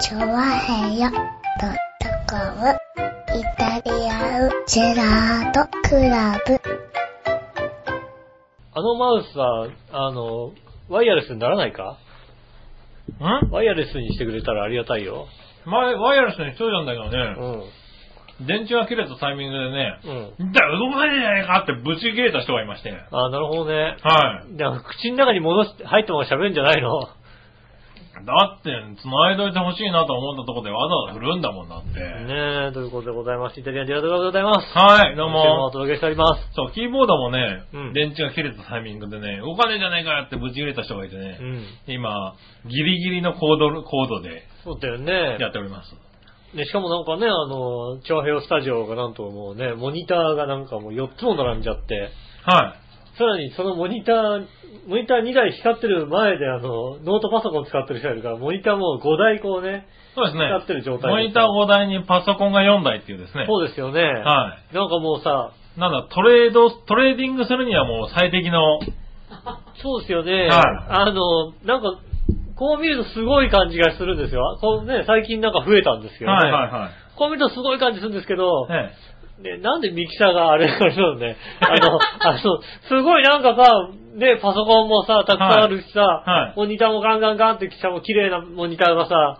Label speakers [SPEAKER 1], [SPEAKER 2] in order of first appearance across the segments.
[SPEAKER 1] チョワヘヨドットコムイタリアンジェラートクラブ。
[SPEAKER 2] あのマウスさ、あの、ワイヤレスにならないか
[SPEAKER 3] ん
[SPEAKER 2] ワイヤレスにしてくれたらありがたいよ。
[SPEAKER 3] 前、ワイヤレスにしといたんだけど
[SPEAKER 2] う
[SPEAKER 3] ね、
[SPEAKER 2] ん。
[SPEAKER 3] 電池が切れたタイミングでね、
[SPEAKER 2] うん。
[SPEAKER 3] だから動かないじゃないかってぶち切れた人がいまして。
[SPEAKER 2] あなるほどね。
[SPEAKER 3] はい。
[SPEAKER 2] じゃあ、口の中に戻して、入ったまま喋るんじゃないの
[SPEAKER 3] だって、繋いどいてほしいなと思ったところでわざわざ振るんだもんだって。
[SPEAKER 2] ねえ、ということでございまして、イタリアンジェラートクラブでございます。
[SPEAKER 3] はい、どう
[SPEAKER 2] 今週もお
[SPEAKER 3] も。
[SPEAKER 2] 届けしております。
[SPEAKER 3] そう、キーボードもね、
[SPEAKER 2] うん
[SPEAKER 3] 電池が切れたタイミングでね、動かねえじゃないかよってぶち切れた人がいてね、
[SPEAKER 2] うん。
[SPEAKER 3] 今、ギリギリのコード、コードで
[SPEAKER 2] そうだよね。
[SPEAKER 3] やっております。
[SPEAKER 2] で、しかもなんかね、あの、長平スタジオがなんともうね、モニターがなんかもう4つも並んじゃって、
[SPEAKER 3] は
[SPEAKER 2] さらにそのモニター、モニター2台光ってる前であの、ノートパソコン使ってる人がいるから、モニターもう5台こうね、
[SPEAKER 3] い。そうですね。
[SPEAKER 2] 使ってる状態
[SPEAKER 3] モニター5台にパソコンが4台っていうですね。
[SPEAKER 2] そうですよね。
[SPEAKER 3] は
[SPEAKER 2] なんかもうさ、
[SPEAKER 3] い。なんだ、トレード、トレーディングするにはもう最適の、
[SPEAKER 2] そうですよね。
[SPEAKER 3] はい
[SPEAKER 2] あの、なんか、こう見るとすごい感じがするんですよ。こうね、最近なんか増えたんですけどね。
[SPEAKER 3] はいはいはい。
[SPEAKER 2] こう見るとすごい感じするんですけど、
[SPEAKER 3] ね、
[SPEAKER 2] ね、なんでミキサーがあれ、あれなのね。あ の、あの、すごいなんかさ、ね、パソコンもさ、たくさんあるしさ、
[SPEAKER 3] はいはい
[SPEAKER 2] モニターもガンガンガンってきちゃも綺麗なモニターがさ、
[SPEAKER 3] はい。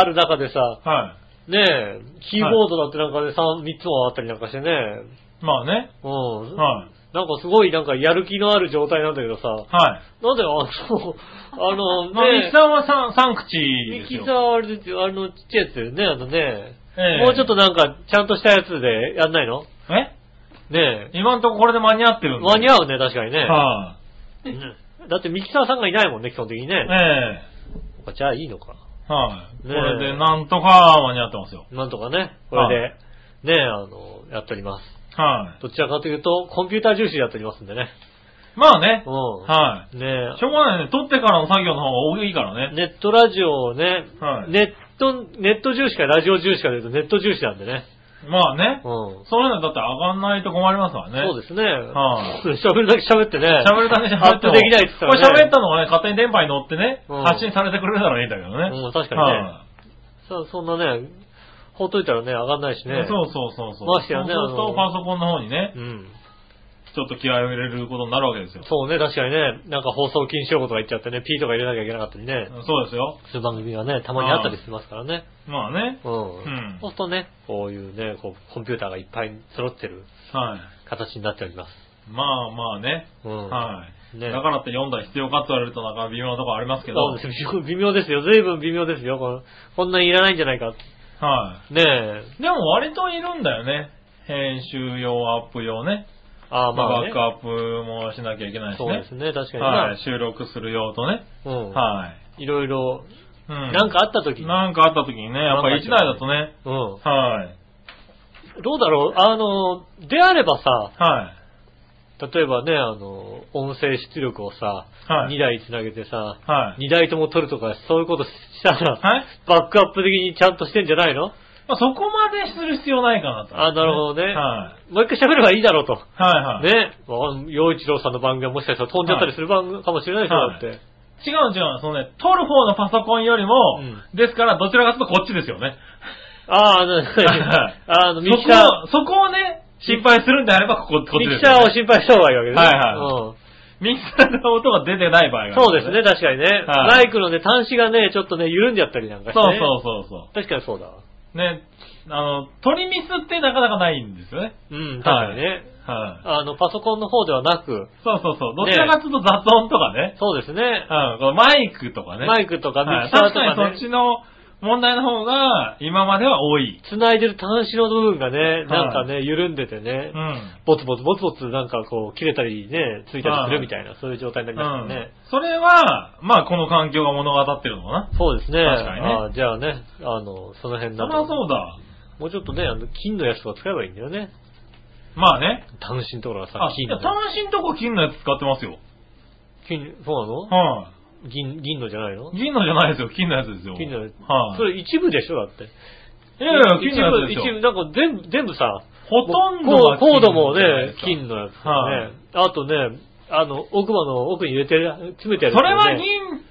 [SPEAKER 2] ある中でさ、
[SPEAKER 3] は
[SPEAKER 2] ねえ、キーボードだってなんかね、三3つもあったりなんかしてね、
[SPEAKER 3] い。まあね。
[SPEAKER 2] うん。
[SPEAKER 3] はい。
[SPEAKER 2] なんかすごいなんかやる気のある状態なんだけどさ、
[SPEAKER 3] はい。
[SPEAKER 2] なんであの、あ の、
[SPEAKER 3] まあ、ミ
[SPEAKER 2] ね
[SPEAKER 3] キサーは三三口
[SPEAKER 2] ミ
[SPEAKER 3] です
[SPEAKER 2] キ
[SPEAKER 3] よ。
[SPEAKER 2] サーあれですよ、あの、ちっちゃいやつだよね、あのね。
[SPEAKER 3] ええ
[SPEAKER 2] もうちょっとなんか、ちゃんとしたやつでやんないの
[SPEAKER 3] え
[SPEAKER 2] ねえ。
[SPEAKER 3] 今んとここれで間に合ってるんで。
[SPEAKER 2] 間に合うね、確かにね。
[SPEAKER 3] は
[SPEAKER 2] うんだってミキサーさんがいないもんね、基本的に
[SPEAKER 3] い。え
[SPEAKER 2] ね。
[SPEAKER 3] え
[SPEAKER 2] じゃあいいのか。
[SPEAKER 3] はい。こ
[SPEAKER 2] ねえ
[SPEAKER 3] れでなんとか間に合ってますよ。
[SPEAKER 2] なんとかね、これで、ねえ、あの、やっております。
[SPEAKER 3] は
[SPEAKER 2] どちらかというと、コンピューター重視でやっておりますんでね。
[SPEAKER 3] い。まあね
[SPEAKER 2] う。
[SPEAKER 3] は
[SPEAKER 2] ん。ね
[SPEAKER 3] い。しょうがないね。取ってからの作業の方が多いから
[SPEAKER 2] え、
[SPEAKER 3] ね。
[SPEAKER 2] ネットラジオをね、
[SPEAKER 3] はい
[SPEAKER 2] ネット、ネット重視かラジオ重視かで言うとネット重視なんでね。
[SPEAKER 3] まあね
[SPEAKER 2] う。ん。
[SPEAKER 3] そういうのだって上がんないと困りますからね。
[SPEAKER 2] そうですね。
[SPEAKER 3] はい
[SPEAKER 2] 喋るだけ喋ってね。
[SPEAKER 3] 喋るだけじゃな
[SPEAKER 2] ア
[SPEAKER 3] く
[SPEAKER 2] ッ
[SPEAKER 3] て
[SPEAKER 2] プ
[SPEAKER 3] も。
[SPEAKER 2] できないって言った
[SPEAKER 3] こ
[SPEAKER 2] ら、
[SPEAKER 3] れ
[SPEAKER 2] ね。
[SPEAKER 3] 喋ったのがね、勝手に電波に乗ってね、
[SPEAKER 2] うん
[SPEAKER 3] 発信されてくれるならいいんだけどね。
[SPEAKER 2] うん確かにね
[SPEAKER 3] はい
[SPEAKER 2] そそんなね、ほっといたらね、上がんないしね。
[SPEAKER 3] そうそうそうそう。
[SPEAKER 2] ましてやね
[SPEAKER 3] そうする
[SPEAKER 2] あの
[SPEAKER 3] とパソコンの方にね
[SPEAKER 2] う。、ん。
[SPEAKER 3] ちょっと気合を入れることになるわけですよ。
[SPEAKER 2] そうね、確かにね、なんか放送禁止用語とか言っちゃってね、P とか入れなきゃいけなかったりね、
[SPEAKER 3] そうですよ。
[SPEAKER 2] そういう番組がね、たまにあったりしますからね。
[SPEAKER 3] まあね。
[SPEAKER 2] うん。
[SPEAKER 3] うん
[SPEAKER 2] そうするとね、こういうね、こう、コンピューターがいっぱい揃ってる
[SPEAKER 3] はい。
[SPEAKER 2] 形になっております。
[SPEAKER 3] まあまあね。
[SPEAKER 2] うん。
[SPEAKER 3] はい。
[SPEAKER 2] ね
[SPEAKER 3] だからって4台必要かって言われるとなんか微妙なとこありますけど。
[SPEAKER 2] そうです微妙微妙ですよ。随分微妙ですよ。このこんなにいらないんじゃないか。
[SPEAKER 3] は
[SPEAKER 2] ねえ。
[SPEAKER 3] い。でも割といるんだよね。編集用、アップ用ね。
[SPEAKER 2] ああ、
[SPEAKER 3] ま
[SPEAKER 2] ま
[SPEAKER 3] あ
[SPEAKER 2] あ、
[SPEAKER 3] バ
[SPEAKER 2] ね
[SPEAKER 3] ック。アップもしなきゃいけないし
[SPEAKER 2] そうで
[SPEAKER 3] ね
[SPEAKER 2] す。ね、確かにね、
[SPEAKER 3] はい。収録する用とね。
[SPEAKER 2] うん。。
[SPEAKER 3] はい
[SPEAKER 2] ろいろ、
[SPEAKER 3] い。うん。
[SPEAKER 2] なんかあった時に、
[SPEAKER 3] なんかあった時にね、やっぱり1台だとね。
[SPEAKER 2] うん。
[SPEAKER 3] はい。
[SPEAKER 2] どうだろうあの、であればさ、
[SPEAKER 3] はい。
[SPEAKER 2] 例えばね、あの、音声出力をさ、
[SPEAKER 3] はい
[SPEAKER 2] 2台つなげてさ、
[SPEAKER 3] はい。
[SPEAKER 2] 2台とも取るとか、そういうことしたら、
[SPEAKER 3] はい。
[SPEAKER 2] バックアップ的にちゃんとしてんじゃないの
[SPEAKER 3] まあ、そこまでする必要ないかなと、
[SPEAKER 2] あなるほどね
[SPEAKER 3] はい。
[SPEAKER 2] もう一回喋ればいいだろうと。
[SPEAKER 3] はいはい。
[SPEAKER 2] ね。わかん洋一郎さんの番組はもしかしたら飛んじゃったりする番組かもしれないでしょ、
[SPEAKER 3] は
[SPEAKER 2] だ
[SPEAKER 3] い
[SPEAKER 2] って。
[SPEAKER 3] 違う違う、そのね、撮る方のパソコンよりも、
[SPEAKER 2] う
[SPEAKER 3] ですから、どちらかというとこっちですよね。
[SPEAKER 2] ああ、なあの、ミキサ
[SPEAKER 3] そこを、そこをね、心配するんであれば、ここ、こっ
[SPEAKER 2] ー、ミ
[SPEAKER 3] ちです、ね。
[SPEAKER 2] キサーを心配した方がいいわけですね。
[SPEAKER 3] はいはミキサーの音が出てない場合
[SPEAKER 2] うん
[SPEAKER 3] が
[SPEAKER 2] そうですね、。確かにね。
[SPEAKER 3] は
[SPEAKER 2] ライクのね、端子がね、ちょっとね、緩んじゃったりなんかして、
[SPEAKER 3] そう
[SPEAKER 2] ね。。
[SPEAKER 3] そうそうそう
[SPEAKER 2] 確かにそうだわ。
[SPEAKER 3] う。ね、あの、撮りミスってなかなかないんですよね。
[SPEAKER 2] うん、確かにね。
[SPEAKER 3] はい、
[SPEAKER 2] あの、パソコンの方ではなく、
[SPEAKER 3] そうそうそう。どちらかというと雑音とかね。
[SPEAKER 2] そうですね。
[SPEAKER 3] うん、このマイクとかね。
[SPEAKER 2] マ
[SPEAKER 3] イ
[SPEAKER 2] イクとかミ
[SPEAKER 3] はい、
[SPEAKER 2] キサー
[SPEAKER 3] 確
[SPEAKER 2] と
[SPEAKER 3] かに
[SPEAKER 2] か
[SPEAKER 3] そっ
[SPEAKER 2] ね、
[SPEAKER 3] ちの問題の方が、今までは多い。
[SPEAKER 2] 繋いでる端子の部分がね、なんかね、緩んでてね、
[SPEAKER 3] うん。
[SPEAKER 2] ボツボツボツボツなんかこう、切れたりね、ついたりするみたいな、そういう状態になりますよね。
[SPEAKER 3] それは、まあこの環境が物語ってるのかな。
[SPEAKER 2] そうですね。
[SPEAKER 3] 確かにね
[SPEAKER 2] あーじゃあね、あの、その辺な
[SPEAKER 3] そりゃ
[SPEAKER 2] ど
[SPEAKER 3] そうだ。
[SPEAKER 2] もうちょっとね、あの、金のやつとか使えばいいんだよね。
[SPEAKER 3] まあね。
[SPEAKER 2] 端子のところはさ
[SPEAKER 3] あ、、
[SPEAKER 2] 金
[SPEAKER 3] い
[SPEAKER 2] の
[SPEAKER 3] や
[SPEAKER 2] ね。
[SPEAKER 3] 単身とこ金のやつ使ってますよ。
[SPEAKER 2] 金、そうな
[SPEAKER 3] は
[SPEAKER 2] の銀、銀のじゃないの
[SPEAKER 3] い。銀のじゃないですよ、金のやつですよ。
[SPEAKER 2] 金のやつ
[SPEAKER 3] はい。
[SPEAKER 2] それ一部でしょだって。
[SPEAKER 3] いやいや、金のやつです
[SPEAKER 2] 一部、一部、
[SPEAKER 3] よ。
[SPEAKER 2] なんか全部、全部さ、
[SPEAKER 3] ほとんど
[SPEAKER 2] コ
[SPEAKER 3] は
[SPEAKER 2] ーコードも
[SPEAKER 3] じゃないで
[SPEAKER 2] ね
[SPEAKER 3] す、か
[SPEAKER 2] 金のやつ、ね。
[SPEAKER 3] はい
[SPEAKER 2] あとね、あの、奥歯の奥に入れてる、詰めてある、
[SPEAKER 3] それは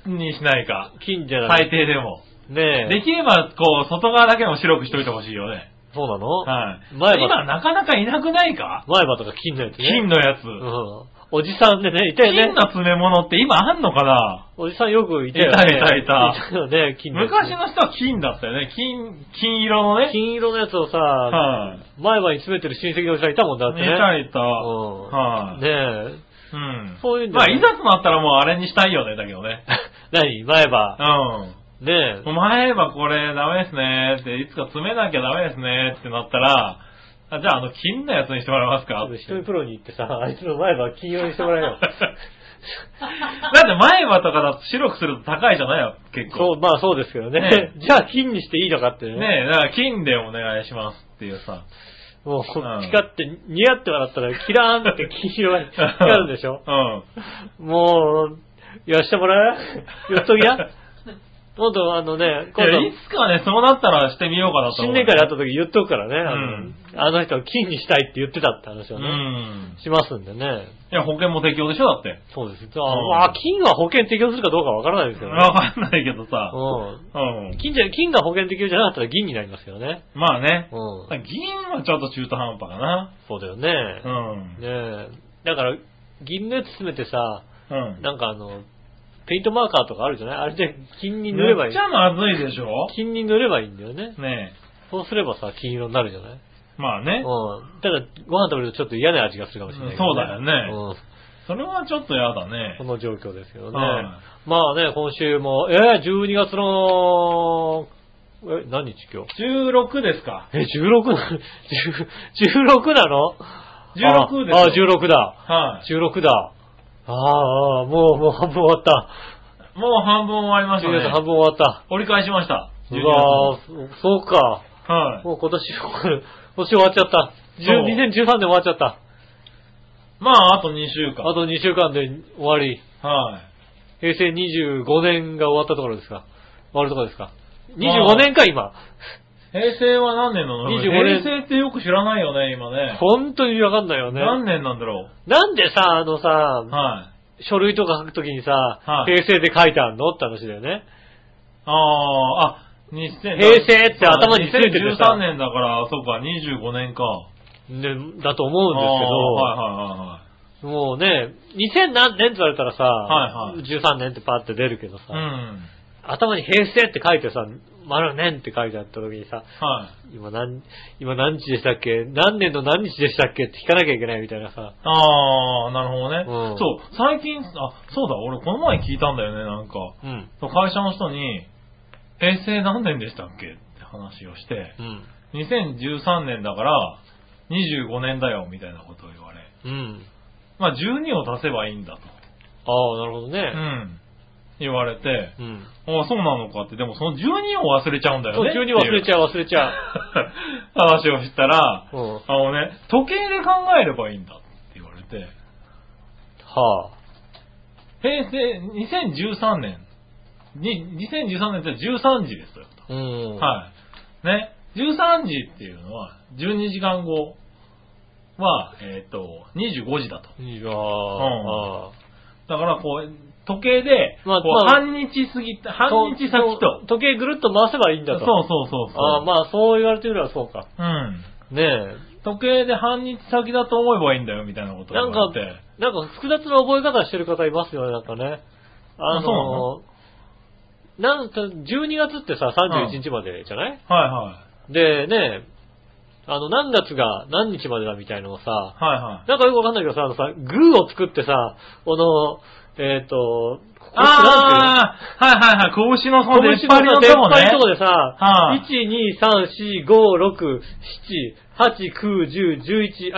[SPEAKER 3] 銀にしないか。
[SPEAKER 2] 金じゃない。
[SPEAKER 3] 最低でも。
[SPEAKER 2] ねえ。
[SPEAKER 3] できれば、こう、外側だけでも白くしといてほしいよね。
[SPEAKER 2] そうなの
[SPEAKER 3] はい。
[SPEAKER 2] 前歯
[SPEAKER 3] 今、なかなかいなくないか
[SPEAKER 2] 前歯とか金のやつね。
[SPEAKER 3] 金のやつ。
[SPEAKER 2] うん。おじさんでね、いたよ
[SPEAKER 3] 金
[SPEAKER 2] ね。
[SPEAKER 3] の詰め物って今あんのかな
[SPEAKER 2] おじさんよくいたよね。
[SPEAKER 3] いたいたいた
[SPEAKER 2] いたよね、金のやつ
[SPEAKER 3] 昔の人は金だったよね。金、金色のね。
[SPEAKER 2] 金色のやつをさ、
[SPEAKER 3] はい。
[SPEAKER 2] 前歯に詰めてる親戚のおじさんいたもんだって
[SPEAKER 3] い
[SPEAKER 2] ね。
[SPEAKER 3] たいた。
[SPEAKER 2] うん
[SPEAKER 3] はい。
[SPEAKER 2] ねえ。
[SPEAKER 3] うん。
[SPEAKER 2] そういうんじゃ
[SPEAKER 3] まあ、
[SPEAKER 2] ない
[SPEAKER 3] いざとなったらもうあれにしたいよね、だけどね。
[SPEAKER 2] 何前歯。ねえ
[SPEAKER 3] う。ん。前はこれダメですねって、いつか詰めなきゃダメですねってなったら、あじゃああの金のやつにしてもらえますかって。
[SPEAKER 2] 一人プロに行ってさ、あいつの前歯金色にしてもらえよ
[SPEAKER 3] だって前歯とかだと白くすると高いじゃないよ、結
[SPEAKER 2] そ
[SPEAKER 3] 構。
[SPEAKER 2] う、まあそうですけどね
[SPEAKER 3] ね。
[SPEAKER 2] じゃあ金にしていいのかってね。
[SPEAKER 3] ねえ、だから金でお願いしますっていうさ。
[SPEAKER 2] もう、
[SPEAKER 3] ん
[SPEAKER 2] 光って、似合って笑ったら、キラーンって金色 が光るんでしょ
[SPEAKER 3] うん。
[SPEAKER 2] もう、言わしてもらえやっときや今度あのね、今
[SPEAKER 3] いやい
[SPEAKER 2] 度、
[SPEAKER 3] つかね、そうなったらしてみようかなと思
[SPEAKER 2] 新
[SPEAKER 3] う。
[SPEAKER 2] 年会で会った時言っとくからね。あの,、
[SPEAKER 3] うん
[SPEAKER 2] あの人を金にしたいって言ってたって話
[SPEAKER 3] う
[SPEAKER 2] をね、
[SPEAKER 3] ん。
[SPEAKER 2] しますんでね。
[SPEAKER 3] いや、保険も適用でしょ、だって。
[SPEAKER 2] そうです。あ
[SPEAKER 3] うん
[SPEAKER 2] まあ、金は保険適用するかどうかわからないですけどね。
[SPEAKER 3] わかんないけどさ。
[SPEAKER 2] うん
[SPEAKER 3] うん。
[SPEAKER 2] 金じゃ、金が保険適用じゃなかったら銀になりますよね。
[SPEAKER 3] まあね。
[SPEAKER 2] うん。
[SPEAKER 3] 銀はちょっと中途半端かな。
[SPEAKER 2] そうだよね
[SPEAKER 3] う。ん。
[SPEAKER 2] ねえ。だから、銀のやつ詰めてさ、
[SPEAKER 3] うん。
[SPEAKER 2] なんかあの、ペイントマーカーとかあるじゃないあれで金に塗ればい
[SPEAKER 3] めっ
[SPEAKER 2] い
[SPEAKER 3] ち。ゃまずいでしょ
[SPEAKER 2] 金に塗ればいいんだよね。
[SPEAKER 3] ね
[SPEAKER 2] そうすればさ、金色になるじゃない
[SPEAKER 3] え。まあね。
[SPEAKER 2] うん。ただ、ご飯食べるとちょっと嫌な味がするかもしれないけど、
[SPEAKER 3] そうだよそれはちょっとやだ
[SPEAKER 2] うん。
[SPEAKER 3] ね
[SPEAKER 2] こ。の状況ですよね。
[SPEAKER 3] はい
[SPEAKER 2] まあね、今週も、えー、12月の、え、何日今日
[SPEAKER 3] 16ですか。
[SPEAKER 2] え、16な の16なの
[SPEAKER 3] 16ですよ
[SPEAKER 2] あ、あ16だ。
[SPEAKER 3] はい。
[SPEAKER 2] 16だ。ああ、もう、もう半分終わった。
[SPEAKER 3] もう半分終わりまし
[SPEAKER 2] 12月
[SPEAKER 3] た
[SPEAKER 2] 半
[SPEAKER 3] ね。
[SPEAKER 2] 分終わった。
[SPEAKER 3] 折り返しました。
[SPEAKER 2] う
[SPEAKER 3] 12
[SPEAKER 2] わーそそうか。
[SPEAKER 3] 月。はい。
[SPEAKER 2] もう今年、今年終わっちゃった。
[SPEAKER 3] そう
[SPEAKER 2] 10 2013年終わっちゃった。
[SPEAKER 3] まあ、あと2週間。
[SPEAKER 2] あと2週間で終わり。
[SPEAKER 3] はい。
[SPEAKER 2] 平成25年が終わったところですか終わるところですか ?25 年か、今。
[SPEAKER 3] 平成は何年なの
[SPEAKER 2] 25年
[SPEAKER 3] 平成ってよく知らないよね、今ね。
[SPEAKER 2] 本当にわかんないよね。
[SPEAKER 3] 何年なんだろ
[SPEAKER 2] なんでさ、あのさ
[SPEAKER 3] う。、はい。
[SPEAKER 2] 書類とか書くときにさ、
[SPEAKER 3] はい
[SPEAKER 2] 平成で書いてあんのって話だよね。
[SPEAKER 3] ああ、あ、平
[SPEAKER 2] 平成って頭についてるさ
[SPEAKER 3] 2013年だから、そうか、25年か。
[SPEAKER 2] ね、だと思うんですけど、
[SPEAKER 3] あ
[SPEAKER 2] もうね、2000何年って言われたらさ、
[SPEAKER 3] はいはい
[SPEAKER 2] 13年ってパって出るけどさ、
[SPEAKER 3] ーはいはいはいはい。うん。
[SPEAKER 2] 頭に平成って書いてさ、丸年って書いてあったときにさ、
[SPEAKER 3] はい。
[SPEAKER 2] 今何、今何日でしたっけ何年の何日でしたっけって聞かなきゃいけないみたいなさ、
[SPEAKER 3] あー、なるほどね。
[SPEAKER 2] うん
[SPEAKER 3] そう、最近、あ、そうだ、俺この前聞いたんだよね、なんか。
[SPEAKER 2] うん、
[SPEAKER 3] そう会社の人に、平成何年でしたっけって話をして、
[SPEAKER 2] うん、
[SPEAKER 3] 2013年だから、25年だよ、みたいなことを言われ。
[SPEAKER 2] うん。
[SPEAKER 3] まあ、12を足せばいいんだと。
[SPEAKER 2] ああ、なるほど
[SPEAKER 3] う
[SPEAKER 2] ね。
[SPEAKER 3] ん。言われて、
[SPEAKER 2] うん。
[SPEAKER 3] ああ、そうなのかって、でもその12を忘れちゃうんだ
[SPEAKER 2] そ
[SPEAKER 3] よ
[SPEAKER 2] う
[SPEAKER 3] ね。
[SPEAKER 2] 急に忘れち
[SPEAKER 3] う。
[SPEAKER 2] ゃう、忘れちゃう。
[SPEAKER 3] 話をしたら、
[SPEAKER 2] うん。
[SPEAKER 3] あのね、時計で考えればいいんだって言われて、
[SPEAKER 2] はあ。
[SPEAKER 3] 平成、2013年。に、2013年って13時ですよ。
[SPEAKER 2] うん。
[SPEAKER 3] はい。ね。13時っていうのは、12時間後は、えっ、と、25時だと。
[SPEAKER 2] いいなああ
[SPEAKER 3] だから、こう、時計で、
[SPEAKER 2] まあ
[SPEAKER 3] こう
[SPEAKER 2] まあ
[SPEAKER 3] 半日過ぎた、半日先と。
[SPEAKER 2] 時計ぐるっと回せばいいん
[SPEAKER 3] そ
[SPEAKER 2] だ
[SPEAKER 3] う
[SPEAKER 2] と。
[SPEAKER 3] そうそうそう。
[SPEAKER 2] ああ、まあそう言われてみればそうか。
[SPEAKER 3] うん。
[SPEAKER 2] ねえ。
[SPEAKER 3] 時計で半日先だと思えばいいんだよ、みたいなことを
[SPEAKER 2] な
[SPEAKER 3] 言
[SPEAKER 2] んか
[SPEAKER 3] われて。、
[SPEAKER 2] なんか複雑な覚え方してる方いますよね、なんかね。あ
[SPEAKER 3] あそうな
[SPEAKER 2] の、なんか、12月ってさ、31日までじゃない、
[SPEAKER 3] はいは
[SPEAKER 2] で、ね、あの、何月が何日までだみたいのをさ、
[SPEAKER 3] い。はいはい。
[SPEAKER 2] なんかよくわかんないけどさ、あのさ、グーを作ってさ、この、えっ、と、ここなんていうの
[SPEAKER 3] ああーはいはいはい。拳のその出っ張りのとこね。
[SPEAKER 2] 出っ張りのとこでさ、
[SPEAKER 3] はい
[SPEAKER 2] 1、2、3、4、5、6、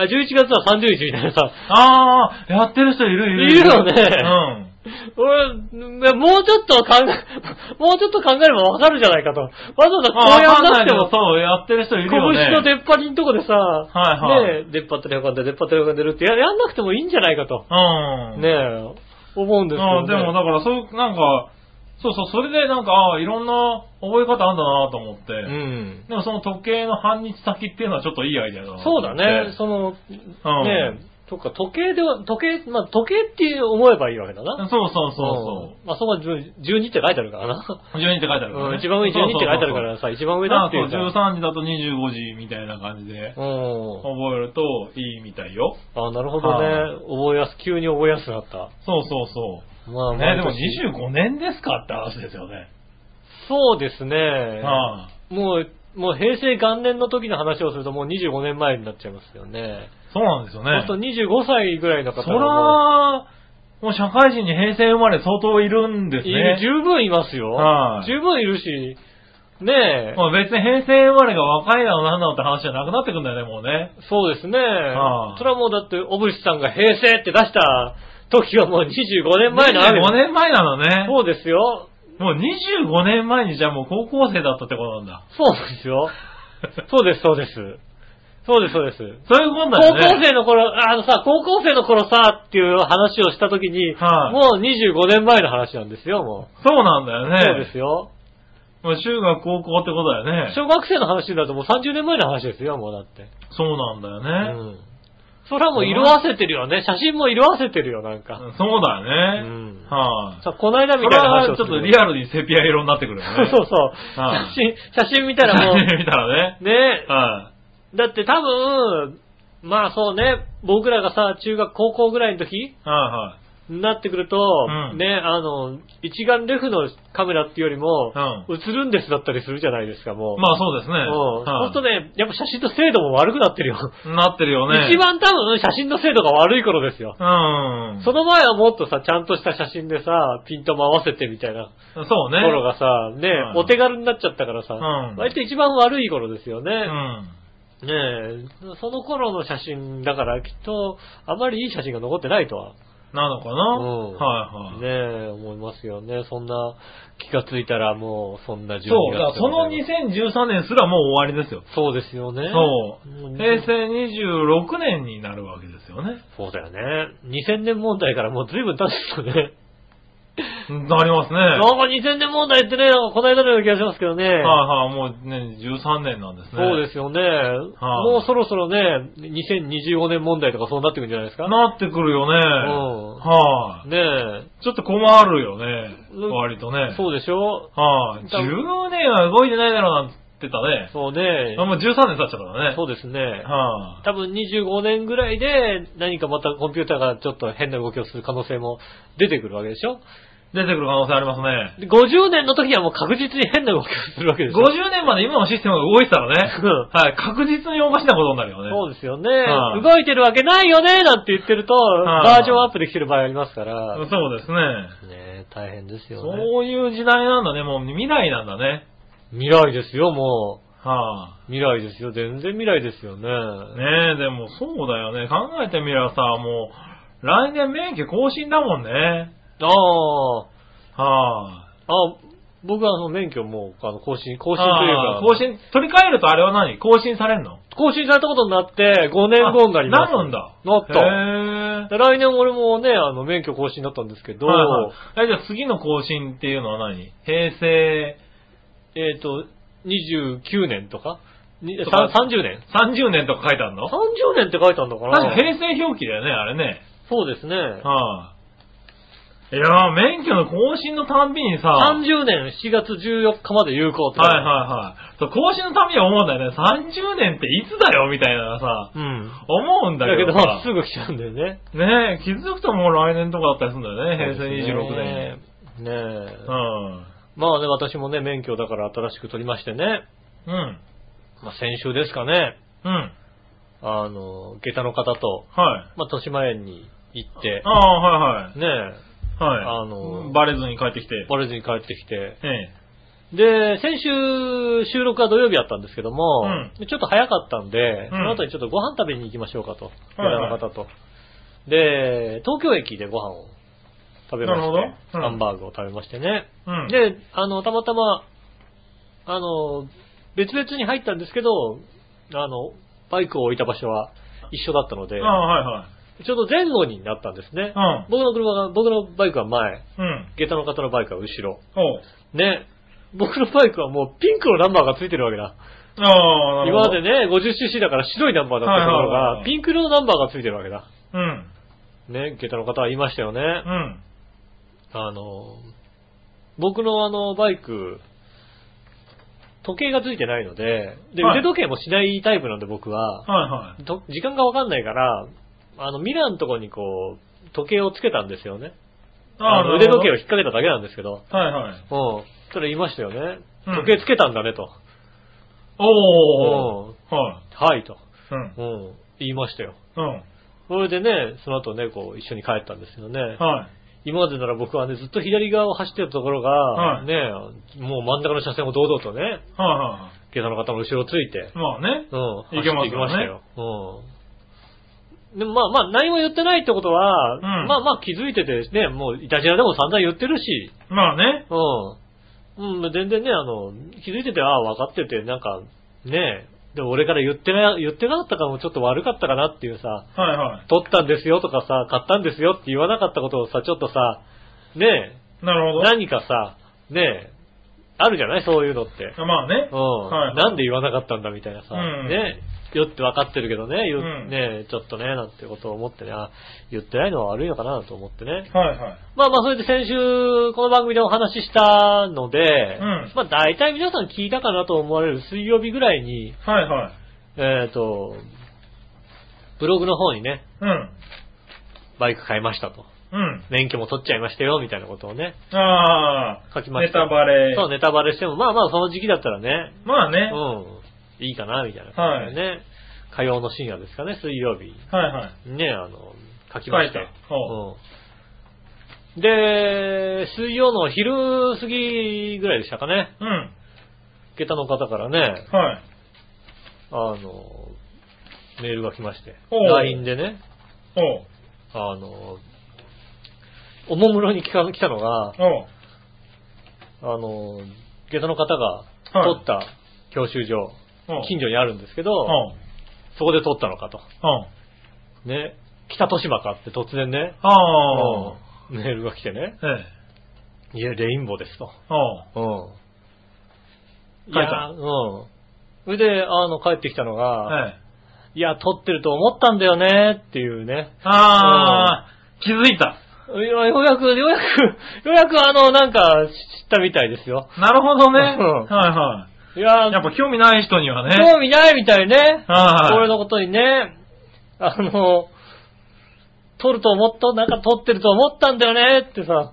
[SPEAKER 2] 7、8、9、10、11、あ、11月は30日みたいなさ、
[SPEAKER 3] ああ、やってる人いるいる
[SPEAKER 2] いるよね
[SPEAKER 3] うん。
[SPEAKER 2] 俺、もうちょっと考え、 もうちょっと考えればわかるじゃないかと。わざわざこうやらなくても、
[SPEAKER 3] あわかんないけどそう、やってる人いるよね。
[SPEAKER 2] 拳の出っ張りのとこでさ、
[SPEAKER 3] はいはい
[SPEAKER 2] ねえ出っ張ってるよかった、出っ張ってるよかった出るってややんなくてもいいんじゃないかと、
[SPEAKER 3] うん。
[SPEAKER 2] ねえ、思うんですけ
[SPEAKER 3] あ
[SPEAKER 2] ど、
[SPEAKER 3] あ
[SPEAKER 2] ね。
[SPEAKER 3] でもだから、そう、なんか、そうそう、それでなんか、ああ、いろんな覚え方あんだなと思って。
[SPEAKER 2] うん。
[SPEAKER 3] でもその時計の半日先っていうのはちょっといいアイデアだなと
[SPEAKER 2] そう
[SPEAKER 3] 思
[SPEAKER 2] だ
[SPEAKER 3] って
[SPEAKER 2] ね、その、ねえ、そっか、時計では、時計、まあ、時計って思えばいいわけだ
[SPEAKER 3] そう
[SPEAKER 2] な。。
[SPEAKER 3] そうそう
[SPEAKER 2] まあ、そこは12って書いてあるからな。
[SPEAKER 3] う。12って書いてあるから
[SPEAKER 2] う
[SPEAKER 3] ね
[SPEAKER 2] ん、一番上に12って書いてあるか。
[SPEAKER 3] そうそうそう
[SPEAKER 2] らさ、一番上だっていうじゃん。
[SPEAKER 3] あそう、13時だと25時みたいな感じで、
[SPEAKER 2] うん。
[SPEAKER 3] 覚えるといいみたいよ。
[SPEAKER 2] あ、なるほどね
[SPEAKER 3] は。
[SPEAKER 2] 覚えやす、急に覚えやすくなった。
[SPEAKER 3] そうそうそ
[SPEAKER 2] まあ、
[SPEAKER 3] う。ね、
[SPEAKER 2] 毎
[SPEAKER 3] でも
[SPEAKER 2] 年
[SPEAKER 3] 25年ですかって話ですよね。
[SPEAKER 2] そうですね。
[SPEAKER 3] はあ
[SPEAKER 2] もう、もう平成元年の時の話をするともう25年前になっちゃいますよね。
[SPEAKER 3] そうなんですよね。
[SPEAKER 2] そうすると25歳ぐらいの方
[SPEAKER 3] そ
[SPEAKER 2] がも
[SPEAKER 3] ら、もう社会人に平成生まれ相当いるんで
[SPEAKER 2] う
[SPEAKER 3] す
[SPEAKER 2] いる、
[SPEAKER 3] ね。
[SPEAKER 2] 十分いますよ。
[SPEAKER 3] はい
[SPEAKER 2] 十分いるし、ねえ、
[SPEAKER 3] まあ別に平成生まれが若いなのなんなのって話じゃなくなってくんだよね、もうね。
[SPEAKER 2] そうですね。
[SPEAKER 3] ああ
[SPEAKER 2] それはもうだって、小渕さんが平成って出した時はもう25年前なわけ
[SPEAKER 3] 25年前なのね。
[SPEAKER 2] そうですよ。
[SPEAKER 3] もう25年前にじゃあもう高校生だったってことなんだ。
[SPEAKER 2] そうです よ。そうです、そうです。そうです、そうです。
[SPEAKER 3] そういうこと
[SPEAKER 2] 高
[SPEAKER 3] だよね。
[SPEAKER 2] 校生の頃、ああのさ、高校生の頃さ、っていう話をした時に、
[SPEAKER 3] はい
[SPEAKER 2] もう25年前の話なんですよ、もう。
[SPEAKER 3] そうなんだよね。
[SPEAKER 2] そうですよ。
[SPEAKER 3] もう中学高校ってことだよね。
[SPEAKER 2] 小学生の話だともう30年前の話ですよ、もうだって。
[SPEAKER 3] そうなんだ
[SPEAKER 2] う
[SPEAKER 3] よね。
[SPEAKER 2] ん。それはもう色あせてるよね。写真も色あせてるよ、なんか。
[SPEAKER 3] そうだよね。
[SPEAKER 2] うん
[SPEAKER 3] はい、
[SPEAKER 2] さ、この間
[SPEAKER 3] そ
[SPEAKER 2] み
[SPEAKER 3] れ
[SPEAKER 2] たいな
[SPEAKER 3] は
[SPEAKER 2] 話
[SPEAKER 3] ちょ
[SPEAKER 2] を
[SPEAKER 3] っ
[SPEAKER 2] する
[SPEAKER 3] とリアルにセピア色になってくるよ ね。
[SPEAKER 2] そうそう。
[SPEAKER 3] はい
[SPEAKER 2] 写真、写真見たらも う、
[SPEAKER 3] 見たらね。
[SPEAKER 2] ね
[SPEAKER 3] は
[SPEAKER 2] だって多分、まあそうね、僕らがさ、中学、高校ぐらいの時
[SPEAKER 3] い。は
[SPEAKER 2] になってくると、
[SPEAKER 3] うん
[SPEAKER 2] ね、あの、一眼レフのカメラっていうよりも、映るんですだったりするじゃないですか、も
[SPEAKER 3] い。
[SPEAKER 2] う。
[SPEAKER 3] まあそうですね。
[SPEAKER 2] うん。
[SPEAKER 3] はい
[SPEAKER 2] そうするとね、やっぱ写真の精度も悪くなってるよ。
[SPEAKER 3] なってるよね。
[SPEAKER 2] 一番多分写真の精度が悪い頃ですよ。
[SPEAKER 3] うん。
[SPEAKER 2] その前はもっとさ、ちゃんとした写真でさ、ピントも合わせてみたいな
[SPEAKER 3] そうね。
[SPEAKER 2] 頃がさ、ね、
[SPEAKER 3] はい
[SPEAKER 2] お手軽になっちゃったからさ、
[SPEAKER 3] うん
[SPEAKER 2] 割と一番悪い頃ですよ
[SPEAKER 3] う
[SPEAKER 2] ね。
[SPEAKER 3] ん。
[SPEAKER 2] ねえ、その頃の写真だからきっと、あまりいい写真が残ってないとは、
[SPEAKER 3] なのかな
[SPEAKER 2] うん
[SPEAKER 3] はいは
[SPEAKER 2] ね
[SPEAKER 3] い。
[SPEAKER 2] え、思いますよね。そんな、気がついたらもう、そんな12月
[SPEAKER 3] そう、だから
[SPEAKER 2] で
[SPEAKER 3] その2013年すらもう終わりですよ。
[SPEAKER 2] そうですよね。
[SPEAKER 3] そう
[SPEAKER 2] も
[SPEAKER 3] 平
[SPEAKER 2] う
[SPEAKER 3] 成26年になるわけですよね。
[SPEAKER 2] そうだよね。2000年問題からもう随分経つよ ね。
[SPEAKER 3] なりますね。
[SPEAKER 2] なんか2000年問題ってね、この間のような気がしますけどね。
[SPEAKER 3] はいはい、もうね、13年なんですね。。
[SPEAKER 2] そうですすよね。
[SPEAKER 3] あ
[SPEAKER 2] もうそろそろね、2025年問題とかそうなってくるんじゃないですか。
[SPEAKER 3] なってくるよね。
[SPEAKER 2] うん
[SPEAKER 3] はい、
[SPEAKER 2] ね
[SPEAKER 3] ちょっと困るよね
[SPEAKER 2] うん。
[SPEAKER 3] 割と
[SPEAKER 2] え
[SPEAKER 3] ね。。
[SPEAKER 2] そうでしょ
[SPEAKER 3] はい、
[SPEAKER 2] 多分
[SPEAKER 3] 15年は動いてないだろうなんて言ってたね。
[SPEAKER 2] そうね
[SPEAKER 3] あ。もう13年経っちゃったからね。
[SPEAKER 2] そうですね。
[SPEAKER 3] は
[SPEAKER 2] 多分25年ぐらいで何かまたコンピューターがちょっと変な動きをする可能性も出てくるわけでしょ
[SPEAKER 3] い。出てくる可能性ありますね。
[SPEAKER 2] で ?50 年の時にはもう確実に変な動きをするわけでしょ
[SPEAKER 3] 50年まで今のシステムが動いてたらね。
[SPEAKER 2] うん
[SPEAKER 3] はい。確実におかしなことになるよね。
[SPEAKER 2] そうですよね、
[SPEAKER 3] はい
[SPEAKER 2] 動いてるわけないよねなんて言ってると、
[SPEAKER 3] い
[SPEAKER 2] バージョンアップできてる場合ありますから。ね
[SPEAKER 3] そうですね。
[SPEAKER 2] え大変ですよね。
[SPEAKER 3] そういう時代なんだね。もう未来なんだね。
[SPEAKER 2] 未来ですよ、も
[SPEAKER 3] は
[SPEAKER 2] う。未来ですよ。全然未来ですよね。
[SPEAKER 3] い、ねえ、でもそうだよね。考えてみればさ、もう、来年免許更新だもんね。
[SPEAKER 2] ああ。
[SPEAKER 3] は
[SPEAKER 2] あ、僕はあの免許もうあの更新、
[SPEAKER 3] い、
[SPEAKER 2] 更新というか
[SPEAKER 3] あー、更新、取り替えるとあれは何更新されんの
[SPEAKER 2] 更新されたことになって5年後になります。
[SPEAKER 3] あなるんだ。
[SPEAKER 2] なった
[SPEAKER 3] へえ。
[SPEAKER 2] 来年俺もね、あの免許更新だったんですけど、
[SPEAKER 3] はいはいえじゃあ次の更新っていうのは何平成
[SPEAKER 2] えっ、と、29年とかに
[SPEAKER 3] とか
[SPEAKER 2] さん ?30 年
[SPEAKER 3] 30年とか書いてあるの
[SPEAKER 2] ?30 年って書いてあるのか
[SPEAKER 3] 確
[SPEAKER 2] な
[SPEAKER 3] か平成表記だよね、あれね。
[SPEAKER 2] そうですね。
[SPEAKER 3] はい、いやー、免許の更新のたんびにさ、
[SPEAKER 2] 30年7月14日まで有効って書て
[SPEAKER 3] は
[SPEAKER 2] あ
[SPEAKER 3] い
[SPEAKER 2] る
[SPEAKER 3] はいはい。そう、更新のために思うんだよね。30年っていつだよみたいなさ、
[SPEAKER 2] うん。
[SPEAKER 3] 思うんだ
[SPEAKER 2] だ
[SPEAKER 3] け
[SPEAKER 2] け
[SPEAKER 3] ど
[SPEAKER 2] ど
[SPEAKER 3] さ、
[SPEAKER 2] すぐ来ちゃうんだよね。
[SPEAKER 3] ねえ、気づくともう来年とかだったりするんだよね、平成26年に。
[SPEAKER 2] 年。ねえ。
[SPEAKER 3] うん。
[SPEAKER 2] まあね、私もね、免許だから新しく取りましてね。
[SPEAKER 3] うん。
[SPEAKER 2] まあ先週ですかね。
[SPEAKER 3] うん。
[SPEAKER 2] あの、下駄の方と、
[SPEAKER 3] はい。
[SPEAKER 2] まあ、豊島園に行って
[SPEAKER 3] あ、あ、はい
[SPEAKER 2] ね
[SPEAKER 3] はい。はい。
[SPEAKER 2] あのー
[SPEAKER 3] バレずに帰ってきて
[SPEAKER 2] え、。バレずに帰ってきて、
[SPEAKER 3] ええ。
[SPEAKER 2] で、先週収録は土曜日あったんですけども、
[SPEAKER 3] う
[SPEAKER 2] ちょっと早かったんで、
[SPEAKER 3] ん
[SPEAKER 2] その後にちょっとご飯食べに行きましょうかと、下
[SPEAKER 3] はい
[SPEAKER 2] 駄
[SPEAKER 3] はい
[SPEAKER 2] の方と。で、東京駅でご飯を食べまして
[SPEAKER 3] なる、ほどうん
[SPEAKER 2] ハンバーグを食べましてね。
[SPEAKER 3] うん。、
[SPEAKER 2] で、あの、たまたま、あの、別々に入ったんですけど、あの、バイクを置いた場所は一緒だったので、
[SPEAKER 3] ああ、は
[SPEAKER 2] ちょうど前後になったんですね。
[SPEAKER 3] いはい。
[SPEAKER 2] 僕の車が、僕のバイクは前、
[SPEAKER 3] うん。うん。
[SPEAKER 2] 下駄の方のバイクは後ろ。
[SPEAKER 3] おう
[SPEAKER 2] ね。僕のバイクはもうピンクのナンバーがついてるわけだ。
[SPEAKER 3] ああ、なる
[SPEAKER 2] 今ま
[SPEAKER 3] ほど。
[SPEAKER 2] でね、50cc だから白いナンバーだったところ
[SPEAKER 3] はいはいはいは
[SPEAKER 2] が
[SPEAKER 3] い、
[SPEAKER 2] ピンク色のナンバーがついてるわけだ。
[SPEAKER 3] うん。
[SPEAKER 2] ね、下駄の方はいましたよね。
[SPEAKER 3] うん。
[SPEAKER 2] あの、僕のあの、バイク、時計がついてないので、で、
[SPEAKER 3] はい
[SPEAKER 2] 腕時計もしないタイプなんで僕は、
[SPEAKER 3] はいはい。
[SPEAKER 2] と時間がわかんないから、あの、ミラーのとこにこう、時計をつけたんですよね。あの腕時計を
[SPEAKER 3] を。
[SPEAKER 2] 引っ掛けただけなんですけど、
[SPEAKER 3] はいは
[SPEAKER 2] う
[SPEAKER 3] い。
[SPEAKER 2] ん。それ言いましたよね。
[SPEAKER 3] うん
[SPEAKER 2] 時計つけたんだねと。
[SPEAKER 3] おー。はい。
[SPEAKER 2] はいと。
[SPEAKER 3] うん。
[SPEAKER 2] うん。言いましたよ。
[SPEAKER 3] うん。
[SPEAKER 2] それでね、その後ね、こう、一緒に帰ったんですよね。
[SPEAKER 3] はい。
[SPEAKER 2] 今までなら僕はね、ずっと左側を走ってるところが、
[SPEAKER 3] はい
[SPEAKER 2] ね、もう真ん中の車線を堂々とね、
[SPEAKER 3] はいは
[SPEAKER 2] 下駄の方の後ろをついて
[SPEAKER 3] い。、まあね。
[SPEAKER 2] うん、走っ
[SPEAKER 3] 行
[SPEAKER 2] てい
[SPEAKER 3] けますよね
[SPEAKER 2] きましたよ。うん。でもまあまあ、何も言ってないってことは、まあまあ気づいててね、もういたじらでも散々言ってるし、
[SPEAKER 3] まあね。
[SPEAKER 2] うん。うん、全然ね、あの、気づいてて、ああ、分かってて、なんか、ねでも俺から言ってな、言ってなかったからもちょっと悪かったかなっていうさ、
[SPEAKER 3] はいはい。
[SPEAKER 2] 取ったんですよとかさ、買ったんですよって言わなかったことをさ、ちょっとさ、ね
[SPEAKER 3] なるほど。
[SPEAKER 2] 何かさ、ねあるじゃないそういうのって。
[SPEAKER 3] まあね
[SPEAKER 2] う。ん、
[SPEAKER 3] はい
[SPEAKER 2] なんで言わなかったんだみたいなさ、
[SPEAKER 3] うん
[SPEAKER 2] ねよって分かってるけどね、よ
[SPEAKER 3] うん
[SPEAKER 2] ねちょっとね、なんてことを思ってね、あ言ってないのは悪いのかなと思ってね。
[SPEAKER 3] はいはい。
[SPEAKER 2] まあまあ、それで先週、この番組でお話ししたので、
[SPEAKER 3] ん
[SPEAKER 2] まあ大体皆さん聞いたかなと思われる水曜日ぐらいに、
[SPEAKER 3] はいはい。
[SPEAKER 2] えっ、と、ブログの方にね、
[SPEAKER 3] うん。
[SPEAKER 2] バイク買いましたと。
[SPEAKER 3] うん。
[SPEAKER 2] 免許も取っちゃいましたよ、みたいなことをね、
[SPEAKER 3] あ
[SPEAKER 2] 書き
[SPEAKER 3] ー。
[SPEAKER 2] まし
[SPEAKER 3] ネ
[SPEAKER 2] た。
[SPEAKER 3] タバレ。
[SPEAKER 2] そう、ネタバレしても、まあまあ、その時期だったらね、
[SPEAKER 3] まあね。
[SPEAKER 2] うん、いいかな、みたいな感じでね、火曜の深夜ですかね、水曜日。
[SPEAKER 3] はいはい。
[SPEAKER 2] ね、あの、書きました。
[SPEAKER 3] 書いたほ
[SPEAKER 2] うんで、水曜の昼過ぎぐらいでしたかね、
[SPEAKER 3] うん。
[SPEAKER 2] 下駄の方からね、
[SPEAKER 3] はい。
[SPEAKER 2] あの、メールが来まして、
[SPEAKER 3] おう
[SPEAKER 2] LINE でね、
[SPEAKER 3] おう。
[SPEAKER 2] あの、おもむろに来た来たのが、
[SPEAKER 3] おう。
[SPEAKER 2] あの、下駄の方が
[SPEAKER 3] はい
[SPEAKER 2] 取った教習所、
[SPEAKER 3] おう。
[SPEAKER 2] 近所にあるんですけど、
[SPEAKER 3] おう。
[SPEAKER 2] そこで取ったのかと。
[SPEAKER 3] おう。
[SPEAKER 2] ね、北豊島かって突然ね、
[SPEAKER 3] ああ。
[SPEAKER 2] メールが来てね、
[SPEAKER 3] ええ。
[SPEAKER 2] いや、レインボーですと。
[SPEAKER 3] おう。
[SPEAKER 2] うん。い
[SPEAKER 3] 書いた
[SPEAKER 2] や、うん。それで、あの、帰ってきたのが、
[SPEAKER 3] ええ。
[SPEAKER 2] いや、取ってると思ったんだよねっていうね。
[SPEAKER 3] あー。気づいた。
[SPEAKER 2] いやようやく、ようやく、ようやくあの、なんか、知ったみたいですよ。
[SPEAKER 3] なるほどね。
[SPEAKER 2] うん
[SPEAKER 3] はいはい
[SPEAKER 2] や
[SPEAKER 3] い。やっぱ興味ない人にはね。
[SPEAKER 2] 興味ないみたいね。
[SPEAKER 3] はい
[SPEAKER 2] 俺のことにね、あの、取ると思った、なんか取ってると思ったんだよねってさ、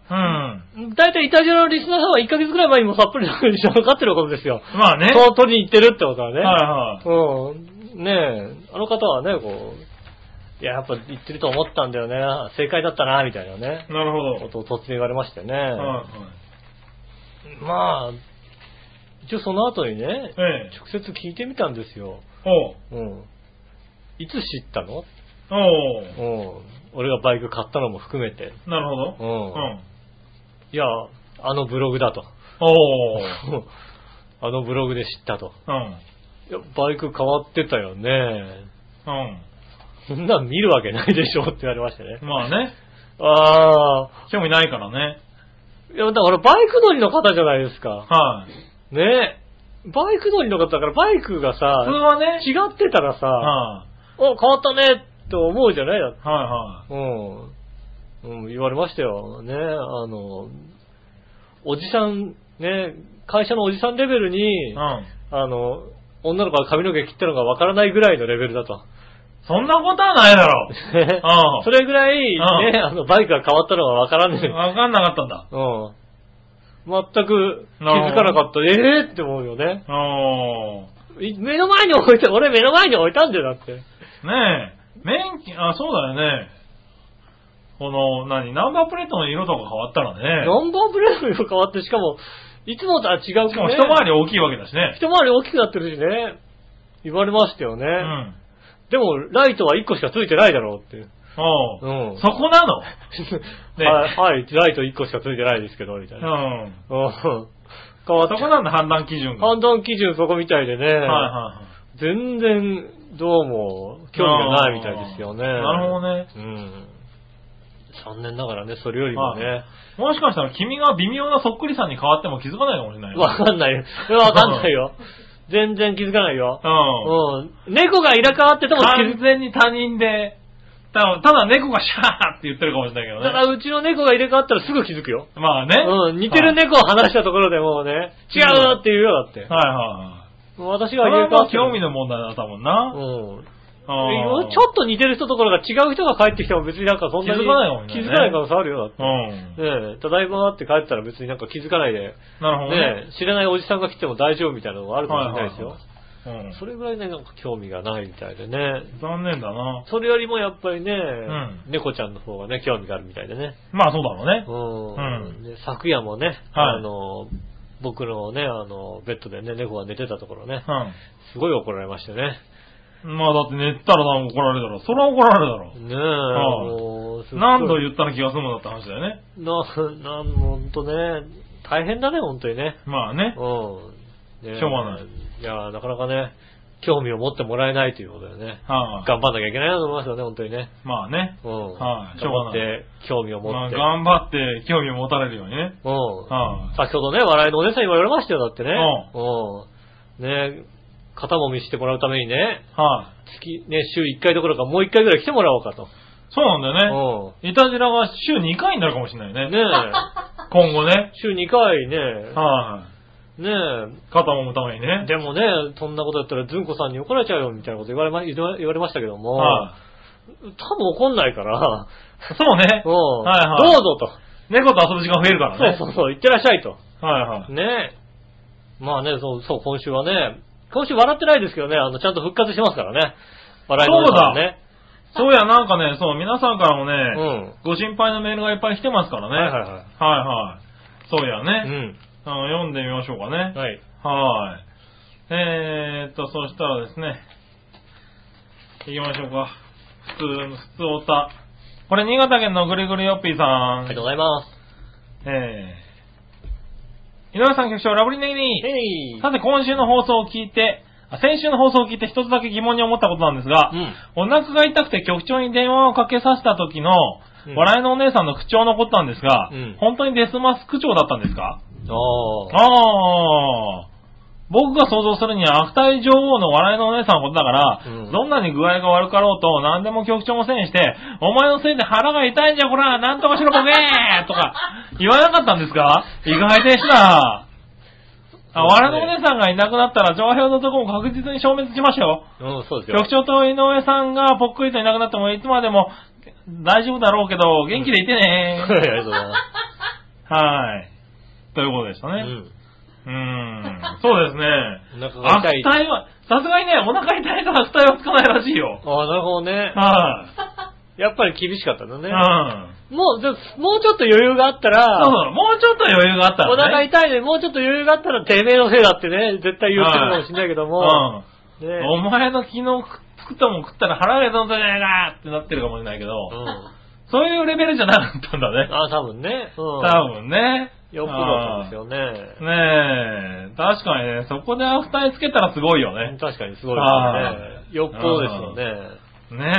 [SPEAKER 3] うん。
[SPEAKER 2] 大体イタジラのリスナーさんは1ヶ月くらい前にもさっぱり分かってることですよ。
[SPEAKER 3] まあね。
[SPEAKER 2] そう取りに行ってるってことはね。
[SPEAKER 3] はい
[SPEAKER 2] うん。ねえ、あの方はね、こう、いや、やっぱ言ってると思ったんだよね。正解だったな、みたいなね
[SPEAKER 3] はい。。なるほ
[SPEAKER 2] こ
[SPEAKER 3] ど。
[SPEAKER 2] とを突然言われましてね。
[SPEAKER 3] はい
[SPEAKER 2] まあ、一応その後にね、
[SPEAKER 3] はい。ええ。
[SPEAKER 2] 直接聞いてみたんですよ。
[SPEAKER 3] おう。
[SPEAKER 2] うん。いつ知ったの
[SPEAKER 3] お
[SPEAKER 2] う。
[SPEAKER 3] うん
[SPEAKER 2] 俺がバイク買ったのも含めて。
[SPEAKER 3] なるほど。
[SPEAKER 2] う。
[SPEAKER 3] うんん。
[SPEAKER 2] いや、あのブログだと。
[SPEAKER 3] おう。
[SPEAKER 2] あのブログで知ったと。
[SPEAKER 3] うん。
[SPEAKER 2] いや、バイク変わってたよね。
[SPEAKER 3] う
[SPEAKER 2] そ
[SPEAKER 3] ん。
[SPEAKER 2] んなん見るわけないでしょって言われましたね。
[SPEAKER 3] まあね。
[SPEAKER 2] ああ。
[SPEAKER 3] 興味ないからね。
[SPEAKER 2] いや、だからバイク乗りの方じゃないですか。
[SPEAKER 3] はい。
[SPEAKER 2] ねバイク乗りの方だからバイクが
[SPEAKER 3] 普通
[SPEAKER 2] さ、
[SPEAKER 3] はね。
[SPEAKER 2] 違ってたらさ、
[SPEAKER 3] は
[SPEAKER 2] お、変わったねって思うじゃないだって
[SPEAKER 3] い。はいは
[SPEAKER 2] うん。うん、言われましたよ。ね、あの、おじさん、ね、会社のおじさんレベル
[SPEAKER 3] い。
[SPEAKER 2] に
[SPEAKER 3] う、ん。
[SPEAKER 2] あの、女の子が髪の毛切ったのがわからないぐらいのレベルだと。
[SPEAKER 3] そんなことはないだろう。
[SPEAKER 2] それぐらい、
[SPEAKER 3] うん
[SPEAKER 2] ね、あの、バイクが変わったのがわからない。
[SPEAKER 3] わかんなかったんだ。
[SPEAKER 2] うん。全く気づかなかった。ええー、って思うよね。
[SPEAKER 3] お
[SPEAKER 2] い目の前に置いて、俺目の前に置いたんだよ、だって。
[SPEAKER 3] ー。ねえ。免許、あ、そうだよね。この、何、ナンバープレートの色とか変わったらね。
[SPEAKER 2] ナンバープレートにも変わって、しかも、いつもとは違う
[SPEAKER 3] し
[SPEAKER 2] し
[SPEAKER 3] かも一回り大きいわけだしね。
[SPEAKER 2] 一回り大きくなってるしね。言われましたよね。
[SPEAKER 3] うん。
[SPEAKER 2] でも、ライトは1個しかついてないだろうって。
[SPEAKER 3] お う。
[SPEAKER 2] うん。
[SPEAKER 3] そこなのね
[SPEAKER 2] はい、はい、ライト1個しかついてないですけど、みたいな。
[SPEAKER 3] うん。
[SPEAKER 2] うん。変わっ
[SPEAKER 3] そこなんだ、判断基準が。は
[SPEAKER 2] 判断基準そこみたいでね。
[SPEAKER 3] いは
[SPEAKER 2] 全然、どうも、興味がないみたいですよね。
[SPEAKER 3] あーなるほどね。
[SPEAKER 2] うん。残念ながらね、それよりもね、
[SPEAKER 3] い。もしかしたら君が微妙なそっくりさんに変わっても気づかないかもしれないよ。
[SPEAKER 2] わかんないよ。 それはわかんないよ。全然気づかないよ。
[SPEAKER 3] う
[SPEAKER 2] う
[SPEAKER 3] ん。
[SPEAKER 2] ん。猫が入れ替わってても気づ
[SPEAKER 3] 完全に他人で、ただ、ただ猫がシャーって言ってるかもしれない
[SPEAKER 2] た
[SPEAKER 3] け
[SPEAKER 2] だ、
[SPEAKER 3] どね。
[SPEAKER 2] うちの猫が入れ替わったらすぐ気づくよ。
[SPEAKER 3] まあね。
[SPEAKER 2] うん、似てる猫を話したところでもうね、違うって言うよ、だって。
[SPEAKER 3] はい。はいはいはい。
[SPEAKER 2] もう私
[SPEAKER 3] そ
[SPEAKER 2] が
[SPEAKER 3] れ
[SPEAKER 2] 入れ
[SPEAKER 3] は
[SPEAKER 2] 替わ
[SPEAKER 3] ま
[SPEAKER 2] っ
[SPEAKER 3] あ
[SPEAKER 2] て
[SPEAKER 3] 興味
[SPEAKER 2] も。
[SPEAKER 3] の問題だったもんな。
[SPEAKER 2] うん。
[SPEAKER 3] うん
[SPEAKER 2] ちょっと似てる人ところが違う人が帰ってきても別になんかそんなに
[SPEAKER 3] 気づかないかもね
[SPEAKER 2] 気づかない可能性あるよ、だって。
[SPEAKER 3] うん。
[SPEAKER 2] ねえ、ただいまって帰ったら別になんか気づかないで、
[SPEAKER 3] なるほどね。
[SPEAKER 2] ねえ、知らないおじさんが来ても大丈夫みたいなのがあるかもしれないですよ。
[SPEAKER 3] はいうん
[SPEAKER 2] それぐらいね、なんか興味がないみたいでね。
[SPEAKER 3] 残念だな。
[SPEAKER 2] それよりもやっぱりね、
[SPEAKER 3] ん
[SPEAKER 2] 猫ちゃんの方がね、興味があるみたいでね。
[SPEAKER 3] まあそうだろうね。
[SPEAKER 2] うん。
[SPEAKER 3] うん
[SPEAKER 2] で昨夜もね、
[SPEAKER 3] はい
[SPEAKER 2] あの、僕のね、あの、ベッドでね、猫が寝てたところね、
[SPEAKER 3] う
[SPEAKER 2] すごい怒られましてね。
[SPEAKER 3] ん。まあだって寝たら多分怒られるだろう。それは怒られるだろ
[SPEAKER 2] ねえ、
[SPEAKER 3] あ
[SPEAKER 2] もう、す
[SPEAKER 3] う。
[SPEAKER 2] っごい
[SPEAKER 3] 何度言ったら気が済むんだって話だよね。
[SPEAKER 2] な、なん、ほんとね、大変だね、ほんとにね。
[SPEAKER 3] まあね。
[SPEAKER 2] うん。ね
[SPEAKER 3] しょうがない。
[SPEAKER 2] いやーなかなかね、興味を持ってもらえないということだよね。
[SPEAKER 3] はい、
[SPEAKER 2] 頑張んなきゃいけないなと思いますよね、本当にね。
[SPEAKER 3] まあね。
[SPEAKER 2] うん。
[SPEAKER 3] はいしょ
[SPEAKER 2] 頑張っ
[SPEAKER 3] うがな
[SPEAKER 2] て、興味を持
[SPEAKER 3] まあ
[SPEAKER 2] って。
[SPEAKER 3] 頑張って興味を持たれるようにね。
[SPEAKER 2] うん。
[SPEAKER 3] はい、
[SPEAKER 2] 先ほどね、笑いのお姉さんに言われましたよ、だってね。
[SPEAKER 3] う
[SPEAKER 2] うん。ね肩も見してもらうためにね、
[SPEAKER 3] はい、
[SPEAKER 2] 月、ね、週1回どころかもう1回ぐらい来てもらおうかと。
[SPEAKER 3] そうなんだよ
[SPEAKER 2] う
[SPEAKER 3] ね。いたじらが週2回になるかもしれないね。
[SPEAKER 2] ん。ね え、
[SPEAKER 3] 今後ね。
[SPEAKER 2] 週2回ね、
[SPEAKER 3] は
[SPEAKER 2] ね
[SPEAKER 3] い、肩もむために
[SPEAKER 2] え、
[SPEAKER 3] ね。
[SPEAKER 2] でもね、そんなことやったらずんこさんに怒られちゃうよ、みたいなこと言われま、言わ言われましたけども、
[SPEAKER 3] はい、
[SPEAKER 2] 多分怒んないから、
[SPEAKER 3] そうね
[SPEAKER 2] う。ん、
[SPEAKER 3] はいはい
[SPEAKER 2] どうぞと。
[SPEAKER 3] 猫と遊ぶ時間増えるから
[SPEAKER 2] そう
[SPEAKER 3] ね。
[SPEAKER 2] そうそう、行ってらっしゃいと。
[SPEAKER 3] はいはい。
[SPEAKER 2] ねえ。まあね、そう、そう、今週はね、今週笑ってないですけどね、あの、ちゃんと復活してますからね。笑いのお姉さんはね。
[SPEAKER 3] そうや、なんかね、そう、皆さんからも
[SPEAKER 2] う
[SPEAKER 3] ね、
[SPEAKER 2] ん。
[SPEAKER 3] ご心配のメールがいっぱい来てますからね。
[SPEAKER 2] はいはいはい
[SPEAKER 3] はいはい。そうや
[SPEAKER 2] う
[SPEAKER 3] ね。
[SPEAKER 2] ん。
[SPEAKER 3] あの読んでみましょうかね。
[SPEAKER 2] はい。
[SPEAKER 3] はい。えーっと、そしたらですね、行きましょうか。普通の、普通おた。これ、新潟県のぐりぐりよっぴーさ
[SPEAKER 2] あ
[SPEAKER 3] ん。
[SPEAKER 2] りがとうございます。
[SPEAKER 3] えー。井上さん局長、ラブリネギ
[SPEAKER 2] へ
[SPEAKER 3] ニ
[SPEAKER 2] い。
[SPEAKER 3] さて、今週の放送を聞いて、あ先週の放送を聞いて一つだけ疑問に思ったことなんですが、
[SPEAKER 2] うん。
[SPEAKER 3] お腹が痛くて局長に電話をかけさせた時の、
[SPEAKER 2] うん
[SPEAKER 3] 笑いのお姉さんの口調のことなんですが、
[SPEAKER 2] うん
[SPEAKER 3] 本当にデスマスク調だったんですか
[SPEAKER 2] ああ。
[SPEAKER 3] ああ。僕が想像するには、悪態女王の笑いのお姉さんのことだから、
[SPEAKER 2] うん
[SPEAKER 3] どんなに具合が悪かろうと、何でも局長もせいにして、お前のせいで腹が痛いんじゃこら、なんとかしろボケーと か、言わなかったんですか意外でした。あ、笑いのお姉さんがいなくなったら、上表のとこも確実に消滅しましたよ。
[SPEAKER 2] うん、そうですよ。
[SPEAKER 3] 局長と井上さんがぽっくりといなくなっても、いつまでも大丈夫だろうけど、元気でいてね
[SPEAKER 2] はいありがとうございま
[SPEAKER 3] はい。ということでしたね。
[SPEAKER 2] す。
[SPEAKER 3] うーんそうですね。
[SPEAKER 2] うん。お腹
[SPEAKER 3] 悪
[SPEAKER 2] が痛い。
[SPEAKER 3] 態は、さすがにね、お腹痛いから悪態はつかないらしいよ。
[SPEAKER 2] ああ、なるほどね。
[SPEAKER 3] はい、
[SPEAKER 2] やっぱり厳しかったんだね
[SPEAKER 3] う。ん。
[SPEAKER 2] もう、じゃあもうちょっと余裕があった
[SPEAKER 3] そう
[SPEAKER 2] ら、
[SPEAKER 3] そう、もうちょっと余裕があった
[SPEAKER 2] お
[SPEAKER 3] ら
[SPEAKER 2] 腹
[SPEAKER 3] ね。
[SPEAKER 2] 痛いで、もうちょっと余裕があったら、てめえのせいだってね、絶対言ってるかもしれないけども、ね
[SPEAKER 3] うん。お前の昨日作ったもん食ったら腹が痛んだじゃないかってなってるかもしれないけど、
[SPEAKER 2] うん。
[SPEAKER 3] そういうレベルじゃなかったんだね。
[SPEAKER 2] あ、多分ね。うん。
[SPEAKER 3] 多分ね。
[SPEAKER 2] よっぽどなんですよね。
[SPEAKER 3] うんねえ、確かにね、そこで悪態つけたらすごいよね。
[SPEAKER 2] 確かにすごいですよね
[SPEAKER 3] は。い
[SPEAKER 2] よっぽどですよね。
[SPEAKER 3] ね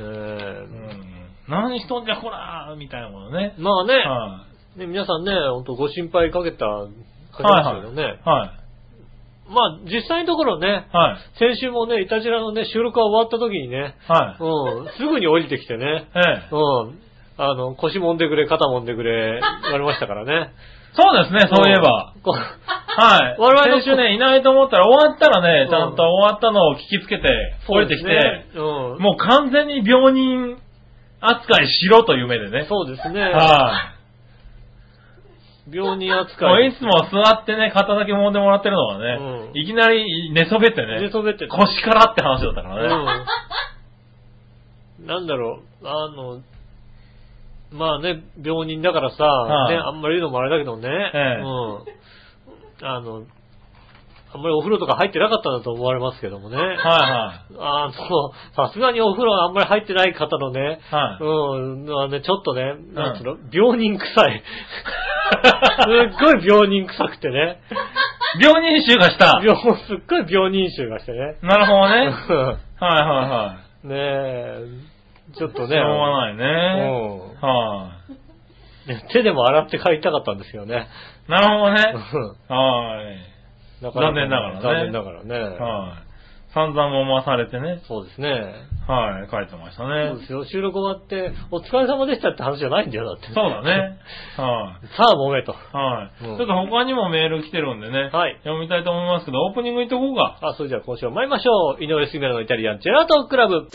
[SPEAKER 2] え
[SPEAKER 3] え。うん。何しとんじゃこらーみたいなものね
[SPEAKER 2] ー。まあね
[SPEAKER 3] は
[SPEAKER 2] ね、皆さんね、本当ご心配かけた、かけ
[SPEAKER 3] い。
[SPEAKER 2] ましたけどね。
[SPEAKER 3] はい。
[SPEAKER 2] まあ実際のところね、
[SPEAKER 3] はい。
[SPEAKER 2] 先週もね、いたじらのね、収録が終わった時にね、
[SPEAKER 3] は
[SPEAKER 2] う
[SPEAKER 3] い。
[SPEAKER 2] ん、すぐに降りてきてね、
[SPEAKER 3] ええ。
[SPEAKER 2] うん、あの、腰揉んでくれ、肩揉んでくれ、言われましたからね。
[SPEAKER 3] そうですね、 そういえば。
[SPEAKER 2] こう。
[SPEAKER 3] はい。
[SPEAKER 2] 我々の
[SPEAKER 3] 先週ね、いないと思ったら終わったら
[SPEAKER 2] うん
[SPEAKER 3] ね、ちゃんと終わったのを聞きつけて、降りてきて、
[SPEAKER 2] そうですね、
[SPEAKER 3] もう完全に病人扱いしろという目で
[SPEAKER 2] うん。
[SPEAKER 3] ね。
[SPEAKER 2] そうですね。
[SPEAKER 3] はい。
[SPEAKER 2] 病人
[SPEAKER 3] も
[SPEAKER 2] 扱
[SPEAKER 3] う
[SPEAKER 2] い。
[SPEAKER 3] いつも座ってね、肩だけ揉んでもらってるのがね、
[SPEAKER 2] うん
[SPEAKER 3] いきなり寝そべってね、
[SPEAKER 2] 寝そべってた
[SPEAKER 3] 腰からって話だったからね。
[SPEAKER 2] うん。なんだろう、あの、まあね、病人だからさ、
[SPEAKER 3] はい
[SPEAKER 2] ね、あんまり言うのもあれだけどね、
[SPEAKER 3] ええ
[SPEAKER 2] うん。あの、あんまりお風呂とか入ってなかったんだと思われますけどもね。
[SPEAKER 3] は
[SPEAKER 2] あの、さすがにお風呂あんまり入ってない方のね、
[SPEAKER 3] いはい。はい。
[SPEAKER 2] うん、あのね、ちょっとね、なんつうの、病人臭 い。すっごい病人臭くてね。
[SPEAKER 3] 病人臭がした。
[SPEAKER 2] 病すっごい病人臭がしてね。
[SPEAKER 3] なるほどね。
[SPEAKER 2] うん
[SPEAKER 3] はいはいは
[SPEAKER 2] ねえ、ちょっと
[SPEAKER 3] い。
[SPEAKER 2] ね、
[SPEAKER 3] しょうがないね。
[SPEAKER 2] う
[SPEAKER 3] は
[SPEAKER 2] んね手でも洗って帰りたかったんですよ ね。
[SPEAKER 3] い。なるほどね。
[SPEAKER 2] うん
[SPEAKER 3] はい。
[SPEAKER 2] なかなか
[SPEAKER 3] 残念ながらね
[SPEAKER 2] 残念ながらね。
[SPEAKER 3] はい。散々思わされてね。
[SPEAKER 2] そうですね。
[SPEAKER 3] はい、書いてましたね
[SPEAKER 2] そう。ですよ。収録終わって、お疲れ様でしたって話じゃないんだよ、だって。
[SPEAKER 3] そうだね。はい。
[SPEAKER 2] さあ、揉めと。
[SPEAKER 3] はい。
[SPEAKER 2] うん
[SPEAKER 3] ちょっと他にもメール来てるんでね。
[SPEAKER 2] はい
[SPEAKER 3] 読みたいと思いますけど、オープニングいっとこうか。
[SPEAKER 2] あ、それじゃあ今週も参りましょう。井上杉村のイタリアンジェラートクラブ。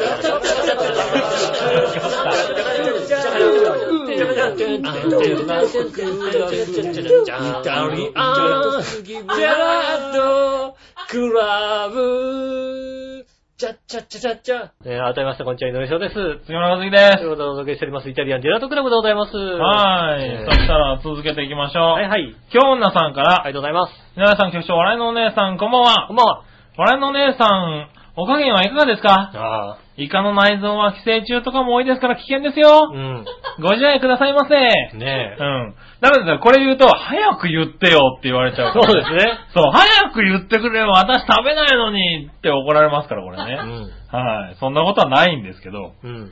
[SPEAKER 2] えー、改めまして、こんにちは、井上翔です。と
[SPEAKER 3] 杉村和樹で
[SPEAKER 2] いうことでお届けしております、イタリアンジェラートクラブでございます。
[SPEAKER 3] す。はーい。
[SPEAKER 2] えー
[SPEAKER 3] そしたら続けていきましょう。
[SPEAKER 2] はいはい。
[SPEAKER 3] 京女さんか
[SPEAKER 2] あ
[SPEAKER 3] ら、
[SPEAKER 2] りがとうございます。
[SPEAKER 3] 皆さん局長、笑いのお姉さん、こん
[SPEAKER 2] こん
[SPEAKER 3] ばんは。
[SPEAKER 2] ばんは。
[SPEAKER 3] 笑いのお姉さん、お加減はいかがですか
[SPEAKER 2] ああ。
[SPEAKER 3] イカの内臓は寄生虫とかも多いですから危険です
[SPEAKER 2] う
[SPEAKER 3] よ。
[SPEAKER 2] ん。
[SPEAKER 3] ご自愛くださいませ。
[SPEAKER 2] ね
[SPEAKER 3] う
[SPEAKER 2] え。
[SPEAKER 3] ん。だめだ、これ言うと、早く言ってよって言われちゃう
[SPEAKER 2] そ
[SPEAKER 3] から。
[SPEAKER 2] うですね。
[SPEAKER 3] そう、早く言ってくれよ、私食べないのにって怒られますから、これね。
[SPEAKER 2] うん。
[SPEAKER 3] はい。そんなことはないんですけど。
[SPEAKER 2] うん。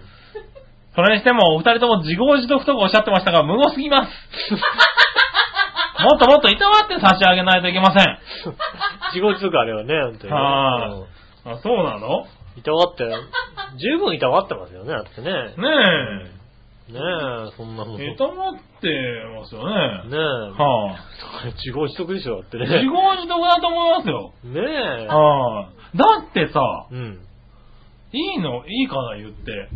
[SPEAKER 3] それにしても、お二人とも自業自得とかおっしゃってましたが、無謀す ぎます。もっともっといたわって差し上げないといけません。
[SPEAKER 2] 自業自得あれはね、本当にね。
[SPEAKER 3] はあ、そうなの
[SPEAKER 2] い。いたわって、十分いたわってますよね、だってね。
[SPEAKER 3] ね
[SPEAKER 2] ねえ、そんなもん。
[SPEAKER 3] え。い
[SPEAKER 2] ね
[SPEAKER 3] たわってますよ
[SPEAKER 2] え。
[SPEAKER 3] ね。
[SPEAKER 2] は
[SPEAKER 3] はあ。
[SPEAKER 2] 自業自得でしょ、だってね。
[SPEAKER 3] 自業自得だと思いますよ。
[SPEAKER 2] ねえ。
[SPEAKER 3] はあ。だってさ、
[SPEAKER 2] うん。
[SPEAKER 3] いいのいいかな、言って。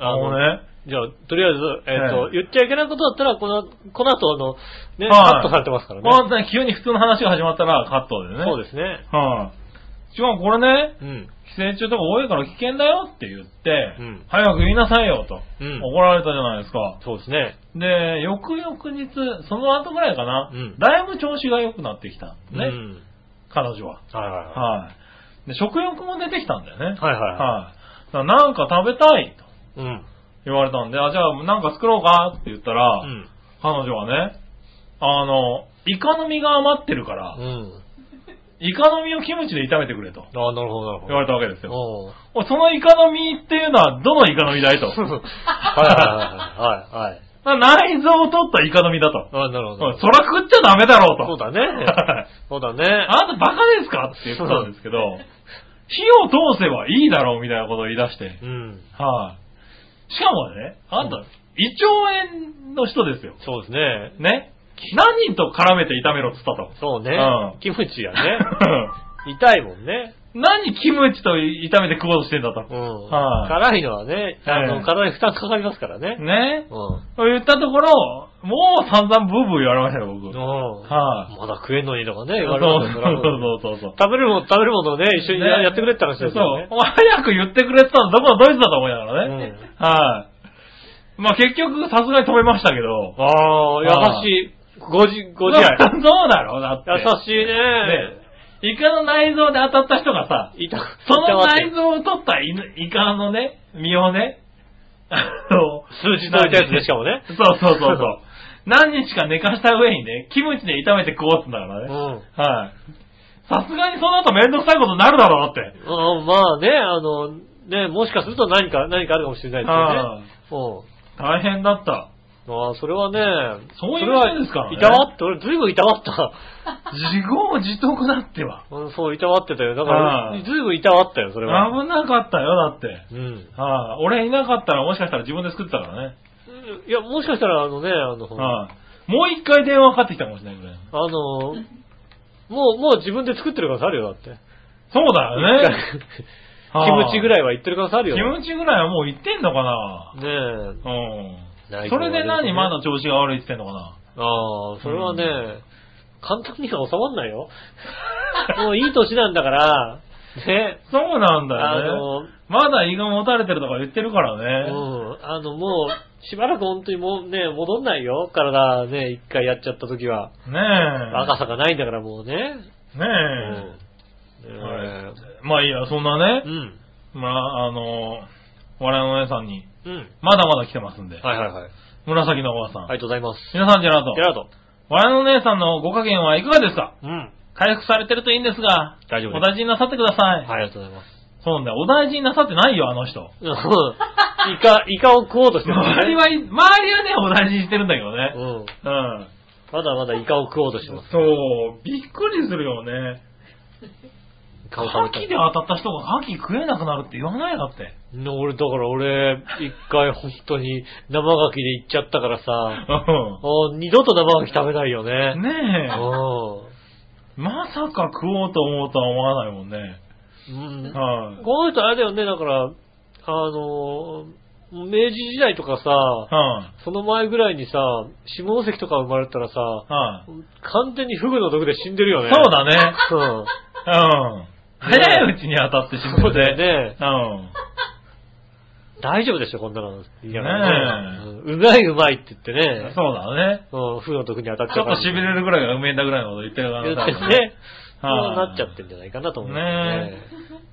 [SPEAKER 2] あの
[SPEAKER 3] のね。
[SPEAKER 2] じゃあ、とりあえず、えっ、と、
[SPEAKER 3] はい
[SPEAKER 2] 言っちゃいけないことだったら、この、この後、あの、ね、
[SPEAKER 3] はい
[SPEAKER 2] カットされてますからね。
[SPEAKER 3] まあ、急に普通の話が始まったらカットでね。
[SPEAKER 2] そうですね。
[SPEAKER 3] はい、しかもこれね、
[SPEAKER 2] うん。
[SPEAKER 3] 寄生虫とか多いから危険だよって言って、
[SPEAKER 2] うん
[SPEAKER 3] 早く言いなさいよと、
[SPEAKER 2] うん
[SPEAKER 3] 怒られたじゃないですか。
[SPEAKER 2] そうですね。
[SPEAKER 3] で、翌々日、その後ぐらいかな、
[SPEAKER 2] うん
[SPEAKER 3] だいぶ調子が良くなってきたんです
[SPEAKER 2] う
[SPEAKER 3] ね、
[SPEAKER 2] ん。
[SPEAKER 3] 彼女は。
[SPEAKER 2] はいは
[SPEAKER 3] はい、で、食欲も出てきたんだよね。
[SPEAKER 2] いはい。はいはいは
[SPEAKER 3] はいだからなんか食べたいと
[SPEAKER 2] い。うん。
[SPEAKER 3] 言われたんで、あ、じゃあなんか作ろうかって言ったら、
[SPEAKER 2] うん。
[SPEAKER 3] 彼女はね、あの、イカの身が余ってるから、
[SPEAKER 2] うん。
[SPEAKER 3] イカの身をキムチで炒めてくれと
[SPEAKER 2] ああ、なるほど、なるほど。
[SPEAKER 3] 言われたわけですよ。
[SPEAKER 2] おう
[SPEAKER 3] おそのイカの身っていうのはどのイカの身だいと。
[SPEAKER 2] はいはいはいはい。はい。
[SPEAKER 3] な内臓を取ったイカの身だと。
[SPEAKER 2] ああ、なるほ
[SPEAKER 3] おい
[SPEAKER 2] ど。
[SPEAKER 3] そら食っちゃダメだろうと。
[SPEAKER 2] そうだね
[SPEAKER 3] はい
[SPEAKER 2] そうだね。
[SPEAKER 3] あなたバカですかって言ってたんですけど、火を通せばいいだろうみたいなことを言い出して。はい、
[SPEAKER 2] うん。
[SPEAKER 3] しかもね、あなた、
[SPEAKER 2] うん
[SPEAKER 3] 胃腸炎の人ですよ。
[SPEAKER 2] そうですね。
[SPEAKER 3] ね。何人と絡めて炒めろって言ったと。
[SPEAKER 2] そうね。
[SPEAKER 3] うん
[SPEAKER 2] キムチや ね。痛いもんね。
[SPEAKER 3] 何キムチと炒めて食おうとしてんだと。
[SPEAKER 2] うん。
[SPEAKER 3] はい
[SPEAKER 2] 辛いのはね、あ
[SPEAKER 3] は
[SPEAKER 2] の、
[SPEAKER 3] い
[SPEAKER 2] 体に負担かかりますからね。
[SPEAKER 3] ね。
[SPEAKER 2] うん。
[SPEAKER 3] 言ったところ、もう散々ブーブー言われましたよ、僕。
[SPEAKER 2] うん
[SPEAKER 3] はい
[SPEAKER 2] まだ食えんのにとかね、言
[SPEAKER 3] そう
[SPEAKER 2] われますよ
[SPEAKER 3] そうそうそうそう。
[SPEAKER 2] 食べるもの、食べるものをね、一緒にや,、
[SPEAKER 3] ね
[SPEAKER 2] ってくれって話ですよね。
[SPEAKER 3] そう。早く言ってくれてたのどこのドイツだと思いながらね。
[SPEAKER 2] うん
[SPEAKER 3] はい。まあ結局、さすがに止めましたけど。
[SPEAKER 2] ああ、優しい。ごじ、ご自愛。
[SPEAKER 3] そうだろう、だって。
[SPEAKER 2] 優しいね。
[SPEAKER 3] ねイカの内臓で当たった人がさ、
[SPEAKER 2] いた、
[SPEAKER 3] その内
[SPEAKER 2] い
[SPEAKER 3] 臓を取ったイイカのね、身をね、あの、
[SPEAKER 2] たわって数字といたやつでしかもね。
[SPEAKER 3] そうそうそうそう。何日か寝かした上にね、キムチで炒めて食おうってんだから
[SPEAKER 2] う
[SPEAKER 3] ね。
[SPEAKER 2] ん。
[SPEAKER 3] はい。さすがにその後めんどくさいことになるだろうなって。
[SPEAKER 2] うんまあね、あの、ね、もしかすると何か、何かあるかもしれない
[SPEAKER 3] あ
[SPEAKER 2] ですよね。
[SPEAKER 3] 大変だった。
[SPEAKER 2] うん。ああ、それはね、
[SPEAKER 3] そういう
[SPEAKER 2] それは
[SPEAKER 3] ことですからね
[SPEAKER 2] いたわって、俺ずいぶんいたわった。
[SPEAKER 3] 自業自得だっては。
[SPEAKER 2] うんそう、いたわってたよ。だか
[SPEAKER 3] は
[SPEAKER 2] ら、
[SPEAKER 3] い
[SPEAKER 2] ずいぶんいたわったよ、それは。
[SPEAKER 3] 危なかったよ、だって。
[SPEAKER 2] うん。
[SPEAKER 3] はい、俺いなかったらもしかしたら自分で作ってたからね。
[SPEAKER 2] いや、もしかしたら、あのね、あの、
[SPEAKER 3] はい、もう一回電話かかってきたかもしれないぐらい。
[SPEAKER 2] あの、もう、もう自分で作ってる可能性あるよ、だって。
[SPEAKER 3] そうだよね。
[SPEAKER 2] キムチぐら
[SPEAKER 3] い。
[SPEAKER 2] いは言ってる可能性ある
[SPEAKER 3] キ
[SPEAKER 2] よ。
[SPEAKER 3] ムチぐらいはもう行ってんのかな
[SPEAKER 2] ね
[SPEAKER 3] う
[SPEAKER 2] 内
[SPEAKER 3] ん。
[SPEAKER 2] 臓
[SPEAKER 3] そ
[SPEAKER 2] は
[SPEAKER 3] れで
[SPEAKER 2] ですね
[SPEAKER 3] 何まだ調子が悪いって言ってんのかな
[SPEAKER 2] え。ああ、それはね、
[SPEAKER 3] う
[SPEAKER 2] 簡単には収まんないよ。 もういい年なんだから、ね、
[SPEAKER 3] そうなんだ
[SPEAKER 2] あ
[SPEAKER 3] よね。
[SPEAKER 2] の、
[SPEAKER 3] まだ胃が持たれてるとか言ってるから
[SPEAKER 2] う
[SPEAKER 3] ね。
[SPEAKER 2] ん、あのもう、しばらく本当にもうね、戻んないよ。体ね、一回やっちゃった時は。
[SPEAKER 3] ね
[SPEAKER 2] 若さがないんだからもうね。
[SPEAKER 3] え。ね
[SPEAKER 2] う
[SPEAKER 3] え。
[SPEAKER 2] ん。ねえ
[SPEAKER 3] はいまあいいや、そんな
[SPEAKER 2] う
[SPEAKER 3] ね、
[SPEAKER 2] ん。
[SPEAKER 3] まあ、あの、我々のお姉さんに、
[SPEAKER 2] うん。
[SPEAKER 3] まだまだ来てますんで、
[SPEAKER 2] はいはいはい。
[SPEAKER 3] 紫のおばさん。
[SPEAKER 2] ありがとうございます。
[SPEAKER 3] 皆さん、ジェラート。
[SPEAKER 2] ジェラード。
[SPEAKER 3] 我々のお姉さんのご加減はいかがですか
[SPEAKER 2] うん。
[SPEAKER 3] 回復されてるといいんですが、
[SPEAKER 2] 大丈夫
[SPEAKER 3] お
[SPEAKER 2] です。
[SPEAKER 3] 大事になさってください。
[SPEAKER 2] はい、ありがとうございます。
[SPEAKER 3] そうなんだよ。お大事になさってないよ、あの人。
[SPEAKER 2] うんイカ、イカを食おうと してる、
[SPEAKER 3] 周りは、周りはね、お大事にしてるんだけど
[SPEAKER 2] う
[SPEAKER 3] ね。
[SPEAKER 2] ん。
[SPEAKER 3] うん。
[SPEAKER 2] まだまだイカを食おうとしてます。
[SPEAKER 3] そう、びっくりするよね。
[SPEAKER 2] カ
[SPEAKER 3] 牡
[SPEAKER 2] を食べた
[SPEAKER 3] 蠣
[SPEAKER 2] い
[SPEAKER 3] で。当たった人が牡蠣食えなくなるって言わないだって。
[SPEAKER 2] な俺、だから俺、一回本当に生牡蠣で行っちゃったからさ、あ二度と生牡蠣食べないよね。
[SPEAKER 3] うん。ねえ。
[SPEAKER 2] う
[SPEAKER 3] まさか食おうと思うとは思わないもんね。
[SPEAKER 2] ん。うん。
[SPEAKER 3] はい、
[SPEAKER 2] この人あれだよね、だから、あのー、明治時代とかさ、
[SPEAKER 3] はい、
[SPEAKER 2] その前ぐらいにさ、下関とか生まれたらさ、
[SPEAKER 3] はい、
[SPEAKER 2] 完全にフグの毒で死んでるよね。
[SPEAKER 3] そうだね。
[SPEAKER 2] うん。
[SPEAKER 3] うん。早いうちに当たってしま
[SPEAKER 2] そうう
[SPEAKER 3] で。
[SPEAKER 2] だよね。
[SPEAKER 3] うん。
[SPEAKER 2] 大丈夫でしょ、こんなの。いや
[SPEAKER 3] ねえ
[SPEAKER 2] うんうまいうまいって言ってね。
[SPEAKER 3] そうだね。
[SPEAKER 2] うん、フグの毒に当たっちゃ
[SPEAKER 3] ちょ
[SPEAKER 2] う
[SPEAKER 3] っ
[SPEAKER 2] から
[SPEAKER 3] と痺れるぐらいがうめえんだぐらいのこと言ってるから
[SPEAKER 2] 言って
[SPEAKER 3] 多分
[SPEAKER 2] ね。そう
[SPEAKER 3] はい
[SPEAKER 2] なっちゃってんじゃないかなと思うんだよ
[SPEAKER 3] ね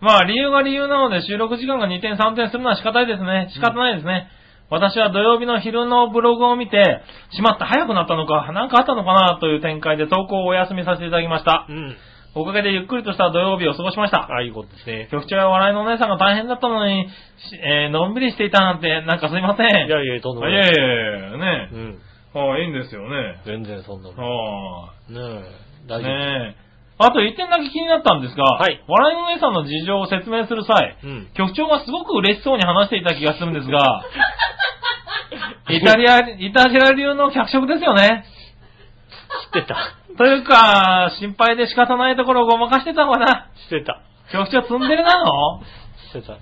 [SPEAKER 3] まあ理由が理由なので収録時間が2点3点するのは仕方ないですね。仕方ないですね。私は土曜日の昼のブログを見て、しまった早くなったのか、なんかあったのかなという展開で投稿をお休みさせていただきました。
[SPEAKER 2] うん。
[SPEAKER 3] おかげでゆっくりとした土曜日を過ごしました。
[SPEAKER 2] ああいうことですね。
[SPEAKER 3] 局長や笑いのお姉さんが大変だったのに、しえーのんびりしていたなんて、なんかすいません。
[SPEAKER 2] いやいや、とんでも
[SPEAKER 3] い
[SPEAKER 2] な
[SPEAKER 3] や
[SPEAKER 2] い。
[SPEAKER 3] いやいやいやね
[SPEAKER 2] う。ん。
[SPEAKER 3] はい、いいんですよね。
[SPEAKER 2] 全然そんなの。ね
[SPEAKER 3] は
[SPEAKER 2] え。
[SPEAKER 3] い。
[SPEAKER 2] 大丈夫。
[SPEAKER 3] ねえ。あと一点だけ気になったんですが、
[SPEAKER 2] はい
[SPEAKER 3] 笑いのお姉さんの事情を説明する際、
[SPEAKER 2] うん。
[SPEAKER 3] 局長がすごく嬉しそうに話していた気がするんですが、イタリア、イタジラ流の脚色ですよね。
[SPEAKER 2] 知ってた。
[SPEAKER 3] というか、心配で仕方ないところをごまかしてたのかな。
[SPEAKER 2] 知ってた。
[SPEAKER 3] 局長ツンデレなの
[SPEAKER 2] 知ってた。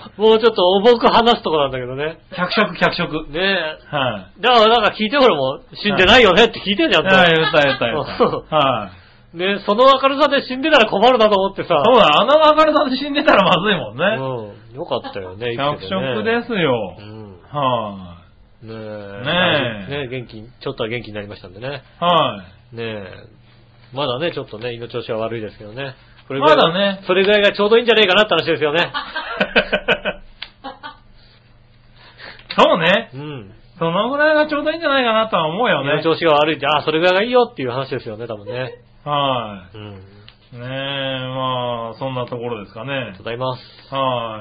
[SPEAKER 2] あ
[SPEAKER 3] ー
[SPEAKER 2] ーそう。もうちょっと重く話すとこなんだけどね。
[SPEAKER 3] 脚色、脚色。
[SPEAKER 2] ねえ。
[SPEAKER 3] はい、
[SPEAKER 2] だからなんか聞いてほらもう、死んでないよねって聞いてんじゃん、
[SPEAKER 3] ああ、
[SPEAKER 2] と。
[SPEAKER 3] 言った言った言った。
[SPEAKER 2] そう
[SPEAKER 3] はい、
[SPEAKER 2] ねその明るさで死んでたら困るなと思ってさ。
[SPEAKER 3] そうだ、あの明るさで死んでたらまずいもんね。
[SPEAKER 2] うん。よかったよね、
[SPEAKER 3] 脚色
[SPEAKER 2] 生
[SPEAKER 3] ですよ
[SPEAKER 2] きてて。ね。うん。
[SPEAKER 3] は
[SPEAKER 2] ねえ。
[SPEAKER 3] ねえ
[SPEAKER 2] ねえ、元気に、ちょっとは元気になりましたんでね。
[SPEAKER 3] い、 はい、
[SPEAKER 2] ねえ。まだね、ちょっとね、胃の調子は悪いですけどね。これ
[SPEAKER 3] まだね
[SPEAKER 2] それぐらいがちょうどいいんじゃねえかなって話ですよ ね。
[SPEAKER 3] そうね。
[SPEAKER 2] うん。
[SPEAKER 3] そのぐらいがちょうどいいんじゃないかなとは思うよ
[SPEAKER 2] 胃の
[SPEAKER 3] ね。
[SPEAKER 2] 調子が悪いって、ああ、それぐらいがいいよっていう話ですよね、多分ね。
[SPEAKER 3] は
[SPEAKER 2] うん。
[SPEAKER 3] い。ねえ、まあ、そんなところですかね
[SPEAKER 2] た。だいます。
[SPEAKER 3] は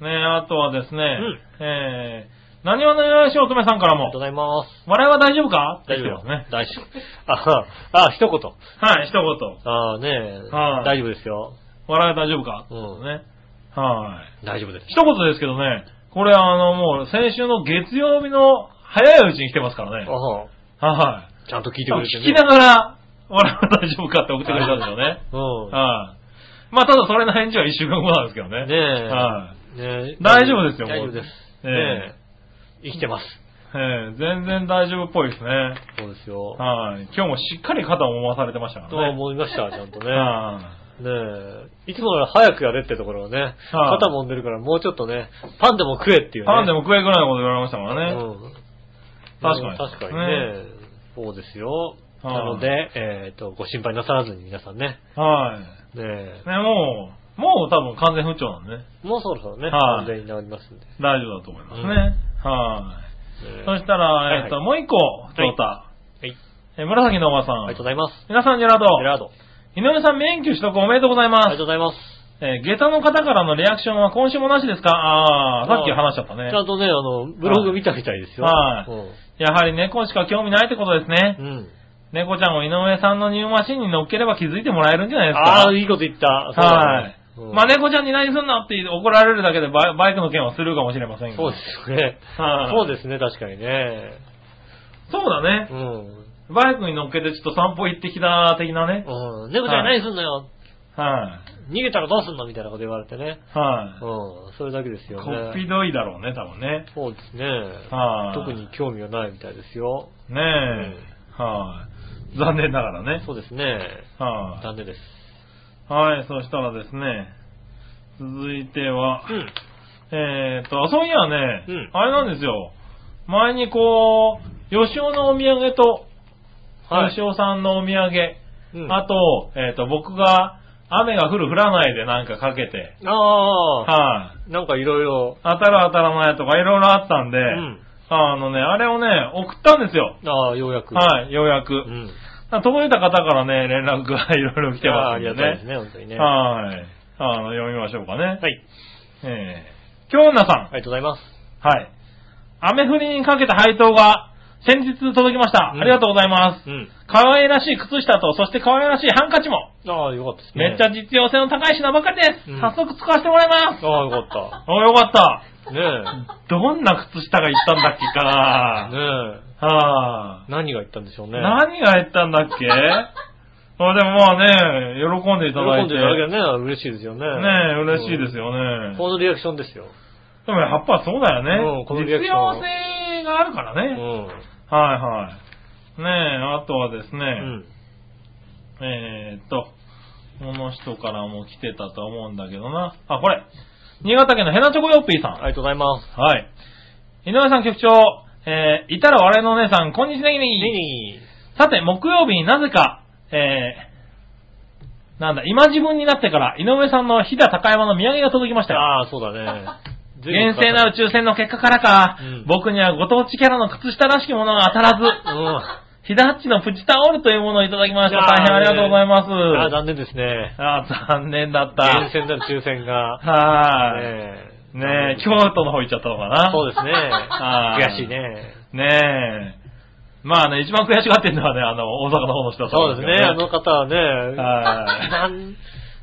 [SPEAKER 3] い。ねえ、あとはですね、
[SPEAKER 2] ん
[SPEAKER 3] えー、何わのよしおとめさんから
[SPEAKER 2] ありがとうご
[SPEAKER 3] も、
[SPEAKER 2] ざいます。
[SPEAKER 3] 笑いは大丈夫か
[SPEAKER 2] 大丈夫
[SPEAKER 3] ですね。
[SPEAKER 2] 大丈夫。ああ、あ一言。
[SPEAKER 3] はい、一言。
[SPEAKER 2] ああねえ、
[SPEAKER 3] はい
[SPEAKER 2] 大丈夫ですよ。
[SPEAKER 3] 笑いは大丈夫か
[SPEAKER 2] うん
[SPEAKER 3] ね。はい。
[SPEAKER 2] 大丈夫です。
[SPEAKER 3] 一言ですけどね、これあのもう先週の月曜日の早いうちに来てますからね。は
[SPEAKER 2] ああ
[SPEAKER 3] は
[SPEAKER 2] ちゃんと聞
[SPEAKER 3] い。
[SPEAKER 2] いてくれて
[SPEAKER 3] 聞きながら、笑う大丈夫かって送ってくれたんですよね。
[SPEAKER 2] うん。
[SPEAKER 3] はい。まあただそれの返事は一週間後なんですけどね。
[SPEAKER 2] ねえ。
[SPEAKER 3] は
[SPEAKER 2] ねえ
[SPEAKER 3] 大丈夫ですよ
[SPEAKER 2] 大丈夫です。
[SPEAKER 3] え
[SPEAKER 2] ねえ。生きてます。
[SPEAKER 3] い。ええ全然大丈夫っぽいですね。
[SPEAKER 2] そうですよ。
[SPEAKER 3] はい。今日もしっかり肩を回されてましたか
[SPEAKER 2] と
[SPEAKER 3] らね。
[SPEAKER 2] 思いました、ちゃんとね。
[SPEAKER 3] は
[SPEAKER 2] ねえ。いつもなら早くやれってところをね、
[SPEAKER 3] はい
[SPEAKER 2] 肩揉んでるからもうちょっとね、パンでも食えっていうね。
[SPEAKER 3] い。パンでも食えぐらいのこと言われましたからね。
[SPEAKER 2] うん。
[SPEAKER 3] 確かに
[SPEAKER 2] 確かに
[SPEAKER 3] ね
[SPEAKER 2] ね。そうですよ。
[SPEAKER 3] はい
[SPEAKER 2] なので、えっと、ご心配なさらずに皆さんね。
[SPEAKER 3] はい。
[SPEAKER 2] ねえ。
[SPEAKER 3] ね、もう、もう多分完全不調なんでね。
[SPEAKER 2] もうそろそろね、
[SPEAKER 3] はい
[SPEAKER 2] 完全に治りますんで。
[SPEAKER 3] 大丈夫だと思いますね。はい。
[SPEAKER 2] ねえ
[SPEAKER 3] そしたら、
[SPEAKER 2] いはい
[SPEAKER 3] えっと、もう一個、トヨタ。
[SPEAKER 2] はい。
[SPEAKER 3] えー、紫のおばさ
[SPEAKER 2] あ
[SPEAKER 3] ん
[SPEAKER 2] りがとう。ございます。
[SPEAKER 3] 皆さん、ジェラード。
[SPEAKER 2] ジェラード。
[SPEAKER 3] 井上さん、免許取得おめでとうござい
[SPEAKER 2] あ
[SPEAKER 3] ま
[SPEAKER 2] りがと
[SPEAKER 3] す
[SPEAKER 2] う。ございます。
[SPEAKER 3] えー、下駄の方からのリアクションは今週もなしですかあー、さっき話しちゃったね
[SPEAKER 2] ち。ゃんとね、あの、ブログ見たみたいですよ。
[SPEAKER 3] はい
[SPEAKER 2] うん
[SPEAKER 3] やはり猫しか興味ないってことですね
[SPEAKER 2] う。ん。
[SPEAKER 3] 猫ちゃんを井上さんのニューマシンに乗っければ気づいてもらえるんじゃないですか。
[SPEAKER 2] ああ、いいこと言った。
[SPEAKER 3] はい。
[SPEAKER 2] そうだねうん
[SPEAKER 3] まあ、猫ちゃんに何すんなって怒られるだけでバイバイクの件はするかもしれませんけど。
[SPEAKER 2] そうですね。
[SPEAKER 3] はい
[SPEAKER 2] そうですね、確かにね。
[SPEAKER 3] そうだね
[SPEAKER 2] う。ん。
[SPEAKER 3] バイクに乗っけてちょっと散歩行ってきた的なね。
[SPEAKER 2] うん。猫ちゃん
[SPEAKER 3] は
[SPEAKER 2] 何
[SPEAKER 3] い
[SPEAKER 2] すんのよ。
[SPEAKER 3] は
[SPEAKER 2] 逃げたらどうすんのみたいなこと言われてね。
[SPEAKER 3] い。はい。
[SPEAKER 2] うん。それだけですよね。
[SPEAKER 3] こっぴどいだろうね、多分ね。
[SPEAKER 2] そうですね。
[SPEAKER 3] はい
[SPEAKER 2] 特に興味はないみたいですよ。
[SPEAKER 3] ねえ。はい。残念ながらね。
[SPEAKER 2] そうですね。
[SPEAKER 3] は
[SPEAKER 2] 残念です。
[SPEAKER 3] い。はい、そしたらですね、続いては、
[SPEAKER 2] うん。
[SPEAKER 3] えーっと、そういやね、
[SPEAKER 2] うん
[SPEAKER 3] あれなんですよ。前にこう、吉尾のお土産と、
[SPEAKER 2] はい
[SPEAKER 3] 吉尾さんのお土産、
[SPEAKER 2] うん
[SPEAKER 3] あと、えーっと、僕が、雨が降る降らないでなんかかけて、
[SPEAKER 2] ああ、
[SPEAKER 3] はい。
[SPEAKER 2] なんかいろいろ。
[SPEAKER 3] 当たる当たらないとかいろいろあったんで、
[SPEAKER 2] うん。
[SPEAKER 3] あのね、あれをね、送ったんですよ。
[SPEAKER 2] ああ、ようやく。
[SPEAKER 3] はい、ようやく。
[SPEAKER 2] うん。
[SPEAKER 3] 届いた方からね、連絡がいろいろ来て
[SPEAKER 2] あああ
[SPEAKER 3] ますん
[SPEAKER 2] り
[SPEAKER 3] で
[SPEAKER 2] がたいです
[SPEAKER 3] ね。
[SPEAKER 2] ね、本当にね。は
[SPEAKER 3] はい。あの、読みましょうかね。はい。
[SPEAKER 2] い。
[SPEAKER 3] えー、京女さん。
[SPEAKER 2] ありがとうございます。
[SPEAKER 3] はい。雨降りにかけた配当が、先日届きました。
[SPEAKER 2] うん
[SPEAKER 3] ありがとうございます。
[SPEAKER 2] うん。
[SPEAKER 3] 可愛らしい靴下と、そして可愛らしいハンカチも。
[SPEAKER 2] ああ、よかったですね。
[SPEAKER 3] めっちゃ実用性の高い品ばかりです。
[SPEAKER 2] うん
[SPEAKER 3] 早速使わせてもらいます。
[SPEAKER 2] ああ、よかっ
[SPEAKER 3] お、よかった。
[SPEAKER 2] た。ね え。
[SPEAKER 3] どんな靴下が言ったんだっけかな
[SPEAKER 2] ね
[SPEAKER 3] はぁ、
[SPEAKER 2] え。何が言ったんでしょうね。
[SPEAKER 3] 何が言ったんだっ けあでもまあね、喜んでいただ
[SPEAKER 2] 喜
[SPEAKER 3] い
[SPEAKER 2] ん
[SPEAKER 3] て。
[SPEAKER 2] でいただけたらね、嬉しいですよね。ね
[SPEAKER 3] ねえ、嬉しいですよね。
[SPEAKER 2] このリアクションですよ。
[SPEAKER 3] でもやっぱそうだよ
[SPEAKER 2] うん
[SPEAKER 3] ね。
[SPEAKER 2] このリアク
[SPEAKER 3] 実
[SPEAKER 2] ション
[SPEAKER 3] 用性があるから
[SPEAKER 2] う
[SPEAKER 3] ね。
[SPEAKER 2] ん。
[SPEAKER 3] はいはい。ねえ、あとはですね、
[SPEAKER 2] うん。
[SPEAKER 3] えーっと、この人からも来てたと思うんだけどな。あ、これ。新潟県のヘナチョコヨッピーさん。
[SPEAKER 2] ありがとうございます。
[SPEAKER 3] はい。井上さん局長、えー、いたら笑いのお姉さん、こんにちはねぎねぎ
[SPEAKER 2] ね
[SPEAKER 3] さて、木曜日になぜか、えー、なんだ、今自分になってから、井上さんの飛騨高山の土産が届きましたよ。
[SPEAKER 2] ああ、そうだね。
[SPEAKER 3] 厳正な
[SPEAKER 2] ち。
[SPEAKER 3] 宇宙船の結果からか、
[SPEAKER 2] うん
[SPEAKER 3] 僕にはご当地キャラの靴下らしきものが当たらず、
[SPEAKER 2] うん。
[SPEAKER 3] 飛騨ハッチのプチタオルというものをいただきました。
[SPEAKER 2] あー
[SPEAKER 3] 大変ありがとうございます。
[SPEAKER 2] ああ、残念ですね。
[SPEAKER 3] あー残念だった。
[SPEAKER 2] 厳選なる抽選が。
[SPEAKER 3] は
[SPEAKER 2] ね
[SPEAKER 3] い。ねえ、京都の方行っちゃったのかな。
[SPEAKER 2] そうですね。
[SPEAKER 3] あー
[SPEAKER 2] 悔しいね。
[SPEAKER 3] ねえ。まあね、一番悔しがってるのはね、あの、大阪の方の人だと
[SPEAKER 2] そ
[SPEAKER 3] 思
[SPEAKER 2] うんです
[SPEAKER 3] け
[SPEAKER 2] ね。あ
[SPEAKER 3] ど
[SPEAKER 2] の方はね、
[SPEAKER 3] はい
[SPEAKER 2] なん、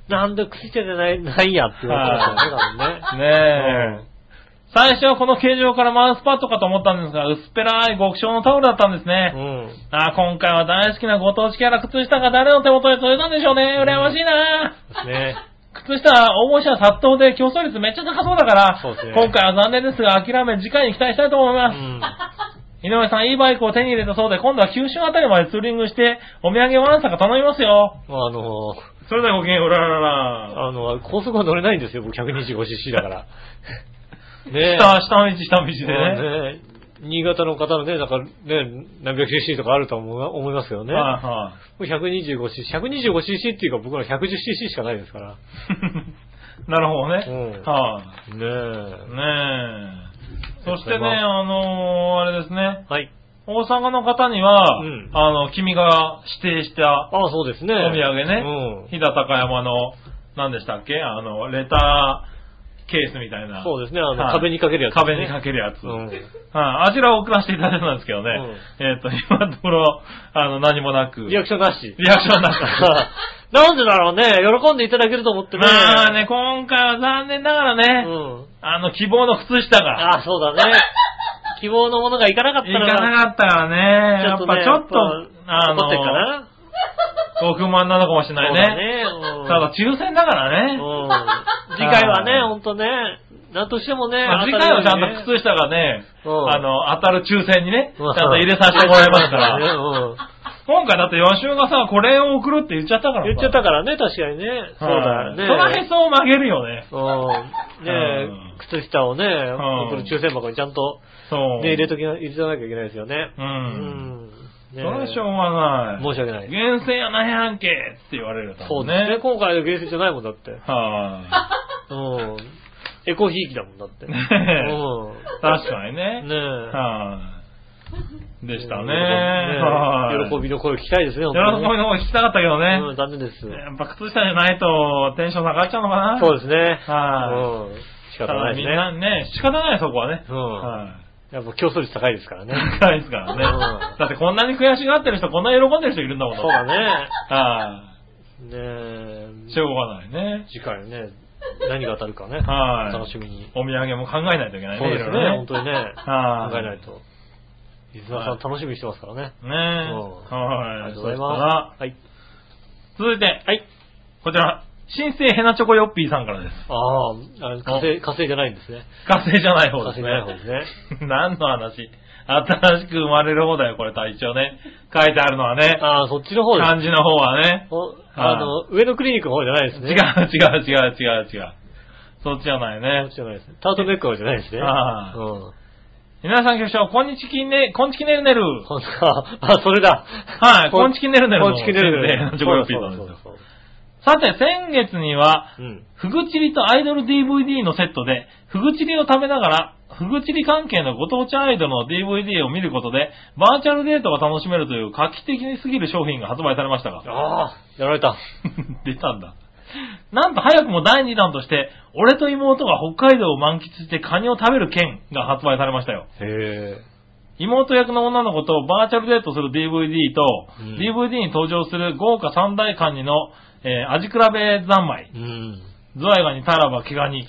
[SPEAKER 2] なんでくっついてない、ないやって言われてましたよね、多分ね。
[SPEAKER 3] ねえ。最初はこの形状からマウスパッドかと思ったんですが、薄っぺらい極小のタオルだったんですね。
[SPEAKER 2] うん。
[SPEAKER 3] ああ、今回は大好きなご当地キャラ靴下が誰の手元に届いたんでしょうね。
[SPEAKER 2] うん
[SPEAKER 3] 羨ましいな、
[SPEAKER 2] ですね。
[SPEAKER 3] 靴下、応募者殺到で競争率めっちゃ高そうだから、
[SPEAKER 2] そうですね
[SPEAKER 3] 今回は残念ですが諦め次回に期待したいと思いうます。
[SPEAKER 2] ん。
[SPEAKER 3] 井上さん、いいバイクを手に入れたそうで、今度は九州あたりまでツーリングして、お土産を何さか頼みますよ。
[SPEAKER 2] まああの、
[SPEAKER 3] それではごきげんよう、うらららら。
[SPEAKER 2] あの、高速は乗れないんですよ、僕 125cc だ から。ねえ。
[SPEAKER 3] 下、下道、下道で
[SPEAKER 2] ね
[SPEAKER 3] ね。
[SPEAKER 2] ね新潟の方のね、なんかね、何百 cc とかあると思う思いますけどね。
[SPEAKER 3] はいはい。
[SPEAKER 2] 125cc、125cc っていうか僕ら 110cc しかないですから。
[SPEAKER 3] なるほどね。
[SPEAKER 2] うん
[SPEAKER 3] は
[SPEAKER 2] ねえ。
[SPEAKER 3] い、ねえ。そして
[SPEAKER 2] ありがとうございます
[SPEAKER 3] ね、あのー、あれですね。
[SPEAKER 2] はい。
[SPEAKER 3] 大阪の方には、
[SPEAKER 2] うん
[SPEAKER 3] あの、君が指定した、
[SPEAKER 2] ああ、そうですね。
[SPEAKER 3] お土産ね
[SPEAKER 2] うん。
[SPEAKER 3] 飛騨高山の、何でしたっけあの、レターケースみたいな。
[SPEAKER 2] そうですね、あの、
[SPEAKER 3] はい
[SPEAKER 2] 壁にかけるやつ、ね。
[SPEAKER 3] 壁にかけるやつ。
[SPEAKER 2] うん。
[SPEAKER 3] はいあちらを送らせていただいたんですけどね。えっ、と、今のところ、あの、何もなく。
[SPEAKER 2] リアクションなし。
[SPEAKER 3] リアクションなし
[SPEAKER 2] なんでだろうね、喜んでいただけると思ってね。
[SPEAKER 3] まあね、今回は残念ながら
[SPEAKER 2] う
[SPEAKER 3] ね、
[SPEAKER 2] ん。
[SPEAKER 3] あの、希望の靴下が。
[SPEAKER 2] ああ、そうだね。希望のものがいかなかった
[SPEAKER 3] 行
[SPEAKER 2] ら。
[SPEAKER 3] かなかったからね。やっぱちょっと、
[SPEAKER 2] あ
[SPEAKER 3] あ
[SPEAKER 2] の、怒ってっか
[SPEAKER 3] の、
[SPEAKER 2] な。
[SPEAKER 3] ご不満なのかもしれないね。
[SPEAKER 2] そうだね。うん
[SPEAKER 3] ただ抽選だからね。
[SPEAKER 2] うん次回はね、
[SPEAKER 3] はい
[SPEAKER 2] ほんとね、なんとしてもね、
[SPEAKER 3] まあ次回はちゃんと靴下がね、
[SPEAKER 2] うん
[SPEAKER 3] あの、当たる抽選にね、ちゃ
[SPEAKER 2] うん
[SPEAKER 3] んと入れさせてもらいますから。
[SPEAKER 2] うん
[SPEAKER 3] 今回だって予習がさ、これを送るって言っちゃったから
[SPEAKER 2] 言っちゃったからね、確かにね。そうだよ
[SPEAKER 3] ね。
[SPEAKER 2] ね。
[SPEAKER 3] そのへそを曲げるよね。
[SPEAKER 2] うん。ねえ、靴下をね、
[SPEAKER 3] ん
[SPEAKER 2] 送る抽選箱にちゃんと、
[SPEAKER 3] そう。
[SPEAKER 2] ね、入れときな、入れとなきゃいけないですよね。
[SPEAKER 3] う。
[SPEAKER 2] うんね
[SPEAKER 3] そ
[SPEAKER 2] え
[SPEAKER 3] れはしょうがない。
[SPEAKER 2] 申し訳ない。
[SPEAKER 3] 厳選やないやんけって言われると
[SPEAKER 2] そうですね。。今回の原石じゃないもんだって。
[SPEAKER 3] は
[SPEAKER 2] うん。エコひいきだもんだって。
[SPEAKER 3] い。ねえ
[SPEAKER 2] うん。
[SPEAKER 3] 確かにね。
[SPEAKER 2] ねえ。
[SPEAKER 3] はい。でしたね。
[SPEAKER 2] ね
[SPEAKER 3] はい。
[SPEAKER 2] 喜びの声を聞きたいですね、
[SPEAKER 3] 喜
[SPEAKER 2] 喜
[SPEAKER 3] びの方聞きたかったけどね。
[SPEAKER 2] うん、残念です。
[SPEAKER 3] やっぱ靴下じゃないとテンション下がっちゃうのかな。
[SPEAKER 2] そう
[SPEAKER 3] う
[SPEAKER 2] ですね。
[SPEAKER 3] は
[SPEAKER 2] うん。仕方ないで
[SPEAKER 3] みん
[SPEAKER 2] すね。
[SPEAKER 3] なね、仕方ないそこはね。
[SPEAKER 2] うん
[SPEAKER 3] は
[SPEAKER 2] やっぱ競争率高いですから
[SPEAKER 3] い。
[SPEAKER 2] ね。
[SPEAKER 3] 高いですから
[SPEAKER 2] う
[SPEAKER 3] ね
[SPEAKER 2] ん。
[SPEAKER 3] だってこんなに悔しがってる人、こんなに喜んでる人いるんだもん
[SPEAKER 2] そうだ。ね。
[SPEAKER 3] は
[SPEAKER 2] ねえ。
[SPEAKER 3] い。しょうがないね。
[SPEAKER 2] 次回ね、何が当たるかね。
[SPEAKER 3] はい
[SPEAKER 2] 楽しみに。
[SPEAKER 3] お土産も考えないといけない
[SPEAKER 2] そ
[SPEAKER 3] ね。
[SPEAKER 2] うです
[SPEAKER 3] いろいろ
[SPEAKER 2] ね、本当にね。
[SPEAKER 3] はい
[SPEAKER 2] 考えないと。伊沢さん
[SPEAKER 3] はい
[SPEAKER 2] 楽しみにしてますからね。
[SPEAKER 3] ね
[SPEAKER 2] う
[SPEAKER 3] はい。
[SPEAKER 2] ありがとうございます。はい。
[SPEAKER 3] す。続いて、
[SPEAKER 2] はい。
[SPEAKER 3] こちら、新生ヘナチョコヨッピーさんからです。
[SPEAKER 2] ああ、あれ火星、火星じゃないんですね。
[SPEAKER 3] 火星じゃない
[SPEAKER 2] 火
[SPEAKER 3] 方で
[SPEAKER 2] 星
[SPEAKER 3] す
[SPEAKER 2] じ
[SPEAKER 3] ね
[SPEAKER 2] ゃ。ない方ですね。
[SPEAKER 3] 何の話新しく生まれる方だよ、これ隊長ね。書いてあるのはね。
[SPEAKER 2] ああ、そっちの方です。
[SPEAKER 3] 漢字の方はね。
[SPEAKER 2] おあの、上のクリニックの方じゃないですね。
[SPEAKER 3] 違う、違う、違う、違う、違う。そっちじゃない
[SPEAKER 2] そっ
[SPEAKER 3] ね
[SPEAKER 2] ち。じゃないですね。タートルネックの方じゃないですね。
[SPEAKER 3] ああ
[SPEAKER 2] うん。
[SPEAKER 3] 皆さん局長、こんにちきね、こんちきねるねる。
[SPEAKER 2] こんな、あ、それだ。
[SPEAKER 3] はい、こんちきねるねる。
[SPEAKER 2] こんちきねるねる。
[SPEAKER 3] チョコヨッピ
[SPEAKER 2] そうん
[SPEAKER 3] ーさ
[SPEAKER 2] そ
[SPEAKER 3] で
[SPEAKER 2] う
[SPEAKER 3] す
[SPEAKER 2] そうそ
[SPEAKER 3] よ
[SPEAKER 2] う
[SPEAKER 3] さて、先月には、
[SPEAKER 2] うん。
[SPEAKER 3] フグチリとアイドル DVD のセットで、フグチリを食べながら、フグチリ関係のご当地アイドルの DVD を見ることで、バーチャルデートが楽しめるという画期的にすぎる商品が発売されましたが、
[SPEAKER 2] ああ、やられた。
[SPEAKER 3] 出たんだ。なんと早くも第2弾として、俺と妹が北海道を満喫してカニを食べる券が発売されましたよ。
[SPEAKER 2] へえ。
[SPEAKER 3] 妹役の女の子とバーチャルデートする DVD と、
[SPEAKER 2] うん
[SPEAKER 3] DVD に登場する豪華三大カニの、えー味比べ三昧、
[SPEAKER 2] うん。
[SPEAKER 3] ズワイガニ、タラバ、毛ガニ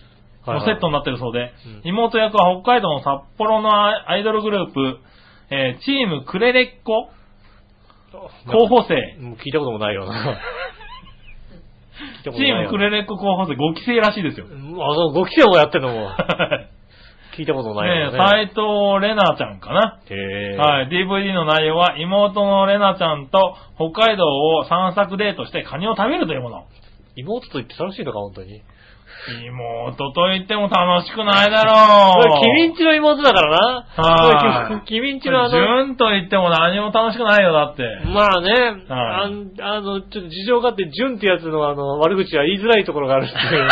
[SPEAKER 2] はいは
[SPEAKER 3] の
[SPEAKER 2] い
[SPEAKER 3] セットになってるそうで、
[SPEAKER 2] うん
[SPEAKER 3] 妹役は北海道の札幌のアイドルグループ、えーチームクレレッコ候補生。
[SPEAKER 2] もう聞いたこともないよう な。聞いたこ
[SPEAKER 3] チ
[SPEAKER 2] とない
[SPEAKER 3] ーム
[SPEAKER 2] ような
[SPEAKER 3] クレレッコ候補生5期生らしいですよ。
[SPEAKER 2] うんあ、そう、ご期生もやってんの も。聞いたことない
[SPEAKER 3] ね
[SPEAKER 2] よ
[SPEAKER 3] え、
[SPEAKER 2] ね。
[SPEAKER 3] 斎藤玲奈ちゃんかな。
[SPEAKER 2] へぇ
[SPEAKER 3] はい。DVD の内容は、妹の玲奈ちゃんと北海道を散策デートしてカニを食べるというもの。
[SPEAKER 2] 妹と言って楽しいのか、本当に。
[SPEAKER 3] 妹と言っても楽しくないだろう。
[SPEAKER 2] 君んちの妹だからな。
[SPEAKER 3] はい
[SPEAKER 2] それ君んちのあの、
[SPEAKER 3] 純と言っても何も楽しくない よ、だって。
[SPEAKER 2] まあね、
[SPEAKER 3] は
[SPEAKER 2] あんあの、ちょっと事情があって、純ってやつのあの、悪口は言いづらいところがあるって いう。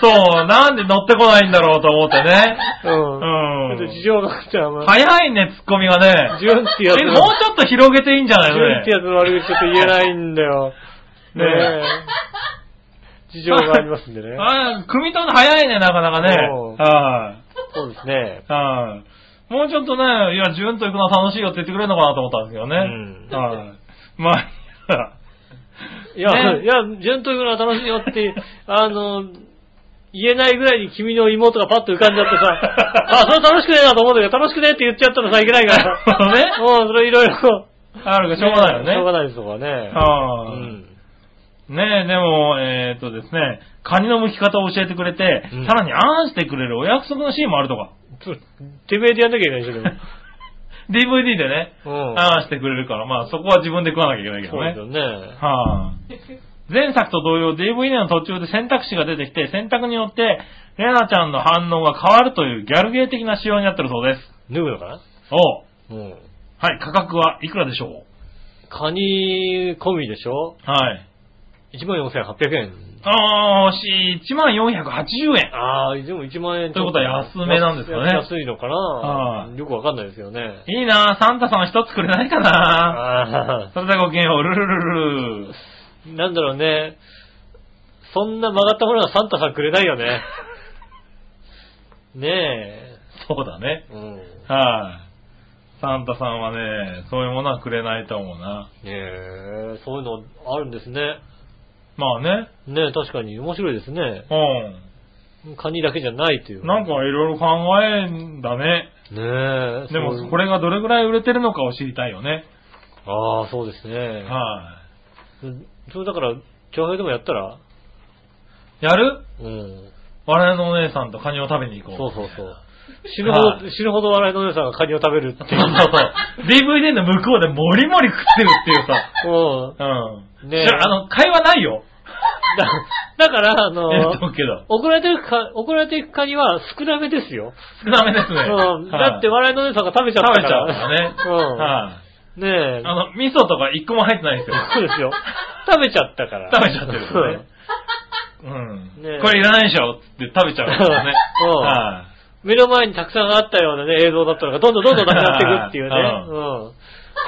[SPEAKER 3] そう、なんで乗ってこないんだろうと思ってね。
[SPEAKER 2] うん。
[SPEAKER 3] うん
[SPEAKER 2] だって事情があって、あの、
[SPEAKER 3] 早いね、ツッコミがね。
[SPEAKER 2] 純って
[SPEAKER 3] え
[SPEAKER 2] やつ
[SPEAKER 3] もう
[SPEAKER 2] の、
[SPEAKER 3] ちょっと広げていいんじゃないの
[SPEAKER 2] 純ってやつの悪口ちょっと言えないんだよ。ね
[SPEAKER 3] ね
[SPEAKER 2] え。事情がありますんでね。
[SPEAKER 3] あ組み取るの早いね、なかなかね。
[SPEAKER 2] うん
[SPEAKER 3] はい。
[SPEAKER 2] そうですね。
[SPEAKER 3] はい。もうちょっとね、いや、ジュンと行くのは楽しいよって言ってくれるのかなと思ったんですけどね。
[SPEAKER 2] うん
[SPEAKER 3] はい。まあ、
[SPEAKER 2] いや、
[SPEAKER 3] ね
[SPEAKER 2] いや、順当に行くのは楽しいよって、あの、言えないぐらいに君の妹がパッと浮かんじゃって さ、あ、それ楽しくねえなと思うんだけど、楽しくねえって言っちゃったらさ、いけないから
[SPEAKER 3] なるほど ね
[SPEAKER 2] さ。もう、それいろいろ。
[SPEAKER 3] あるがしょうがないよね。
[SPEAKER 2] しょうがないです、そこはね。
[SPEAKER 3] は
[SPEAKER 2] う
[SPEAKER 3] い
[SPEAKER 2] ん
[SPEAKER 3] ねえ、でも、えーっとですね、カニの剥き方を教えてくれて、
[SPEAKER 2] うん
[SPEAKER 3] さらにあんしてくれるお約束のシーンもあるとか。
[SPEAKER 2] ちょてめえでやんなきゃいけないでしょ、で
[SPEAKER 3] DVD でね、
[SPEAKER 2] も。うん。
[SPEAKER 3] あんしてくれるから、まあそこは自分で食わなきゃいけないけ
[SPEAKER 2] そ
[SPEAKER 3] ど
[SPEAKER 2] うで
[SPEAKER 3] ね
[SPEAKER 2] す。よね。
[SPEAKER 3] はあ、前作と同様、DVD の途中で選択肢が出てきて、選択によって、レナちゃんの反応が変わるというギャルゲー的な仕様になってるそうです。
[SPEAKER 2] 脱ぐのかな
[SPEAKER 3] おう
[SPEAKER 2] うん。
[SPEAKER 3] はい、価格はいくらでしょ
[SPEAKER 2] カニ込みでしょ
[SPEAKER 3] うはい。
[SPEAKER 2] ?14,800 円。
[SPEAKER 3] あー、し、1480円。
[SPEAKER 2] ああ、でも1万円
[SPEAKER 3] ということは安めなんですかね
[SPEAKER 2] 安いのかな
[SPEAKER 3] は
[SPEAKER 2] よくわかんないですよね。
[SPEAKER 3] いいなサンタさん一つくれないか な
[SPEAKER 2] ああ
[SPEAKER 3] それではごきげんよう、ルルルルル。
[SPEAKER 2] なんだろうね。そんな曲がったものはサンタさんくれないよ ね。ね
[SPEAKER 3] そうだね。
[SPEAKER 2] え。うん。ね
[SPEAKER 3] はい、サンタさんはね、そういうものはくれないと思うな。
[SPEAKER 2] え、そういうのあるんですね。
[SPEAKER 3] まあね。
[SPEAKER 2] ねえ、確かに面白いですね。
[SPEAKER 3] うん。
[SPEAKER 2] カニだけじゃないという。
[SPEAKER 3] なんかいろいろ考えんだね。
[SPEAKER 2] ねえ。
[SPEAKER 3] で
[SPEAKER 2] そういう
[SPEAKER 3] もこ。れがどれぐらい売れてるのかを知りたいよね。
[SPEAKER 2] ああ、そうですね。
[SPEAKER 3] は
[SPEAKER 2] それだから、長編でもやったら
[SPEAKER 3] い。やる
[SPEAKER 2] うん。
[SPEAKER 3] 我々のお姉さんとカニを食べに行こう。
[SPEAKER 2] そうそうそう。死ぬほ
[SPEAKER 3] は
[SPEAKER 2] ど、死ぬほど笑いのお姉さんがカニを食べるっていう。
[SPEAKER 3] そうそう DVD の向こうでもりもり食ってるって いうさ。
[SPEAKER 2] うん。
[SPEAKER 3] うん。
[SPEAKER 2] ねえ
[SPEAKER 3] 知らあの、会話ないよ。
[SPEAKER 2] だだから、あの、
[SPEAKER 3] えっと、けど。
[SPEAKER 2] 送られてるか、送られていくカニは少なめですよ。
[SPEAKER 3] 少なめですね。
[SPEAKER 2] うん。
[SPEAKER 3] はい
[SPEAKER 2] だって、笑いのお姉さんが食べちゃっ
[SPEAKER 3] 食
[SPEAKER 2] た
[SPEAKER 3] べ
[SPEAKER 2] か。
[SPEAKER 3] ちゃうかららね。はい。
[SPEAKER 2] うん。ねえ。
[SPEAKER 3] あの、味噌とか一個も入ってないんですよ。
[SPEAKER 2] そうですよ。食べちゃったから。
[SPEAKER 3] 食べちゃってるよね。うん。
[SPEAKER 2] ねえ。
[SPEAKER 3] これいらないでしょって食べちゃうからね
[SPEAKER 2] うん
[SPEAKER 3] はい。
[SPEAKER 2] 目の前にたくさんあったようなね、映像だったのが、どんどんどんどんなくなっていくっていうね。
[SPEAKER 3] う
[SPEAKER 2] うん。こ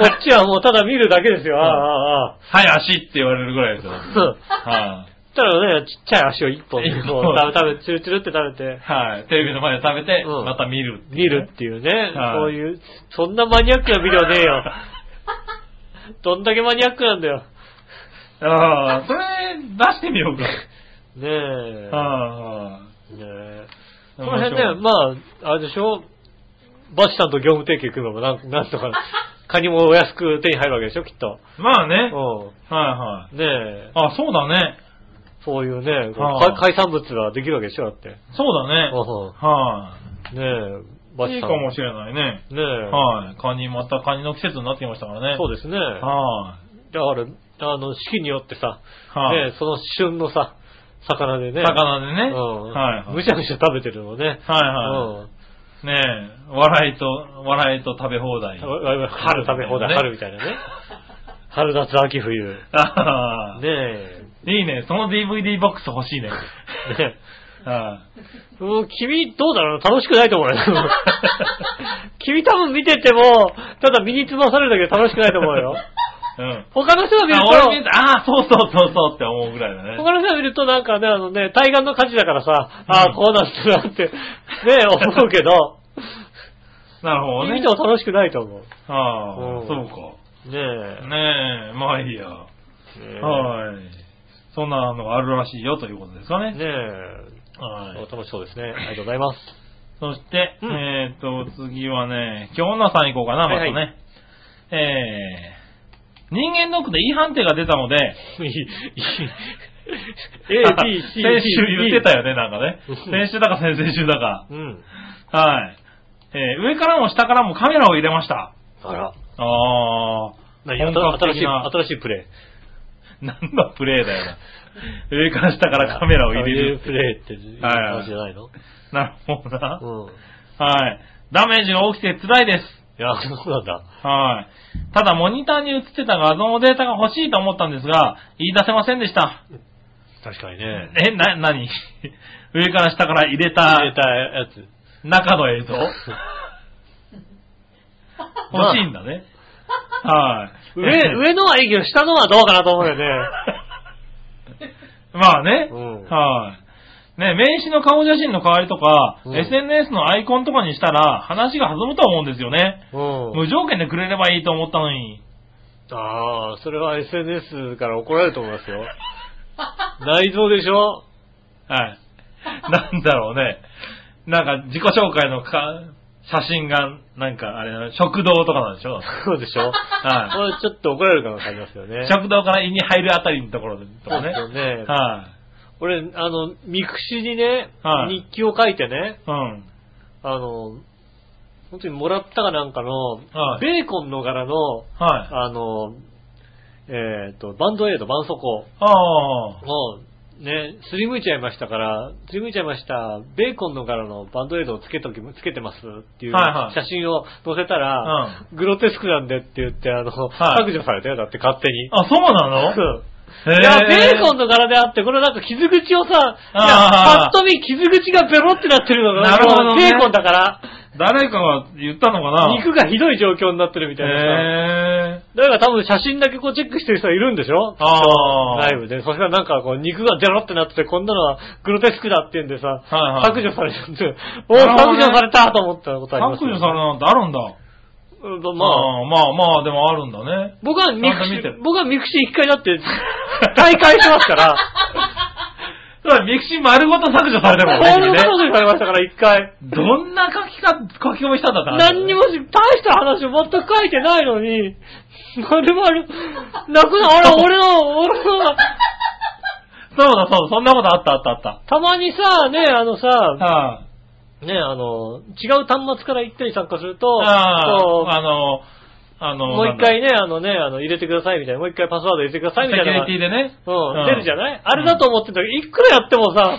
[SPEAKER 2] っちはもうただ見るだけですよ。ああ、ああ、ああ。
[SPEAKER 3] はい、足って言われるぐらいですよ。
[SPEAKER 2] そう
[SPEAKER 3] は
[SPEAKER 2] ただね、ちっちゃい足を一本
[SPEAKER 3] 一、本
[SPEAKER 2] こう、食べ、食べ、チュルチュルって食べて、
[SPEAKER 3] い。はい。テレビの前で食べて、
[SPEAKER 2] うん
[SPEAKER 3] また見るってい
[SPEAKER 2] 見
[SPEAKER 3] うね
[SPEAKER 2] るっていうね。
[SPEAKER 3] はい
[SPEAKER 2] そういう、そんなマニアックなビデオねえ よ。どんだけマニアックなんだよ。
[SPEAKER 3] ああ、それ、出してみようか。
[SPEAKER 2] ねえ。
[SPEAKER 3] あ
[SPEAKER 2] ねえ。
[SPEAKER 3] あ。
[SPEAKER 2] この辺ね、まあ、あれでしょバチさんと業務提携組めばなん、なんと か、カニもお安く手に入るわけでしょ、きっと。
[SPEAKER 3] まあね。
[SPEAKER 2] う
[SPEAKER 3] はいはい。
[SPEAKER 2] ん。ねえ。
[SPEAKER 3] あ、そうだね。
[SPEAKER 2] そういうね、こう
[SPEAKER 3] はあ
[SPEAKER 2] 海海産物ができるわけでしょ、だって。
[SPEAKER 3] そうだね。は
[SPEAKER 2] うん。ねえ、バ
[SPEAKER 3] い。
[SPEAKER 2] チ
[SPEAKER 3] いい
[SPEAKER 2] さ
[SPEAKER 3] か
[SPEAKER 2] ん。
[SPEAKER 3] もしれないね。
[SPEAKER 2] ねえ。
[SPEAKER 3] はい。カニ、またカニの季節になってきましたからね。
[SPEAKER 2] そうですね。だか
[SPEAKER 3] は
[SPEAKER 2] ら、あの、四季によってさ、
[SPEAKER 3] い。は
[SPEAKER 2] ねえ、その旬のさ、魚で
[SPEAKER 3] い。
[SPEAKER 2] ね。
[SPEAKER 3] 魚でね。
[SPEAKER 2] うん。
[SPEAKER 3] はいはい。
[SPEAKER 2] むしゃむしゃ食べてるのね。
[SPEAKER 3] はいはい。ねえ、笑いと、笑いと食べ放題。
[SPEAKER 2] うん。わわ春食べ放題、
[SPEAKER 3] ね
[SPEAKER 2] 春みたいなね。春夏秋冬。ね
[SPEAKER 3] ああ、
[SPEAKER 2] え。
[SPEAKER 3] いいね。その DVD ボックス欲しいね。
[SPEAKER 2] ね
[SPEAKER 3] あ
[SPEAKER 2] うん、君、どうだろう楽しくないと思うよ。 君多分見てても、ただ身につまされるだけで楽しくないと思うよ。
[SPEAKER 3] あうん。
[SPEAKER 2] 他の人が見
[SPEAKER 3] あ、俺見
[SPEAKER 2] る
[SPEAKER 3] た、ああ、そうそうそうそうって思うぐらいだね。
[SPEAKER 2] と、他の人が見るとなんかね、あのね、対 岸の火事だからさ、ああ、こうなってるなって、ね、思うけど、
[SPEAKER 3] なるほど
[SPEAKER 2] 見
[SPEAKER 3] ね
[SPEAKER 2] て。も楽しくないと思
[SPEAKER 3] あ
[SPEAKER 2] う
[SPEAKER 3] あ、
[SPEAKER 2] ん
[SPEAKER 3] そうか。
[SPEAKER 2] う。ねえ。
[SPEAKER 3] ねえ、まあいいや。
[SPEAKER 2] ねえ
[SPEAKER 3] はい。そんなのがあるらしいよということですかね。
[SPEAKER 2] ねえ、
[SPEAKER 3] はい。
[SPEAKER 2] 楽しそうですね。ありがとうございます。
[SPEAKER 3] そして、
[SPEAKER 2] うん
[SPEAKER 3] えっ、と、次はね、今日女さん行こうかな、またね。
[SPEAKER 2] はいは
[SPEAKER 3] えー、人間ドックで E 判定が出たので、
[SPEAKER 2] いいいい A、B、C、
[SPEAKER 3] 先週言ってた
[SPEAKER 2] よ。
[SPEAKER 3] よね、なんかね
[SPEAKER 2] うん。
[SPEAKER 3] 先週だか先々週だか。
[SPEAKER 2] うん。
[SPEAKER 3] はい。えー、上からも下からもカメラを入れました。
[SPEAKER 2] あら。
[SPEAKER 3] あー。
[SPEAKER 2] 何
[SPEAKER 3] 本格
[SPEAKER 2] 新し
[SPEAKER 3] 的
[SPEAKER 2] い、
[SPEAKER 3] な
[SPEAKER 2] 新しいプレ
[SPEAKER 3] なんだプレイだよな。上から下からカメラを入れる。
[SPEAKER 2] プレイっていう話じゃないの、
[SPEAKER 3] なるほどな。
[SPEAKER 2] うん。
[SPEAKER 3] はい。ダメージが大きくて辛いです。
[SPEAKER 2] いや、そうなんだ。
[SPEAKER 3] はい。ただ、モニターに映ってた画像のデータが欲しいと思ったんですが、言い出せませんでした。
[SPEAKER 2] 確かにね。
[SPEAKER 3] え、な、なに 上から下から入れた
[SPEAKER 2] 入れたやつ。
[SPEAKER 3] 中の映像欲しいんだね。はい。
[SPEAKER 2] 上、上のはいいけど、下のはどうかなと思うよね。
[SPEAKER 3] まあね。
[SPEAKER 2] うん
[SPEAKER 3] はい。ね、名刺の顔写真の代わりとか、
[SPEAKER 2] うん
[SPEAKER 3] SNS のアイコンとかにしたら話が弾むと思うんですよね。
[SPEAKER 2] う
[SPEAKER 3] 無
[SPEAKER 2] ん。
[SPEAKER 3] 条件でくれればいいと思ったのに。
[SPEAKER 2] ああ、それは SNS から怒られると思いますよ。内臓でしょ
[SPEAKER 3] はい。なんだろうね。なんか自己紹介のか写真が、なんかあれなの食堂とかなんでしょ
[SPEAKER 2] そうでしょ
[SPEAKER 3] はい
[SPEAKER 2] これちょっと怒られる可能性ありますよね。
[SPEAKER 3] 食堂から胃に入るあたりのところでとかね。
[SPEAKER 2] そうですよね
[SPEAKER 3] はい。
[SPEAKER 2] 俺、あの、ミクシィにね、
[SPEAKER 3] はい
[SPEAKER 2] 日記を書いてね、
[SPEAKER 3] うん。
[SPEAKER 2] あの、本当にもらったかなんかの、
[SPEAKER 3] はい
[SPEAKER 2] ベーコンの柄の、
[SPEAKER 3] はい。
[SPEAKER 2] あの、えっ、と、バンドエイド、絆創膏
[SPEAKER 3] ああ。
[SPEAKER 2] を、ね、すりむいちゃいましたから、すりむいちゃいました、ベーコンの柄のバンドエイドをつけとき、つけてますっていう
[SPEAKER 3] はいはい
[SPEAKER 2] 写真を載せたら、グロテスクなんでって言って、あの、
[SPEAKER 3] はい
[SPEAKER 2] 削除されたよ、だって勝手に。
[SPEAKER 3] あ、そうなの
[SPEAKER 2] うんいや、ベーコンの
[SPEAKER 3] の
[SPEAKER 2] 柄であって、これなんか傷口をさ、いやパ
[SPEAKER 3] あー
[SPEAKER 2] ッと見傷口がベロってなってるのが、
[SPEAKER 3] なるほどね
[SPEAKER 2] ベーコンだから、
[SPEAKER 3] 誰かが言ったのかな
[SPEAKER 2] 肉がひどい状況になってるみたいなさ。
[SPEAKER 3] へえ。
[SPEAKER 2] だから多分写真だけこうチェックしてる人はいるんでしょ
[SPEAKER 3] ああ。
[SPEAKER 2] ライブで。そしたらなんかこう肉がデロってなってて、こんなのはグロテスクだって言うんでさ、
[SPEAKER 3] はいはい
[SPEAKER 2] 削除されちゃって、おお、削
[SPEAKER 3] なるほどね
[SPEAKER 2] 除されたと思ったことあります
[SPEAKER 3] 削
[SPEAKER 2] よ、
[SPEAKER 3] 除されなんてあるんだ。
[SPEAKER 2] うんと
[SPEAKER 3] ま
[SPEAKER 2] まあ、
[SPEAKER 3] あ、まあまあ、でもあるんだね。
[SPEAKER 2] 僕はミク
[SPEAKER 3] ちゃんと見
[SPEAKER 2] シ
[SPEAKER 3] てる
[SPEAKER 2] ィ、僕はミクシィ一回だって、大会してます から、
[SPEAKER 3] そうだミクシー丸ごと削除されてる
[SPEAKER 2] こ
[SPEAKER 3] もん
[SPEAKER 2] ん な
[SPEAKER 3] ね君ね。
[SPEAKER 2] 削除されましたから一回。
[SPEAKER 3] どんな書きか、書き込みしたんだって話だね
[SPEAKER 2] 何にもし、大した話を全く書いてないのに、まるまる、なくな、あれ、俺の、俺の、
[SPEAKER 3] そうだそうだ、そんなことあったあったあった。
[SPEAKER 2] たまにさ、ね、あのさ、
[SPEAKER 3] は
[SPEAKER 2] ね、あの、違う端末から行ったり参加すると、
[SPEAKER 3] あ、
[SPEAKER 2] こう
[SPEAKER 3] ああ、あの、あの、
[SPEAKER 2] もう一回ね、あのね、あの、入れてくださいみたいな、もう一回パスワード入れてくださいみたいなの
[SPEAKER 3] なんだ、
[SPEAKER 2] が。
[SPEAKER 3] セキュリティでね。
[SPEAKER 2] うん、出るじゃ
[SPEAKER 3] い
[SPEAKER 2] ないあれだと思ってたけど、いくらやっても さ、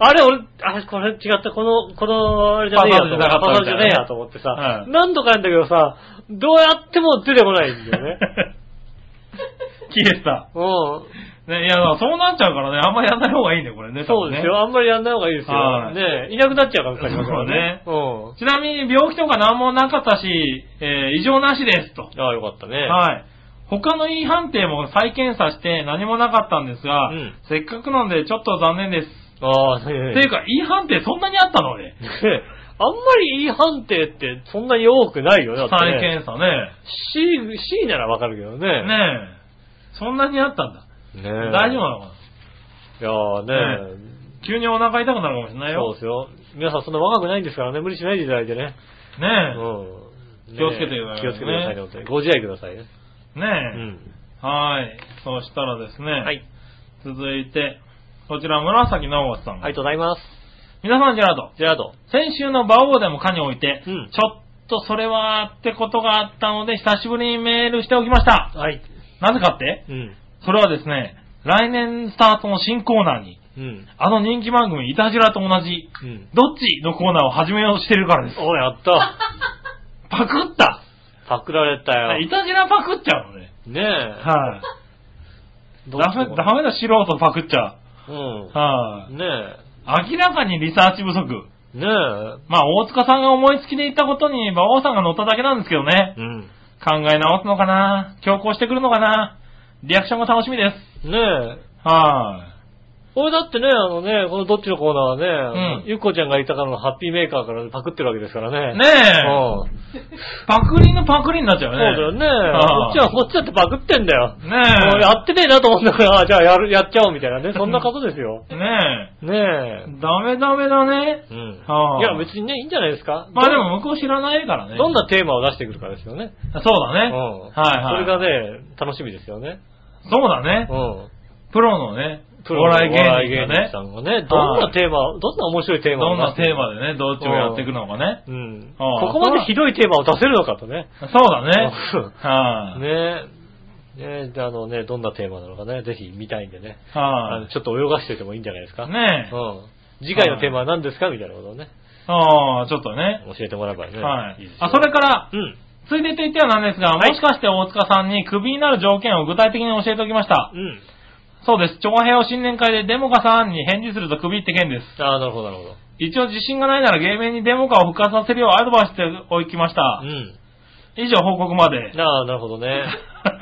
[SPEAKER 2] あれ俺、あれこれ違った、この、この、あれじゃねえやと思って、
[SPEAKER 3] パ
[SPEAKER 2] パ
[SPEAKER 3] ス
[SPEAKER 2] スワ
[SPEAKER 3] ワード
[SPEAKER 2] ード
[SPEAKER 3] じ
[SPEAKER 2] じ
[SPEAKER 3] ゃ
[SPEAKER 2] ゃね
[SPEAKER 3] なかったみたいなね
[SPEAKER 2] えやと思ってさ
[SPEAKER 3] う、ん
[SPEAKER 2] 何度かやるんだけどさ、どうやっても出てこないんだよね。
[SPEAKER 3] 消えてた。
[SPEAKER 2] うん。
[SPEAKER 3] ね、いや、そうなっちゃうからね、あんまりやんない方がいいね、これね。
[SPEAKER 2] そうですよ。あんまりやんない方がいいですよ。
[SPEAKER 3] はい
[SPEAKER 2] ねえいなくなっちゃうから、りますからね。
[SPEAKER 3] 多分ね。ちなみに、病気とか何もなかったし、えー異常なしです、と。
[SPEAKER 2] うん。ああ、よかったね。
[SPEAKER 3] はい。他の E 判定も再検査して何もなかったんですが、
[SPEAKER 2] うん
[SPEAKER 3] せっかくなんでちょっと残念です。
[SPEAKER 2] ああ、ね
[SPEAKER 3] っ
[SPEAKER 2] え
[SPEAKER 3] ていうか、E 判定そんなにあったのね。
[SPEAKER 2] ねえあんまりいい判定ってそんなに多くないよね、だって
[SPEAKER 3] 再
[SPEAKER 2] ね。
[SPEAKER 3] 検査ね。
[SPEAKER 2] C、C ならわかるけどね。
[SPEAKER 3] ねえ。そんなにあったんだ。
[SPEAKER 2] ねえ
[SPEAKER 3] 大丈夫なのかない
[SPEAKER 2] やーね
[SPEAKER 3] 急にお腹痛くなるかもしれない
[SPEAKER 2] そう
[SPEAKER 3] よ。
[SPEAKER 2] ですよ。皆さんそんな若くないんですからね、無理しないでいただいてね。
[SPEAKER 3] ね
[SPEAKER 2] う
[SPEAKER 3] え。
[SPEAKER 2] ん。ね
[SPEAKER 3] 気をつけてくださいね
[SPEAKER 2] 気をつけてくださいね、本当に。ご自愛くださいね。
[SPEAKER 3] ね
[SPEAKER 2] う
[SPEAKER 3] え。
[SPEAKER 2] ん。
[SPEAKER 3] はい。そしたらですね。
[SPEAKER 2] はい。
[SPEAKER 3] 続いて、こちら紫直子さん。
[SPEAKER 2] ありがとうございます。
[SPEAKER 3] 皆さん、ジェラード。
[SPEAKER 2] ジェラード。
[SPEAKER 3] 先週の馬王でもかにおいて、
[SPEAKER 2] うん
[SPEAKER 3] ちょっとそれはってことがあったので、久しぶりにメールしておきました。
[SPEAKER 2] はい。
[SPEAKER 3] なぜかって
[SPEAKER 2] うん。
[SPEAKER 3] それはですね、来年スタートの新コーナーに、
[SPEAKER 2] うん。
[SPEAKER 3] あの人気番組、イタジラと同じ、
[SPEAKER 2] うん。
[SPEAKER 3] どっちのコーナーを始めようとしてるからです。
[SPEAKER 2] お、やった。
[SPEAKER 3] パクった
[SPEAKER 2] パクられた
[SPEAKER 3] イ
[SPEAKER 2] よ。
[SPEAKER 3] タジラパクっちゃうのね。
[SPEAKER 2] ねえ。
[SPEAKER 3] はい、
[SPEAKER 2] どう
[SPEAKER 3] ダメ、ダメだ、素人パクっちゃう。
[SPEAKER 2] う
[SPEAKER 3] は
[SPEAKER 2] ん。ね
[SPEAKER 3] い、明らかにリサーチ不足。
[SPEAKER 2] え。ねえ。
[SPEAKER 3] まあ、大塚さんが思いつきで言ったことに、馬王さんが乗っただけなんですけどね。
[SPEAKER 2] うん。
[SPEAKER 3] 考え直すのかな強行してくるのかなリアクションも楽しみです。
[SPEAKER 2] ねえ。
[SPEAKER 3] は
[SPEAKER 2] 俺だってね、あのね、このどっちのコーナーはね、
[SPEAKER 3] うん
[SPEAKER 2] ゆっこちゃんがいたからのハッピーメーカーからパクってるわけですからね。
[SPEAKER 3] ね
[SPEAKER 2] う
[SPEAKER 3] え。
[SPEAKER 2] ん。
[SPEAKER 3] パクリのパクリになっちゃう
[SPEAKER 2] そう
[SPEAKER 3] よ
[SPEAKER 2] だ
[SPEAKER 3] ね。
[SPEAKER 2] よね。
[SPEAKER 3] あ
[SPEAKER 2] こっ
[SPEAKER 3] あ
[SPEAKER 2] ちはこっちだってパクってんだよ。もう
[SPEAKER 3] ね
[SPEAKER 2] やってねえなと思ったから、あじゃあやる、やっちゃおうみたいなね。そんなことですよ。
[SPEAKER 3] え。
[SPEAKER 2] ね
[SPEAKER 3] ね
[SPEAKER 2] え
[SPEAKER 3] え。。ダメダメだね。
[SPEAKER 2] うん
[SPEAKER 3] ああ
[SPEAKER 2] いや、別にね、いいんじゃないですか。
[SPEAKER 3] まあでも向こう知らないから
[SPEAKER 2] ど
[SPEAKER 3] ね。
[SPEAKER 2] んどんなテーマを出してくるかですよね。
[SPEAKER 3] そうだ
[SPEAKER 2] うん。
[SPEAKER 3] ね。はいは
[SPEAKER 2] それ
[SPEAKER 3] い
[SPEAKER 2] がね、楽しみですよね。
[SPEAKER 3] そうだね。
[SPEAKER 2] うん。
[SPEAKER 3] プロのね、
[SPEAKER 2] プロの
[SPEAKER 3] お笑い芸人
[SPEAKER 2] お笑い芸
[SPEAKER 3] が
[SPEAKER 2] 人
[SPEAKER 3] ね
[SPEAKER 2] さ、んがね、どんなテーマ、どんな面白いテーマ
[SPEAKER 3] ど
[SPEAKER 2] を
[SPEAKER 3] ん
[SPEAKER 2] 出
[SPEAKER 3] な
[SPEAKER 2] してく
[SPEAKER 3] テ
[SPEAKER 2] る
[SPEAKER 3] ーマでね、どっちをやっていくのかね。
[SPEAKER 2] うん。
[SPEAKER 3] あ
[SPEAKER 2] こ
[SPEAKER 3] あ
[SPEAKER 2] こまでひどいテーマを出せるのかとね。
[SPEAKER 3] そうだね。は い、
[SPEAKER 2] ねえ。ねえ、あのね、どんなテーマなのかね、ぜひ見たいんでね。あ
[SPEAKER 3] は
[SPEAKER 2] のちょっと泳がしておいてもいいんじゃないですか。
[SPEAKER 3] い、ねえ。
[SPEAKER 2] うん。次回のテーマは何ですかみたいなことをね、
[SPEAKER 3] ああ、ちょっとね。
[SPEAKER 2] 教えてもらえばね。
[SPEAKER 3] はい
[SPEAKER 2] です。よ
[SPEAKER 3] あ、それから、
[SPEAKER 2] うん。
[SPEAKER 3] ついでと言ってはなんですが、もしかして大塚さんにクビになる条件を具体的に教えておきました
[SPEAKER 2] う。ん。
[SPEAKER 3] そうです。長平を新年会でデモカさんに返事するとクビって件です。
[SPEAKER 2] ああ、なるほど、なるほど。
[SPEAKER 3] 一応自信がないなら芸名にデモカを復活させるようアドバイスしておきました
[SPEAKER 2] う。ん。
[SPEAKER 3] 以上報告まで。
[SPEAKER 2] ああ、なるほどね。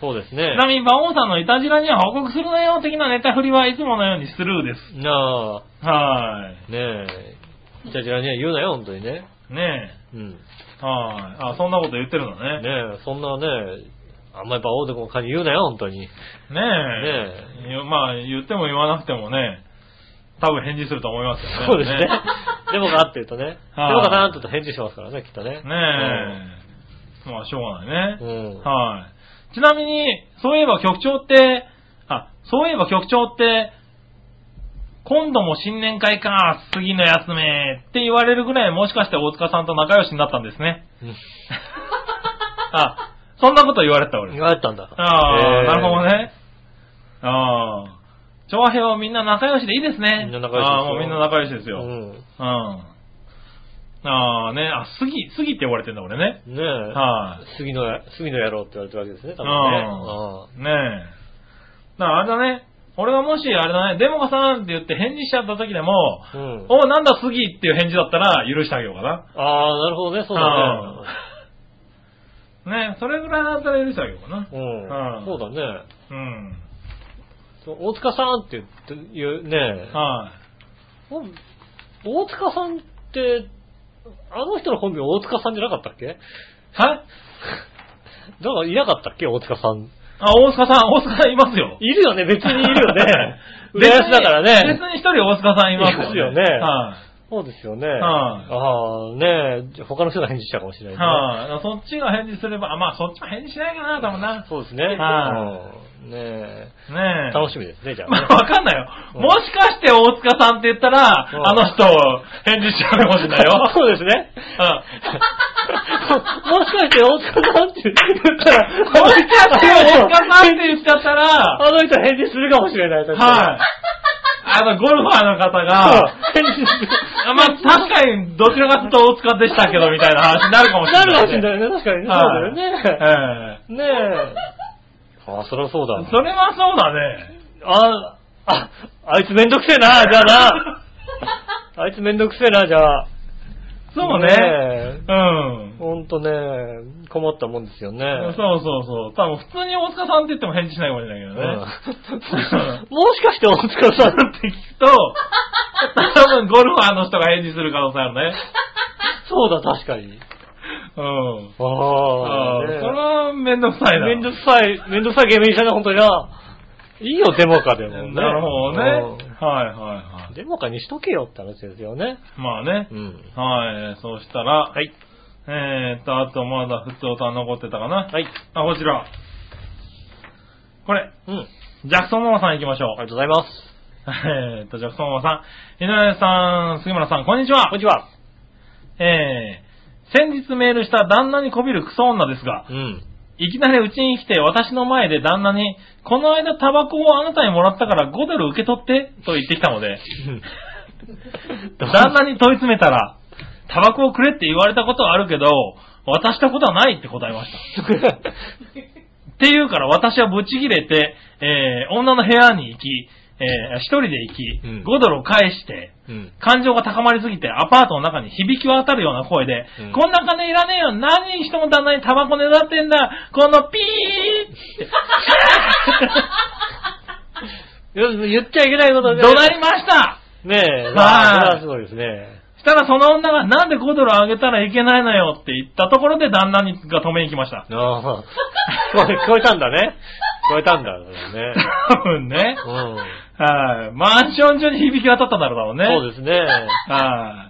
[SPEAKER 2] そうですね。
[SPEAKER 3] ちなみに、馬王さんのいたじらには報告するなよ的なネタ振りはいつものようにスルーです。
[SPEAKER 2] なあ、
[SPEAKER 3] は
[SPEAKER 2] ねえ。いたじらには言うなよ、本当にね。
[SPEAKER 3] い。ね
[SPEAKER 2] うん。ね
[SPEAKER 3] え。はい。あ、そんなこと言ってるのね。ね
[SPEAKER 2] え、そんなね、あんまり馬王でもかに言うなよ、本当に。
[SPEAKER 3] え。いやまあ、言っても言わなくてもね、多分返事すると思いますよね。
[SPEAKER 2] そうですね。デモかって言うとね。デ
[SPEAKER 3] はい
[SPEAKER 2] モかなーって言うと返事しますからね、きっとね。
[SPEAKER 3] ねえ。まあ、しょうがない
[SPEAKER 2] うん
[SPEAKER 3] ね。。
[SPEAKER 2] うん
[SPEAKER 3] はい。ちなみに、そういえば局長って、あ、そういえば局長って、今度も新年会か、次の休め、って言われるぐらいもしかして大塚さんと仲良しになったんですね。あ、そんなこと言われた
[SPEAKER 2] 言
[SPEAKER 3] 俺。
[SPEAKER 2] われたんだ。
[SPEAKER 3] ああ、
[SPEAKER 2] ええ
[SPEAKER 3] なるほど。ね。ああ。長平はみんな仲良しでいいですね。
[SPEAKER 2] みんな仲良しですよ
[SPEAKER 3] ああ、もうみんな仲良しですよ。
[SPEAKER 2] う
[SPEAKER 3] うん。
[SPEAKER 2] ん。
[SPEAKER 3] ああね、あ、杉、杉って呼ばれてんだ俺ね。
[SPEAKER 2] ねえ。
[SPEAKER 3] は
[SPEAKER 2] 杉のや、杉の野郎って言われてるわけですね、多分ね。
[SPEAKER 3] い。ねえ。だからあれだね、俺がもしあれだね、デモカさんって言って返事しちゃった時でも、
[SPEAKER 2] うん。うん。
[SPEAKER 3] おなんだ杉っていう返事だったら許してあげようかな。
[SPEAKER 2] ああ、なるほどね、そうだね。
[SPEAKER 3] ねえ、それぐらいだったら許してあげようかな。
[SPEAKER 2] うん。
[SPEAKER 3] うん
[SPEAKER 2] そうだね。
[SPEAKER 3] うん。
[SPEAKER 2] そう大塚さんって言って言うね。
[SPEAKER 3] はい。
[SPEAKER 2] 大塚さんって、あの人のコンビ大塚さんじゃなかったっ け
[SPEAKER 3] はい
[SPEAKER 2] だからいなかったっけ大塚さん。
[SPEAKER 3] あ、大塚さん、大塚さんいますよ。。
[SPEAKER 2] いるよね、別にいるよね浦安だから
[SPEAKER 3] 別
[SPEAKER 2] ね。
[SPEAKER 3] に一人大塚さんいます
[SPEAKER 2] いますよね
[SPEAKER 3] は
[SPEAKER 2] そうですよね。
[SPEAKER 3] はい
[SPEAKER 2] ああ、ねえ、他の人が返事したかもしれ
[SPEAKER 3] い。
[SPEAKER 2] ないね。
[SPEAKER 3] はい。そっちが返事すれば、あまあそっちも返事しないかな、多分な。
[SPEAKER 2] そうですね。
[SPEAKER 3] は
[SPEAKER 2] うんねえ。
[SPEAKER 3] ねえ。
[SPEAKER 2] 楽
[SPEAKER 3] し
[SPEAKER 2] しみですね、じゃあ
[SPEAKER 3] ま
[SPEAKER 2] ね。
[SPEAKER 3] あわかんないよ。
[SPEAKER 2] うん
[SPEAKER 3] もしかして大塚さんって言ったら、
[SPEAKER 2] うん。
[SPEAKER 3] あの人返事しちゃうかもしれないよ
[SPEAKER 2] そうですね。 もしかして大塚さんって言ったら、
[SPEAKER 3] うん。もしかして大塚さんって言っちゃったら、
[SPEAKER 2] あの人返事するかもしれない。確か
[SPEAKER 3] はい
[SPEAKER 2] に。。
[SPEAKER 3] あの、ゴルファーの方
[SPEAKER 2] そう
[SPEAKER 3] が、
[SPEAKER 2] 返事する。
[SPEAKER 3] あまあ確かにどちらかというと大塚でしたけどみたいな話になるかもしれな。
[SPEAKER 2] ないるかもしれないね、確かにね。そうだよね。
[SPEAKER 3] はいえ
[SPEAKER 2] ねえ。ああ、そりゃそう
[SPEAKER 3] え
[SPEAKER 2] だ。
[SPEAKER 3] それはそうだね。
[SPEAKER 2] あ、あ、あいつめんどくせえな、じゃあな。あいつめんどくせえな、じゃあ。
[SPEAKER 3] そうね。
[SPEAKER 2] ね
[SPEAKER 3] うん。
[SPEAKER 2] ほんとね、困ったもんですよね。
[SPEAKER 3] そうそうそう。多分普通に大塚さんって言っても返事しないかもしれないけど
[SPEAKER 2] うん
[SPEAKER 3] ね。
[SPEAKER 2] もしかして大塚さんって聞くと、
[SPEAKER 3] 多分ゴルファーの人が返事する可能性あるね。
[SPEAKER 2] そうだ、確かに。
[SPEAKER 3] うん。
[SPEAKER 2] あ
[SPEAKER 3] あ
[SPEAKER 2] あ
[SPEAKER 3] あ、
[SPEAKER 2] ねえ
[SPEAKER 3] それはめんどくさいな。
[SPEAKER 2] めんどくさい、めんどくさいゲームにしたね、ほんとにな。いいよ、デモかでもね。
[SPEAKER 3] なるほどね。
[SPEAKER 2] うん
[SPEAKER 3] はいはいは
[SPEAKER 2] デモかにしとけよって話ですよね。
[SPEAKER 3] い。まあね
[SPEAKER 2] う。ん。
[SPEAKER 3] はい、そうしたら、
[SPEAKER 2] はい。
[SPEAKER 3] えーっと、あとまだ普通歌残ってたかな。
[SPEAKER 2] はい。
[SPEAKER 3] あ、こちら。これ、
[SPEAKER 2] うん。あり
[SPEAKER 3] ジャクソンママさん行きましょ
[SPEAKER 2] がと
[SPEAKER 3] う。
[SPEAKER 2] うございます。
[SPEAKER 3] えーっと、ジャクソンママさん、井上さん、杉村さん、こんにちは
[SPEAKER 2] こん。にちは。
[SPEAKER 3] えー、先日メールした旦那にこびるクソ女ですが
[SPEAKER 2] う、ん。
[SPEAKER 3] いきなりうちに来て私の前で旦那に、この間タバコをあなたにもらったから5ドル受け取って、と言ってきたので、 旦那に問い詰めたら、タバコをくれって言われたことはあるけど、渡したことはないって答えました。っていうから私はブチ切れて、えー、女の部屋に行き、えー、一人で行き、
[SPEAKER 2] うん
[SPEAKER 3] 5ドルを返して、
[SPEAKER 2] うん。
[SPEAKER 3] 感情が高まりすぎてアパートの中に響き渡るような声で、
[SPEAKER 2] うん
[SPEAKER 3] こんな金いらねえよ何人も旦那にタバコねだっ てんだこのピーって
[SPEAKER 2] 言っちゃいけないこと
[SPEAKER 3] 怒
[SPEAKER 2] で。
[SPEAKER 3] 鳴りました
[SPEAKER 2] ねえ、
[SPEAKER 3] はい
[SPEAKER 2] まあ、それはすごいですね。
[SPEAKER 3] したらその女がなんで5ドルあげたらいけないのよって言ったところで旦那にが止めに来ました。
[SPEAKER 2] ああ、聞こえ聞こえたんだね。聞こえたんだ、それね。
[SPEAKER 3] 多分ね。
[SPEAKER 2] うん。
[SPEAKER 3] はい。マンション中に響き渡ったんだろうね。
[SPEAKER 2] そうですね。
[SPEAKER 3] は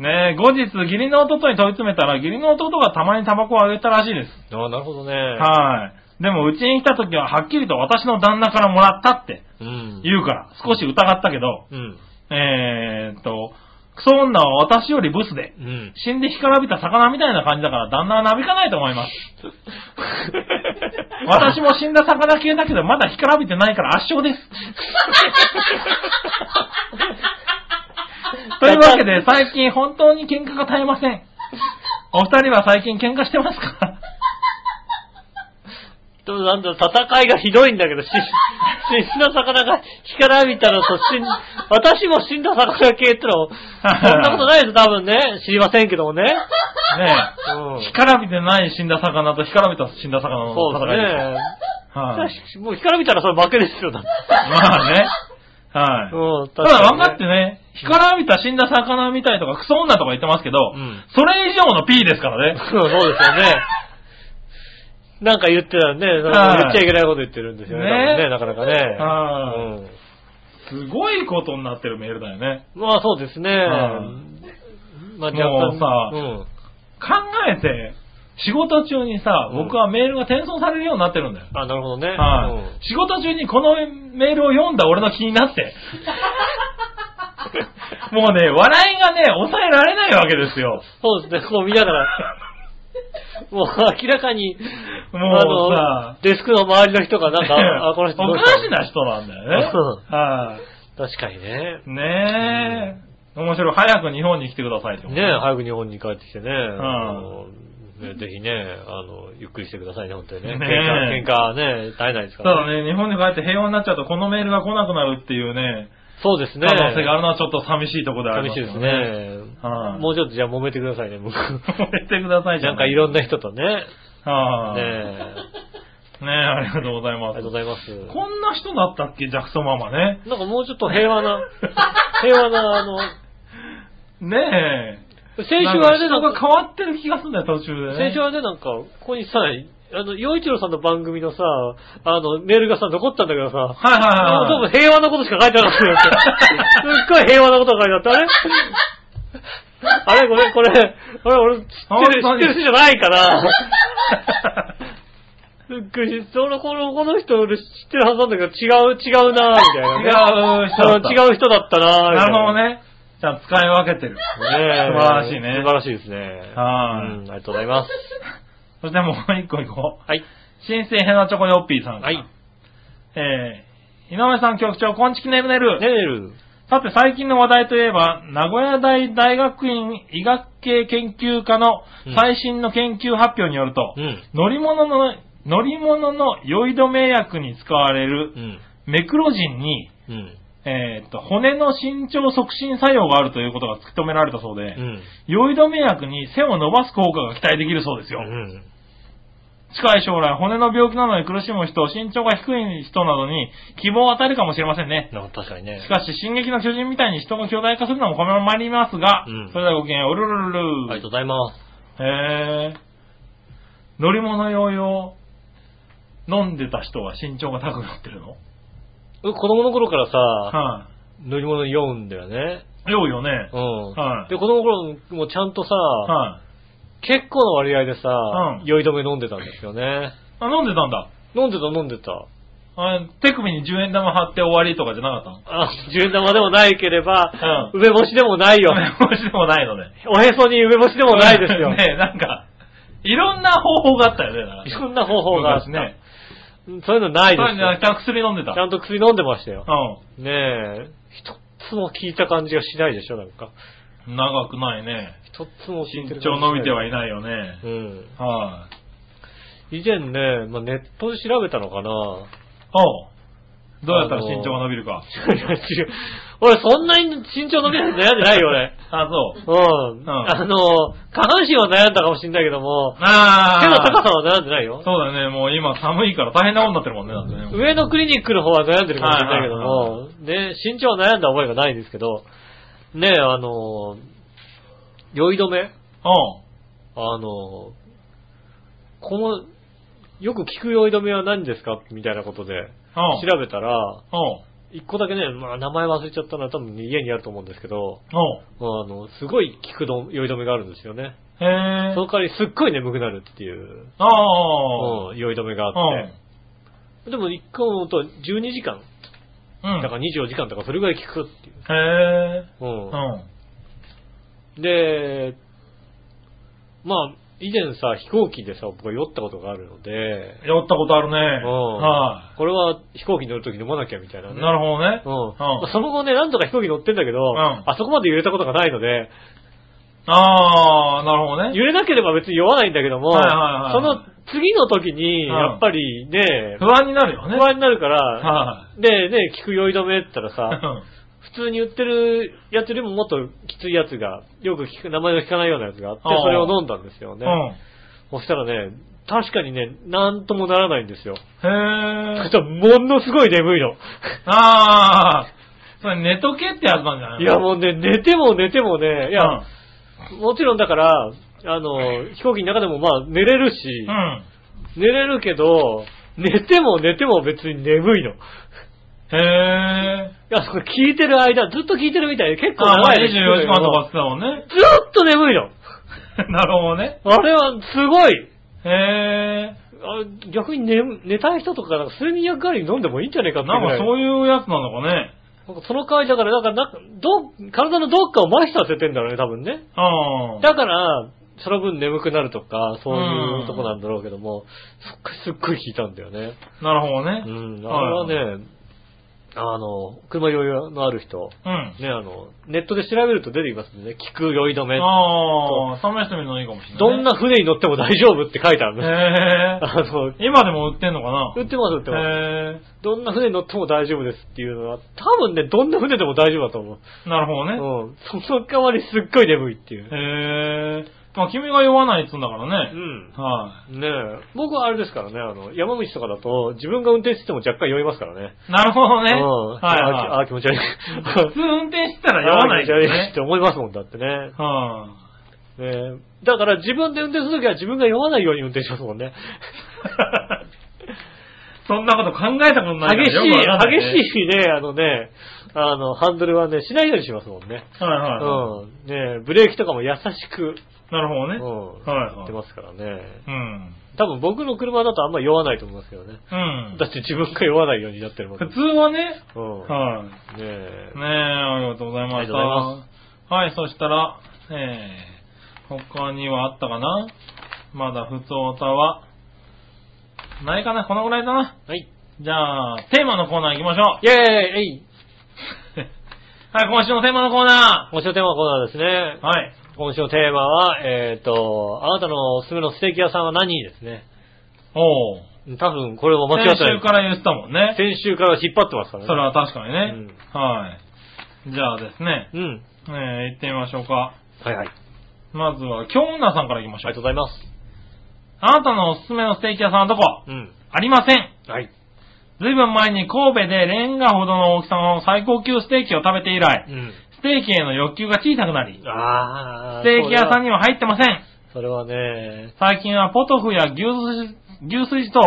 [SPEAKER 3] い。ねえ、後日、義理の弟に問い詰めたら、義理の弟がたまにタバコをあげたらしいです。
[SPEAKER 2] ああ、なるほどね。
[SPEAKER 3] はい。でも、うちに来た時ははっきりと私の旦那からもらったって
[SPEAKER 2] うん。
[SPEAKER 3] 言うから、少し疑ったけど、
[SPEAKER 2] うん。
[SPEAKER 3] えーっと、クソ女は私よりブスで、
[SPEAKER 2] うん。
[SPEAKER 3] 死んで干からびた魚みたいな感じだから旦那はなびかないと思います。 私も死 んだ魚系だけどまだ干からびてないから圧勝です。 というわけで最近本当に喧嘩が絶えません。お二人は最近喧嘩してますか
[SPEAKER 2] でもなんだ、戦いがひどいんだけど、し 死んだ魚が干からびたのと、死ん、私も死んだ魚系っての、そんなことないです、多分ね。知りませんけどもね。
[SPEAKER 3] ね
[SPEAKER 2] う
[SPEAKER 3] え。干
[SPEAKER 2] ん。
[SPEAKER 3] からびてない死んだ魚と干からびた死んだ魚の
[SPEAKER 2] そう
[SPEAKER 3] 戦いです。
[SPEAKER 2] で
[SPEAKER 3] はい、
[SPEAKER 2] すね。もう干からびたらそれ負けですよ、だって
[SPEAKER 3] まあね。はい、
[SPEAKER 2] うん、
[SPEAKER 3] ただ分かって
[SPEAKER 2] る。
[SPEAKER 3] ね、干からびた死んだ魚みたいとか、クソ女とか言ってますけど、
[SPEAKER 2] ん
[SPEAKER 3] それ以上の P ですからね。
[SPEAKER 2] そうそうですよね。なんか言ってたんで、その
[SPEAKER 3] はい
[SPEAKER 2] 言っちゃいけないこと言ってるんですよね。
[SPEAKER 3] ね
[SPEAKER 2] 多分ねなかなかね。
[SPEAKER 3] は
[SPEAKER 2] うん
[SPEAKER 3] すごいことになってるメールだよね。
[SPEAKER 2] まあそうですね。
[SPEAKER 3] はい
[SPEAKER 2] まあ
[SPEAKER 3] もうさ
[SPEAKER 2] うん。
[SPEAKER 3] 考えて、仕事中にさ、
[SPEAKER 2] うん
[SPEAKER 3] 僕はメールが転送されるようになってるんだよ。
[SPEAKER 2] あ、なるほどね。
[SPEAKER 3] はい、
[SPEAKER 2] うん
[SPEAKER 3] 仕事中にこのメールを読んだ俺の気にな って。もうね、笑いがね、抑えられないわけですよ。
[SPEAKER 2] そうですね、こう見なが ら。もう明らかに、
[SPEAKER 3] もう
[SPEAKER 2] あ
[SPEAKER 3] さ
[SPEAKER 2] の、デスクの周りの人がなん か、あ、この人ど
[SPEAKER 3] お
[SPEAKER 2] う
[SPEAKER 3] か
[SPEAKER 2] した
[SPEAKER 3] しな人なんだよね。はい、
[SPEAKER 2] 確かにね。
[SPEAKER 3] ねえ。面白い。早く日本に来てくださいって思う
[SPEAKER 2] ねえ、早く日本に帰ってきてね。あの
[SPEAKER 3] ん
[SPEAKER 2] ねぜひね、あの、ゆっくりしてくださいね、本当にね。
[SPEAKER 3] ね
[SPEAKER 2] 喧
[SPEAKER 3] え
[SPEAKER 2] 嘩、喧嘩ね、絶えないですか
[SPEAKER 3] ただ
[SPEAKER 2] ら。
[SPEAKER 3] ね、日本に帰って平和になっちゃうと、このメールが来なくなるっていうね、
[SPEAKER 2] そうですね。
[SPEAKER 3] 可能性があるのはちょっと寂しいところではあり
[SPEAKER 2] 寂
[SPEAKER 3] ま
[SPEAKER 2] し
[SPEAKER 3] す
[SPEAKER 2] い
[SPEAKER 3] よ
[SPEAKER 2] ですね。
[SPEAKER 3] ね。はい
[SPEAKER 2] もうちょっとじゃあ揉めてくださいね、 僕。
[SPEAKER 3] やってくださいじゃ
[SPEAKER 2] なんかいろん
[SPEAKER 3] な。
[SPEAKER 2] な人とね。
[SPEAKER 3] は
[SPEAKER 2] ね
[SPEAKER 3] い
[SPEAKER 2] え。
[SPEAKER 3] ねえ、ありがとうござい
[SPEAKER 2] あり
[SPEAKER 3] ま
[SPEAKER 2] がとうご
[SPEAKER 3] す。
[SPEAKER 2] ざいます。
[SPEAKER 3] こんな人だったっけ、ジャクソンママね。
[SPEAKER 2] なんかもうちょっと平和な、 平和な、あの、
[SPEAKER 3] ね
[SPEAKER 2] 先
[SPEAKER 3] え。
[SPEAKER 2] 週あれでな
[SPEAKER 3] なん
[SPEAKER 2] ん
[SPEAKER 3] か
[SPEAKER 2] か、
[SPEAKER 3] 人が変わってる気がするんだよ、途中でね。
[SPEAKER 2] 先週あれでなんか、ここにさ、あの、洋一郎さんの番組のさ、あの、メールがさ、残ったんだけどさ、
[SPEAKER 3] はい
[SPEAKER 2] なん
[SPEAKER 3] はい
[SPEAKER 2] か
[SPEAKER 3] はい
[SPEAKER 2] どう
[SPEAKER 3] は
[SPEAKER 2] も
[SPEAKER 3] い。
[SPEAKER 2] 平和なことしか書いてなかったよ。 すっごい平和なことが書いてあった。あれあれ、ご めん、これ、これ俺、知ってる、知
[SPEAKER 3] 本当
[SPEAKER 2] っ
[SPEAKER 3] に
[SPEAKER 2] てる人じゃないから。すっごい、その、この、この人俺知ってるはずなんだけど、違う、違うなぁ、みたいな、ね。
[SPEAKER 3] 違う人だった
[SPEAKER 2] あの違う人だったなぁ、みた
[SPEAKER 3] ないるほど。ね。じゃあ使い分けてる。
[SPEAKER 2] ねえ
[SPEAKER 3] 素晴らしいね
[SPEAKER 2] 素晴らしいですね。
[SPEAKER 3] はい
[SPEAKER 2] うん、ありがとうございます。
[SPEAKER 3] そしてもう一個行こう。
[SPEAKER 2] はい。
[SPEAKER 3] 新生ヘナチョコヨッピーさん。
[SPEAKER 2] はい。ね。
[SPEAKER 3] えー、井上さん局長、こんちきねるねる。
[SPEAKER 2] える。
[SPEAKER 3] さて、最近の話題といえば、名古屋大大学院医学系研究科の
[SPEAKER 2] うん
[SPEAKER 3] 最新の研究発表によると、
[SPEAKER 2] うん。
[SPEAKER 3] 乗り物の、乗り物の酔い止め薬に使われる
[SPEAKER 2] うん。
[SPEAKER 3] メクロジンに、
[SPEAKER 2] うん。
[SPEAKER 3] えーっと、骨の伸長促進作用があるということが突き止められたそうで、
[SPEAKER 2] うん。
[SPEAKER 3] 酔い止め薬に背を伸ばす効果が期待できるそうです
[SPEAKER 2] う
[SPEAKER 3] よ。
[SPEAKER 2] ん。
[SPEAKER 3] 近い将来、骨の病気などに苦しむ人、身長が低い人などに希望を与えるかもしれませんね。
[SPEAKER 2] なんか確かにね
[SPEAKER 3] し。かし、進撃の巨人みたいに人が巨大化するのも困りますが、
[SPEAKER 2] うん
[SPEAKER 3] それではごきげんよう、おるるる
[SPEAKER 2] ありが
[SPEAKER 3] る
[SPEAKER 2] とうございます。
[SPEAKER 3] へー。乗り物用用、飲んでた人は身長が高くなってるの
[SPEAKER 2] 僕子供の頃からさ、
[SPEAKER 3] は
[SPEAKER 2] 乗り物に酔うんだよね。
[SPEAKER 3] い。酔うよね
[SPEAKER 2] う。ん。
[SPEAKER 3] はい
[SPEAKER 2] で、子供の頃もちゃんとさ、
[SPEAKER 3] はい。
[SPEAKER 2] 結構の割合でさ、
[SPEAKER 3] うん
[SPEAKER 2] 酔い止め飲んでたんですよね。
[SPEAKER 3] あ、飲んでたんだ。
[SPEAKER 2] 飲んでた飲んでた。
[SPEAKER 3] あ手首に10円玉貼って終わりとかじゃなかっ
[SPEAKER 2] あ、十円玉でもないければ、
[SPEAKER 3] う
[SPEAKER 2] 梅干しでもない よ
[SPEAKER 3] た。のもしでもないのね。
[SPEAKER 2] おへそに梅干しでもないですよ。
[SPEAKER 3] ねなんか、いろんな方法があったよね、だから
[SPEAKER 2] いろんな方法があった
[SPEAKER 3] 昔ね。
[SPEAKER 2] うんそういうのないです
[SPEAKER 3] そうじゃな
[SPEAKER 2] よ
[SPEAKER 3] く。て薬飲んでた。
[SPEAKER 2] ちゃんと薬飲んでましたよ。
[SPEAKER 3] う
[SPEAKER 2] ねえ、一つも効いた感じがしないでしょ、なんか。
[SPEAKER 3] ん。長くないね。
[SPEAKER 2] 一つも効いて
[SPEAKER 3] 身
[SPEAKER 2] る感じしな。
[SPEAKER 3] 長伸びてはいいないよね
[SPEAKER 2] う。ん。
[SPEAKER 3] は
[SPEAKER 2] 以前ね、まあ、ネットで調べたのかな。
[SPEAKER 3] い。おう。どうやったら身長が伸びるか。
[SPEAKER 2] 違う。 俺、そんなに身長伸びるの悩んでないよ、俺。
[SPEAKER 3] あ、そ
[SPEAKER 2] う
[SPEAKER 3] う。
[SPEAKER 2] ん。
[SPEAKER 3] ん
[SPEAKER 2] あの、下半身は悩んだかもしんないけども、
[SPEAKER 3] あ
[SPEAKER 2] 手の高さ
[SPEAKER 3] を。
[SPEAKER 2] は悩んでないよ。
[SPEAKER 3] そうだね、もう今寒いから大変なことになってるもんね、だってね。
[SPEAKER 2] 上のクリニックの方は悩んでるかもしれないけど
[SPEAKER 3] はい
[SPEAKER 2] も、ね、身長は悩んだ覚えがないですけど、ね、あの、酔い止め
[SPEAKER 3] うん。
[SPEAKER 2] あの、この、よく聞く酔い止めは何ですかみたいなことで、
[SPEAKER 3] うん。
[SPEAKER 2] 調べたら、
[SPEAKER 3] うん。
[SPEAKER 2] 一個だけね、まあ名前忘れちゃったのは多分家にあると思うんですけど、
[SPEAKER 3] うん。
[SPEAKER 2] あの、すごい効くど酔い止めがあるんですよね。
[SPEAKER 3] へぇー。
[SPEAKER 2] その代わりすっごい眠くなるっていう、
[SPEAKER 3] あ
[SPEAKER 2] うん酔い止めが
[SPEAKER 3] あ。う
[SPEAKER 2] あって
[SPEAKER 3] ん。。
[SPEAKER 2] でも一個もと12時間、
[SPEAKER 3] うん。
[SPEAKER 2] だから24時間とかそれぐらい効くっていう。
[SPEAKER 3] へ
[SPEAKER 2] う
[SPEAKER 3] ぇ
[SPEAKER 2] ん
[SPEAKER 3] ー。うん。
[SPEAKER 2] で、まあ、以前さ、飛行機でさ、僕は酔ったことがあるので、
[SPEAKER 3] 酔ったことあるね。
[SPEAKER 2] うん
[SPEAKER 3] は
[SPEAKER 2] これは飛行機乗るとき飲まなきゃみたいなね。
[SPEAKER 3] い。なるほどね。
[SPEAKER 2] うん
[SPEAKER 3] うん
[SPEAKER 2] その後ね、なんとか飛行機乗ってんだけど、
[SPEAKER 3] ん
[SPEAKER 2] あそこまで揺れたことがないので、
[SPEAKER 3] ああ、なるほどね。
[SPEAKER 2] 揺れなければ別に酔わないんだけども、
[SPEAKER 3] はいはいはい
[SPEAKER 2] その次の時に、
[SPEAKER 3] うん
[SPEAKER 2] やっぱりね、
[SPEAKER 3] 不安になるよね。
[SPEAKER 2] 不安になるから、
[SPEAKER 3] は
[SPEAKER 2] で、ね、聞く酔い止めって言ったら
[SPEAKER 3] い。
[SPEAKER 2] さ、普通に売ってるやつよりももっときついやつが、よく聞く、名前の聞かないようなやつがあって、
[SPEAKER 3] あー
[SPEAKER 2] それを飲んだんですよ
[SPEAKER 3] う
[SPEAKER 2] ね。
[SPEAKER 3] ん。
[SPEAKER 2] そしたらね、確かにね、なんともならないんですよ。
[SPEAKER 3] へ
[SPEAKER 2] そし
[SPEAKER 3] ぇー。
[SPEAKER 2] たらものすごい眠いの。
[SPEAKER 3] ああ、それ寝とけってやつなんじゃない
[SPEAKER 2] いやもうね、寝ても寝てもね、い
[SPEAKER 3] い
[SPEAKER 2] や、
[SPEAKER 3] うん。
[SPEAKER 2] もちろんだから、あの、飛行機の中でもまあ寝れるし、
[SPEAKER 3] うん
[SPEAKER 2] 寝れるけど、寝ても寝ても別に眠いの。い
[SPEAKER 3] へぇー。
[SPEAKER 2] や、それ聞いてる間、ずっと聞いてるみたいで結構
[SPEAKER 3] ああ、まあ
[SPEAKER 2] 長いね
[SPEAKER 3] 24時間とかって言ってたもんね。
[SPEAKER 2] ずーっと眠いの。
[SPEAKER 3] なるほどね。
[SPEAKER 2] あれはすごい。
[SPEAKER 3] へ
[SPEAKER 2] あ逆に寝、寝たい人とか、なんか睡眠薬代わりに飲んでもいいんじゃねえか
[SPEAKER 3] ぇ
[SPEAKER 2] っ
[SPEAKER 3] ー。
[SPEAKER 2] て
[SPEAKER 3] なんかそう
[SPEAKER 2] いう
[SPEAKER 3] いうやつなのかね。
[SPEAKER 2] ぐらい。なんかその代わりだから、なんか、なんかどっ、体のどっかを麻痺させてんだろうね、多分ね。
[SPEAKER 3] うん。
[SPEAKER 2] だから、その分眠くなるとか、そういうとこなんだろうけども、すっごい、すっごい効いたんだよね。
[SPEAKER 3] なるほどね
[SPEAKER 2] う。ん、あれはね、あの、車酔いのある人、
[SPEAKER 3] うん。
[SPEAKER 2] ね、あの、ネットで調べると出てきますんでね、聞く酔い止め。
[SPEAKER 3] ああ、試してみるのいいかもしれないね。
[SPEAKER 2] どんな船に乗っても大丈夫って書いてあるね。
[SPEAKER 3] へ
[SPEAKER 2] あの、
[SPEAKER 3] え。今でも売ってんのかな
[SPEAKER 2] 売ってます、売ってます。
[SPEAKER 3] へえ。
[SPEAKER 2] どんな船に乗っても大丈夫ですっていうのは、多分ね、どんな船でも大丈夫だと思う。
[SPEAKER 3] なるほどね。
[SPEAKER 2] うん。その代わりすっごい眠いっていう。
[SPEAKER 3] へえ。まあ君が酔わないっつうんだから
[SPEAKER 2] う
[SPEAKER 3] ね。
[SPEAKER 2] ん。
[SPEAKER 3] は
[SPEAKER 2] ねえ。僕はあれですからね、あの、山道とかだと、自分が運転してても若干酔いますからね。
[SPEAKER 3] い。なるほどね。
[SPEAKER 2] うん。
[SPEAKER 3] はいはい。
[SPEAKER 2] ああ、気持ち悪い。
[SPEAKER 3] 普通運転してたら酔わない
[SPEAKER 2] じ
[SPEAKER 3] け
[SPEAKER 2] ゃ
[SPEAKER 3] ど
[SPEAKER 2] ねっ
[SPEAKER 3] ね。
[SPEAKER 2] て思いますもんだってね。
[SPEAKER 3] は
[SPEAKER 2] ねえだから自分で運転するときは自分が酔わないように運転しますもんね。
[SPEAKER 3] あ。そんなこと考えたことないから
[SPEAKER 2] 激しい、
[SPEAKER 3] よくわかんない、ね。
[SPEAKER 2] 激しいね、あのね、あの、ハンドルはね、しないようにしますもんね。
[SPEAKER 3] い。は
[SPEAKER 2] う
[SPEAKER 3] いは
[SPEAKER 2] ん。ねえブレーキとかも優しく、
[SPEAKER 3] い。なるほど
[SPEAKER 2] う
[SPEAKER 3] ね。
[SPEAKER 2] ん、
[SPEAKER 3] はい
[SPEAKER 2] やっ
[SPEAKER 3] は
[SPEAKER 2] て
[SPEAKER 3] い。
[SPEAKER 2] ますからね。
[SPEAKER 3] うん。
[SPEAKER 2] 多分僕の車だとあんま酔わないと思いますけどね。
[SPEAKER 3] うん
[SPEAKER 2] だ。って自分が酔わないようになってるもん。
[SPEAKER 3] 普通 はね。
[SPEAKER 2] うん。
[SPEAKER 3] はい。
[SPEAKER 2] ねえ。
[SPEAKER 3] ねえ、ありがとうございました。
[SPEAKER 2] ありがとうござい
[SPEAKER 3] はい、そしたら、えー、他にはあったかなまだ普通歌は、ないかなこのぐらいだな。
[SPEAKER 2] はい。
[SPEAKER 3] じゃあ、テーマのコーナー行きましょう。
[SPEAKER 2] イェーイえい
[SPEAKER 3] はい、今週のテーマのコーナ
[SPEAKER 2] 今週のテーマはこーナーですね
[SPEAKER 3] ー。はい。
[SPEAKER 2] 今週のテーマは、えっ、と、あなたのおすすめのステーキ屋さんは何ですね。
[SPEAKER 3] おー。
[SPEAKER 2] 多分これも間違っ
[SPEAKER 3] 先
[SPEAKER 2] てな
[SPEAKER 3] 週
[SPEAKER 2] い。
[SPEAKER 3] から言ってたもんね。
[SPEAKER 2] 先週から引っ張ってますからね。
[SPEAKER 3] それは確かにね。はい。じゃあですね、
[SPEAKER 2] うん。
[SPEAKER 3] えー、行ってみましょうか。
[SPEAKER 2] はいはい。あり
[SPEAKER 3] まずは、京女さんから行きましょ
[SPEAKER 2] が
[SPEAKER 3] う
[SPEAKER 2] とう。ございます。
[SPEAKER 3] あなたのおすすめのステーキ屋さんはどこ
[SPEAKER 2] うん。
[SPEAKER 3] ありません。
[SPEAKER 2] はい。
[SPEAKER 3] ずいぶん前に神戸でレンガほどの大きさの最高級ステーキを食べて以来
[SPEAKER 2] う、ん。
[SPEAKER 3] ステーキへの欲求が小さくなり、
[SPEAKER 2] あ
[SPEAKER 3] ステーキ屋さんには入ってません。
[SPEAKER 2] それはね、
[SPEAKER 3] 最近はポトフや牛すじ、牛すじと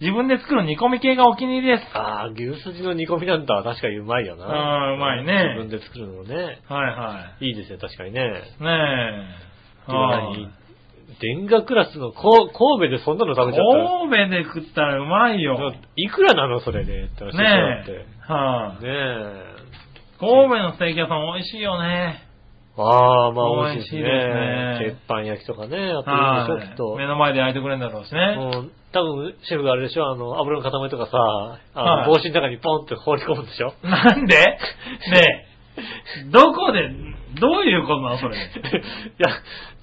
[SPEAKER 3] 自分で作る煮込み系がお気に入りです。
[SPEAKER 2] ああ、牛すじの煮込みなんだ。確かにうまいよな。
[SPEAKER 3] あーうまいね
[SPEAKER 2] 自分で作るのね。
[SPEAKER 3] はいはい
[SPEAKER 2] いですね、確かにね。
[SPEAKER 3] い。ねえ。はい
[SPEAKER 2] 電ガクラスのこ神戸でそんなの食べちゃったら。
[SPEAKER 3] 神戸で食ったらうまいよ。ね
[SPEAKER 2] いくらなのそれでって話
[SPEAKER 3] え。
[SPEAKER 2] だよだって。ね
[SPEAKER 3] はい、
[SPEAKER 2] え。
[SPEAKER 3] 神戸のステーキ屋さん美味しいよね。
[SPEAKER 2] ああ、まあ美味しいです
[SPEAKER 3] 美味しい
[SPEAKER 2] ね
[SPEAKER 3] で。すね
[SPEAKER 2] 鉄板焼きとかね、やってるん
[SPEAKER 3] は
[SPEAKER 2] でしょ、き
[SPEAKER 3] い
[SPEAKER 2] っと。
[SPEAKER 3] 目の前で焼いてくれるんだろうしね。
[SPEAKER 2] うん多分、シェフがあれでしょあの、油の塊とかさ、あ
[SPEAKER 3] はい
[SPEAKER 2] の、帽子の中にポンって放り込むんでしょ
[SPEAKER 3] なんでねえ。どこで、どういうことなのそれ。
[SPEAKER 2] いや、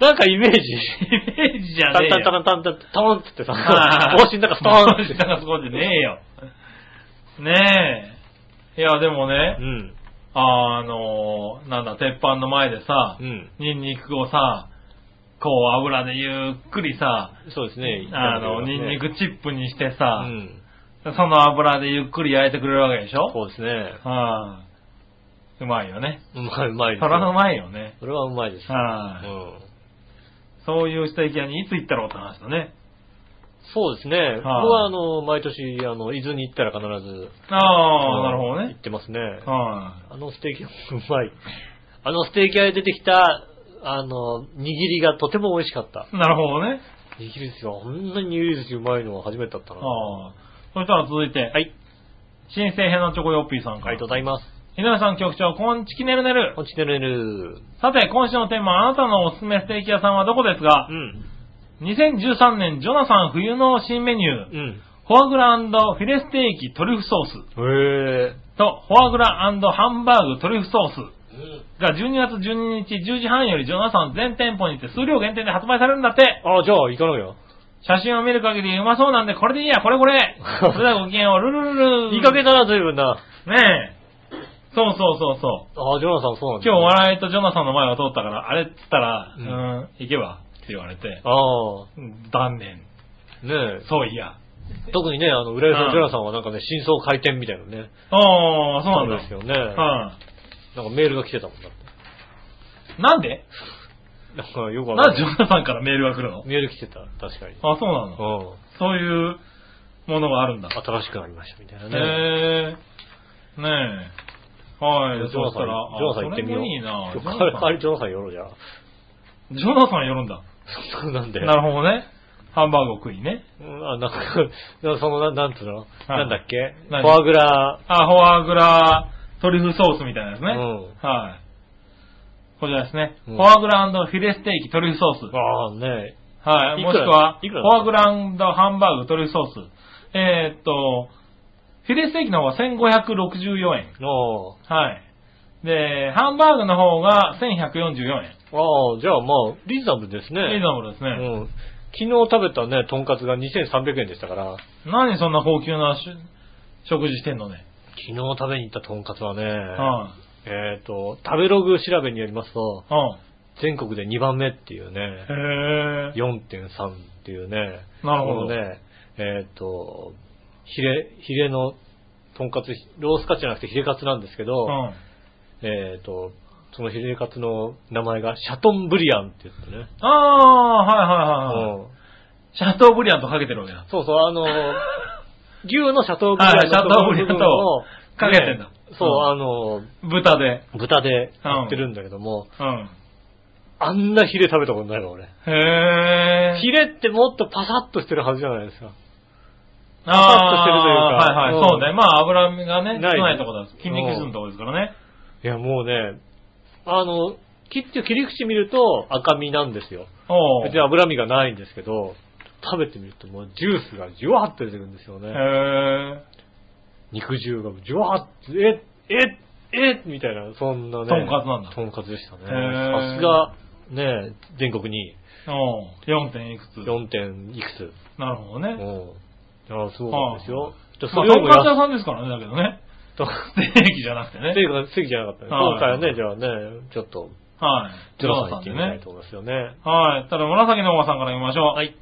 [SPEAKER 2] なんかイメージ。
[SPEAKER 3] イメージじ
[SPEAKER 2] タ
[SPEAKER 3] ゃ
[SPEAKER 2] ン
[SPEAKER 3] ねえ
[SPEAKER 2] タンタ
[SPEAKER 3] よ。
[SPEAKER 2] ンタンタンタンタンってさ、
[SPEAKER 3] はい
[SPEAKER 2] 帽子の中ストーンって。
[SPEAKER 3] 帽子の中ストーンってねえよ。ねえ。いや、でもね
[SPEAKER 2] う、ん。
[SPEAKER 3] あの、なんだ、鉄板の前でさ
[SPEAKER 2] う、ん。
[SPEAKER 3] ニンニクをさ、こう油でゆっくりさ、
[SPEAKER 2] そうですね。
[SPEAKER 3] あの、ニンニクチップにしてさ、
[SPEAKER 2] うん。
[SPEAKER 3] その油でゆっくり焼いてくれるわけでしょ
[SPEAKER 2] そうですね。
[SPEAKER 3] はいうまいよね。
[SPEAKER 2] うまい、うまい
[SPEAKER 3] そ
[SPEAKER 2] です
[SPEAKER 3] れはう
[SPEAKER 2] よ。
[SPEAKER 3] まいよね。
[SPEAKER 2] それはうまいですよ。
[SPEAKER 3] はい
[SPEAKER 2] うん。
[SPEAKER 3] そういうステーキ屋にいつ行ったろうって話だね。
[SPEAKER 2] そうですね。僕
[SPEAKER 3] はい
[SPEAKER 2] はあの、毎年、あの、伊豆に行ったら必ず。
[SPEAKER 3] ああ、
[SPEAKER 2] の
[SPEAKER 3] なるほど
[SPEAKER 2] 行
[SPEAKER 3] ね
[SPEAKER 2] っ。てますね。
[SPEAKER 3] は
[SPEAKER 2] あのステーキもうまい。あのステーキ屋で出てきた、あの、握りがとても美味しかった。
[SPEAKER 3] い。なるほどね。
[SPEAKER 2] 握り寿司は、こんなに握り寿司うまいのは初めてだったな。あ
[SPEAKER 3] ああ。そしたら続いて。
[SPEAKER 2] はい。
[SPEAKER 3] 新生編のチョコヨッピーさん
[SPEAKER 2] り
[SPEAKER 3] か
[SPEAKER 2] が
[SPEAKER 3] ら
[SPEAKER 2] とう。ございます。
[SPEAKER 3] ひなさん局長、こんちきねるねる
[SPEAKER 2] こ。んちねるねる。
[SPEAKER 3] さて、今週のテーマ、あなたのおすすめステーキ屋さんはどこですが
[SPEAKER 2] う、ん。
[SPEAKER 3] 2013年、ジョナサン冬の新メニュー、
[SPEAKER 2] うん。
[SPEAKER 3] フォアグラフィレステーキトリュフソース。
[SPEAKER 2] へえ。
[SPEAKER 3] と、フォアグラハンバーグトリュフソース
[SPEAKER 2] うん。
[SPEAKER 3] が12月12日10時半よりジョナサン全店舗にて数量限定で発売されるんだって。
[SPEAKER 2] あ、じゃあ行かなきゃ。
[SPEAKER 3] 写真を見る限りうまそうなんでこれでいいや、これ これ。それではご機嫌をルルルル。
[SPEAKER 2] いい加減だな、随分な。
[SPEAKER 3] ねえ。そうそうそうそう。
[SPEAKER 2] あ、ジョナサンそうなんだ。
[SPEAKER 3] 今日お笑いとジョナサンの前を通ったから、あれっつったら、
[SPEAKER 2] う
[SPEAKER 3] うんん、行けばって言われて、
[SPEAKER 2] ああ、
[SPEAKER 3] うん断念。
[SPEAKER 2] ねえ。
[SPEAKER 3] そういや。
[SPEAKER 2] 特にね、あの、浦井さ
[SPEAKER 3] うん
[SPEAKER 2] ん、ジョナサンはなんかね、真相回転みたいなのね。
[SPEAKER 3] ああ、そうなんだ。
[SPEAKER 2] ですよね。
[SPEAKER 3] は
[SPEAKER 2] なんかメールが来てたもんだって。
[SPEAKER 3] い。なんで
[SPEAKER 2] なんかよくわか
[SPEAKER 3] なんんで
[SPEAKER 2] な
[SPEAKER 3] ジ
[SPEAKER 2] い。
[SPEAKER 3] ョナサンからメールが来るの
[SPEAKER 2] メール来てた、確かに。
[SPEAKER 3] あ、そうなの
[SPEAKER 2] うん。
[SPEAKER 3] そういうものがあるんだ。
[SPEAKER 2] 新しくなりましたみたいなね。
[SPEAKER 3] へえ。ねえ。はい。
[SPEAKER 2] ジョナサン、ジョナサン行ってみよう。
[SPEAKER 3] あそれもいい な
[SPEAKER 2] ちょ
[SPEAKER 3] ジョナ
[SPEAKER 2] 代わ
[SPEAKER 3] サ
[SPEAKER 2] りジョナサン寄ろうじゃあ。
[SPEAKER 3] ン。ジョナサン寄るんだ。
[SPEAKER 2] そうなんだよ。
[SPEAKER 3] なるほどね。ハンバーグを食いね。
[SPEAKER 2] うんあ、なんか、なんか その、なんなんつうのなんだっけフ
[SPEAKER 3] 何
[SPEAKER 2] ォアグラ、
[SPEAKER 3] あ、フォアグラトリュフソースみたいなやつね。
[SPEAKER 2] う
[SPEAKER 3] はい。こちらですね。
[SPEAKER 2] うん
[SPEAKER 3] フォアグラフィレステーキトリュフソース。
[SPEAKER 2] ああね、
[SPEAKER 3] はい。
[SPEAKER 2] い
[SPEAKER 3] も
[SPEAKER 2] く
[SPEAKER 3] しく
[SPEAKER 2] ら
[SPEAKER 3] は、フ
[SPEAKER 2] いくら
[SPEAKER 3] ォアグラハンバーグトリュフソース。えーっと、フィレステーキの方が1564円。
[SPEAKER 2] あ
[SPEAKER 3] はい。で、ハンバーグの方が1144円。
[SPEAKER 2] あ、ああ、じゃあまあ、リーズナブルですね。
[SPEAKER 3] リーズナブルですね。
[SPEAKER 2] うん。昨日食べたね、とんかつが2300円でしたから、
[SPEAKER 3] 何そんな高級なし食事してんのね。
[SPEAKER 2] 昨日食べに行ったとんかつはね、
[SPEAKER 3] は
[SPEAKER 2] えっ、と、食べログ調べによりますと、
[SPEAKER 3] い。うん。
[SPEAKER 2] 全国で2番目っていうね、
[SPEAKER 3] へえ。
[SPEAKER 2] 4.3っていうね、
[SPEAKER 3] なるほど
[SPEAKER 2] このね、えっ、と、ヒレ、ヒレの、とんかつ、ロースカツじゃなくてヒレカツなんですけど、
[SPEAKER 3] うん。
[SPEAKER 2] えっ、と、そのヒレカツの名前がシャトンブリアンって言ってね。
[SPEAKER 3] ああ、はいはいはいはい。
[SPEAKER 2] うん
[SPEAKER 3] シャトーブリアンとかけてるわけだ。
[SPEAKER 2] そうそう、あの、 牛のシャトーブリアンのところの部分を
[SPEAKER 3] はいシャトーブリアンとかけてんだ
[SPEAKER 2] ねそう
[SPEAKER 3] う、ん
[SPEAKER 2] あの、
[SPEAKER 3] 豚で。
[SPEAKER 2] 豚でやってるんだけども、
[SPEAKER 3] うん。
[SPEAKER 2] あんなヒレ食べたことないわ、俺。
[SPEAKER 3] へえ。
[SPEAKER 2] ヒレってもっとパサッとしてるはずじゃないですか。パサッとしてるというか
[SPEAKER 3] ああ、はいは
[SPEAKER 2] う
[SPEAKER 3] い。
[SPEAKER 2] ん
[SPEAKER 3] そうね。まあ、脂身がね、
[SPEAKER 2] ない
[SPEAKER 3] 少ないとこだ。筋肉質のとこですからね。
[SPEAKER 2] いや、もうね、あの、切って切り口見ると赤身なんですよ。
[SPEAKER 3] おう。
[SPEAKER 2] 別に脂身がないんですけど、食べてみるともうジュースがジュワーって出てくるんですよ
[SPEAKER 3] へ
[SPEAKER 2] ね。
[SPEAKER 3] え。
[SPEAKER 2] 肉汁がジュワーって、え、え、え、みたいな、そんなね。
[SPEAKER 3] とんかつなんだ
[SPEAKER 2] とんかつでしたね。
[SPEAKER 3] へー
[SPEAKER 2] さすが、ね、全国に
[SPEAKER 3] おう。4. 点いくつ。
[SPEAKER 2] 4点いくつ。
[SPEAKER 3] なるほど
[SPEAKER 2] う
[SPEAKER 3] ね。
[SPEAKER 2] ん。あそうなんですよ。じゃあそ
[SPEAKER 3] まあ、
[SPEAKER 2] れよ
[SPEAKER 3] と
[SPEAKER 2] り
[SPEAKER 3] ん
[SPEAKER 2] も
[SPEAKER 3] かつ屋
[SPEAKER 2] 安
[SPEAKER 3] さんですからね、だけどね。
[SPEAKER 2] と、
[SPEAKER 3] ステーキじゃなくてね。
[SPEAKER 2] 席が、席じゃなかったね。今回は
[SPEAKER 3] は
[SPEAKER 2] いね、じゃあね、ちょっと、
[SPEAKER 3] はい。
[SPEAKER 2] ジョナさん行って
[SPEAKER 3] ジョ
[SPEAKER 2] み
[SPEAKER 3] ナ
[SPEAKER 2] た
[SPEAKER 3] で
[SPEAKER 2] い
[SPEAKER 3] ね
[SPEAKER 2] と。思いますよね。
[SPEAKER 3] はい。ただ、紫のおばさんから見ましょう。
[SPEAKER 2] はい。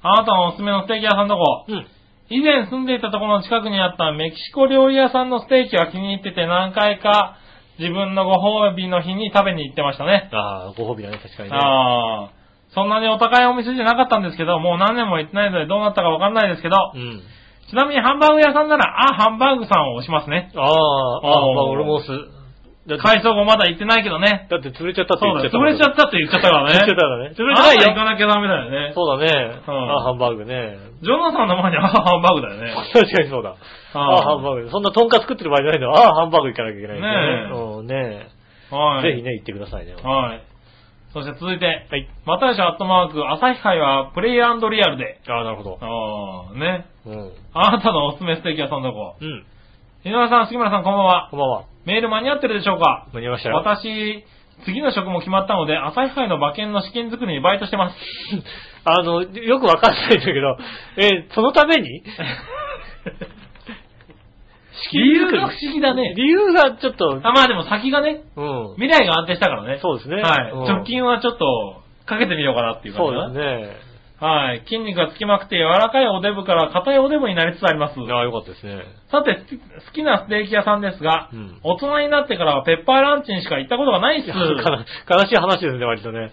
[SPEAKER 3] あなたのおすすめのステーキ屋さんどこ
[SPEAKER 2] うん。
[SPEAKER 3] 以前住んでいたところの近くにあったメキシコ料理屋さんのステーキは気に入ってて何回か自分のご褒美の日に食べに行ってましたね。
[SPEAKER 2] ああ、ご褒美だね、確かにね。
[SPEAKER 3] ああ。そんなにお高いお店じゃなかったんですけど、もう何年も行ってないのでどうなったかわかんないですけど、
[SPEAKER 2] うん。
[SPEAKER 3] ちなみにハンバーグ屋さんなら、あ、ハンバーグさんを押しますね。
[SPEAKER 2] ああ、ああ、
[SPEAKER 3] おー
[SPEAKER 2] まあ俺もす。だって、
[SPEAKER 3] 改装後まだ行ってないけどね。
[SPEAKER 2] だって潰れちゃったって
[SPEAKER 3] そ
[SPEAKER 2] 言
[SPEAKER 3] う
[SPEAKER 2] っ
[SPEAKER 3] だ
[SPEAKER 2] ちゃった
[SPEAKER 3] よ、潰
[SPEAKER 2] もん。
[SPEAKER 3] れちゃったって言っちゃったからね。
[SPEAKER 2] 言っちゃったからね潰れて
[SPEAKER 3] あ
[SPEAKER 2] ないよ
[SPEAKER 3] 行かなきゃダメだよね。
[SPEAKER 2] そうだね。
[SPEAKER 3] うん
[SPEAKER 2] ああ、ハンバーグね。
[SPEAKER 3] ジョナサンの前に、 あ、ハンバーグだよね。
[SPEAKER 2] 確かにそうだ。ああ、 ハンバーグ。そんなトンカツ作ってる場合じゃないの。ああ、ハンバーグ行かなきゃいけないんだよね。うんね
[SPEAKER 3] はい。
[SPEAKER 2] ぜひね、行ってくださいね。は
[SPEAKER 3] はい。そして続いて、
[SPEAKER 2] い。
[SPEAKER 3] またよしアットマーク、朝日会はプレイリアルで。
[SPEAKER 2] ああ、なるほど。
[SPEAKER 3] あー、ね。
[SPEAKER 2] うん。
[SPEAKER 3] あなたのおすすめステーキ屋さんどこ
[SPEAKER 2] うん。
[SPEAKER 3] 井上さん、杉村さん、こんばんは。
[SPEAKER 2] こんばんは。
[SPEAKER 3] メール間に合ってるでしょうか
[SPEAKER 2] 間に合いましたよ。
[SPEAKER 3] 私、次の職も決まったので、朝日会の馬券の資金作りにバイトし てます。
[SPEAKER 2] あの、よくわかんないんだけど、えーそのために地球
[SPEAKER 3] 理
[SPEAKER 2] 儀
[SPEAKER 3] 由
[SPEAKER 2] 作り
[SPEAKER 3] が不思議だね。
[SPEAKER 2] 理由がちょっと、
[SPEAKER 3] あ、まあでも先がね、
[SPEAKER 2] うん。
[SPEAKER 3] 未来が安定したからね。
[SPEAKER 2] そうですね。
[SPEAKER 3] はい。
[SPEAKER 2] うん
[SPEAKER 3] 直近はちょっと、かけてみようかなっていう感
[SPEAKER 2] そ
[SPEAKER 3] じ
[SPEAKER 2] う
[SPEAKER 3] だ
[SPEAKER 2] だ
[SPEAKER 3] な
[SPEAKER 2] ね。
[SPEAKER 3] はい。筋肉がつきまくて柔らかいおデブから硬いおデブになりつつあります。
[SPEAKER 2] ああ、よかったですね。
[SPEAKER 3] さて、好好きなステーキ屋さんですが、
[SPEAKER 2] うん
[SPEAKER 3] 大人になってからはペッパーランチにしか行ったことがないっす。
[SPEAKER 2] いや悲悲しい話ですね、割とね。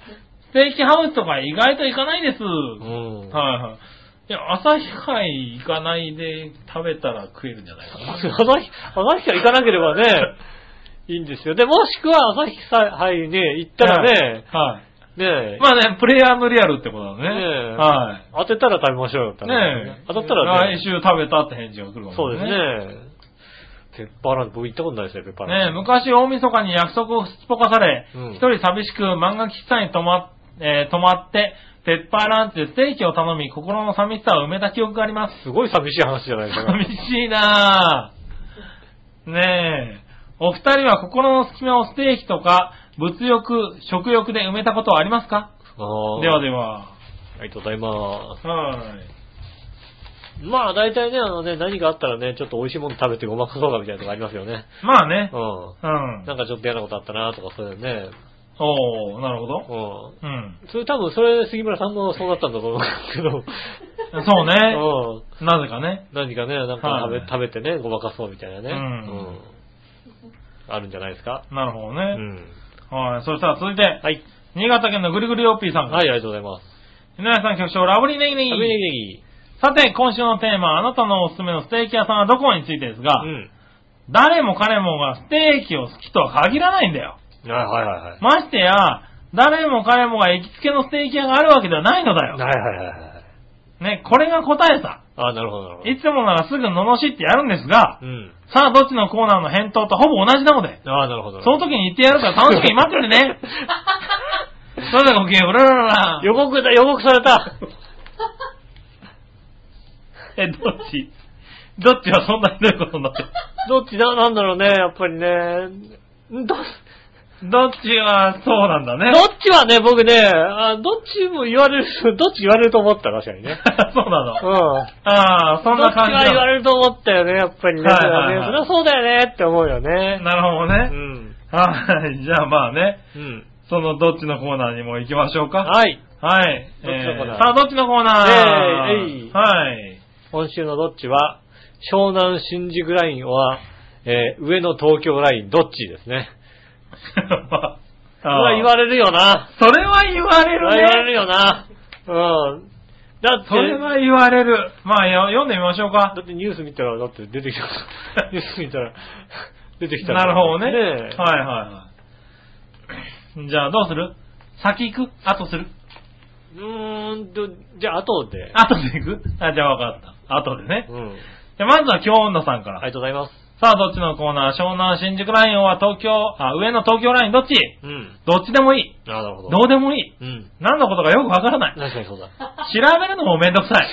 [SPEAKER 3] ステーキハウスとか意外と行かないです。
[SPEAKER 2] うん。
[SPEAKER 3] はいはい。いや、朝日会行かないで食べたら食えるんじゃない かな。
[SPEAKER 2] 朝日、朝日から行かなけれ ばね、いいんですよ。で、もしくは朝日杯ね、行ったらね、
[SPEAKER 3] はい。
[SPEAKER 2] ねえ、
[SPEAKER 3] まあね、プレイヤーのリアルってことだね。
[SPEAKER 2] ねえ
[SPEAKER 3] はい。
[SPEAKER 2] 当てたら食べましょうよって話だよ
[SPEAKER 3] ねえ。
[SPEAKER 2] 当たったらね
[SPEAKER 3] 来、週食べたって返事が来るかもね。
[SPEAKER 2] そうですね。ペッパーランチ、僕行ったことないですね、ペッパー
[SPEAKER 3] ね
[SPEAKER 2] ラン
[SPEAKER 3] え
[SPEAKER 2] チ。
[SPEAKER 3] 昔大晦日に約束をすっぽかされ、一、
[SPEAKER 2] うん
[SPEAKER 3] 人寂しく漫画喫茶に泊ま,、えー泊まって、ペッパーランチでステーキを頼み、心の寂しさを埋めた記憶があります。
[SPEAKER 2] すごい寂しい話じゃないですか。
[SPEAKER 3] 寂しいなぁ。ねえ。お二人は心の隙間をステーキとか、物欲、食欲で埋めたことはあります
[SPEAKER 2] あ
[SPEAKER 3] か
[SPEAKER 2] あ
[SPEAKER 3] ではでは。
[SPEAKER 2] ありがとうございま
[SPEAKER 3] は
[SPEAKER 2] す。まあ、大体ね、あのね、何かあったらね、ちょっと美味しいもの食べてごまかそうかみたいなとこありますよね。
[SPEAKER 3] い。まあね。
[SPEAKER 2] う
[SPEAKER 3] うん
[SPEAKER 2] ん。。なんかちょっと嫌なことあったなとか、そういうのね。
[SPEAKER 3] おー、なるほど。
[SPEAKER 2] う
[SPEAKER 3] うん。
[SPEAKER 2] ん。それ多分、それ杉村さんもそうだったんだと思うんですけど。
[SPEAKER 3] そうね。
[SPEAKER 2] うん。
[SPEAKER 3] なぜかね。
[SPEAKER 2] 何かね、なんか食べ,、
[SPEAKER 3] はい
[SPEAKER 2] 食べてね、ごまかそうみたいなね。
[SPEAKER 3] うん
[SPEAKER 2] うんあるんじゃないですか。
[SPEAKER 3] なるほど
[SPEAKER 2] う
[SPEAKER 3] ね。
[SPEAKER 2] ん。
[SPEAKER 3] はい。そしたら続いて、
[SPEAKER 2] はい。
[SPEAKER 3] 新潟県のぐるぐるよっぴーさん
[SPEAKER 2] はい、ありが
[SPEAKER 3] い。
[SPEAKER 2] とうございます。
[SPEAKER 3] 皆さん局長、ラブリーネギネギ。
[SPEAKER 2] 食べネギネギ。
[SPEAKER 3] さて、今週のテーマ、あなたのおすすめのステーキ屋さんはどこについてですが、
[SPEAKER 2] うん。
[SPEAKER 3] 誰も彼もがステーキを好きとは限らないんだよ。
[SPEAKER 2] はいはいはいはい。
[SPEAKER 3] ましてや、誰も彼もが行きつけのステーキ屋があるわけではないのだよ。
[SPEAKER 2] はいはいはいはい。
[SPEAKER 3] ね、これが答えさ。
[SPEAKER 2] あ、なるほどなるほど。
[SPEAKER 3] いつもならすぐ罵ってやるんですが、
[SPEAKER 2] うん。
[SPEAKER 3] さあどっちのコーナーの返答とほぼ同じなので、
[SPEAKER 2] あなるほど。
[SPEAKER 3] その時に言ってやるから楽しみに待って るね。それではごきげんよう、うらららら。
[SPEAKER 2] 予告だ、予告された。
[SPEAKER 3] え、どっちどっちはそんなひどいことになってる
[SPEAKER 2] どっちだ、なんだろうね、やっぱりね。ど、どっ
[SPEAKER 3] どっちはそうなんだね。
[SPEAKER 2] ちはね、僕ね、あどっちも言われる、どっち言われると思った、確かにね。
[SPEAKER 3] そうな
[SPEAKER 2] う
[SPEAKER 3] の。
[SPEAKER 2] ん。
[SPEAKER 3] ああ、そんな感じ
[SPEAKER 2] どっちは言わ
[SPEAKER 3] な
[SPEAKER 2] れると思ったよね、やっぱりね。
[SPEAKER 3] はいはいはい
[SPEAKER 2] そりゃそうだよねって思うよね
[SPEAKER 3] の。。なるほど
[SPEAKER 2] う
[SPEAKER 3] ね。
[SPEAKER 2] ん。
[SPEAKER 3] はい、じゃあまあね、
[SPEAKER 2] うん。
[SPEAKER 3] そのどっちのコーナーにも行きましょうか。
[SPEAKER 2] はい。
[SPEAKER 3] はい。
[SPEAKER 2] どっちのコーナー
[SPEAKER 3] えさあ、どっちのコーナー
[SPEAKER 2] えいえい
[SPEAKER 3] はい。
[SPEAKER 2] 今週のどっちは、湘南新宿ラインは、えー上の東京ライン、どっちですね。
[SPEAKER 3] ま
[SPEAKER 2] これは言わ
[SPEAKER 3] れ
[SPEAKER 2] れるよな。
[SPEAKER 3] それは言われ
[SPEAKER 2] これは言われ
[SPEAKER 3] る
[SPEAKER 2] る
[SPEAKER 3] ね。
[SPEAKER 2] よな。うん。だって、
[SPEAKER 3] それは言われる。まあ、よ読んでみましょうか
[SPEAKER 2] だ。ってニュース見たら、だって出てき た。ニュース見たら、出てきた
[SPEAKER 3] なるほどね。
[SPEAKER 2] ねえ
[SPEAKER 3] はいはいはい。じゃあ、どうする先行く後する
[SPEAKER 2] うーんと、じゃあ、後で。
[SPEAKER 3] 後で行くあ、じゃあ分かった。後でね。
[SPEAKER 2] うん。
[SPEAKER 3] じゃあ、まずは京女さんから。
[SPEAKER 2] ありがとうございます。
[SPEAKER 3] さあ、どっちのコーナー湘南新宿ラインは東京、あ、上の東京ラインどっち
[SPEAKER 2] うん。
[SPEAKER 3] どっちでもいい。
[SPEAKER 2] あなるほど。
[SPEAKER 3] どうでもいい。
[SPEAKER 2] うん。
[SPEAKER 3] 何のことかよくわから ない。
[SPEAKER 2] 確かにそうだ。 あ
[SPEAKER 3] 調べるのもめんど くさい。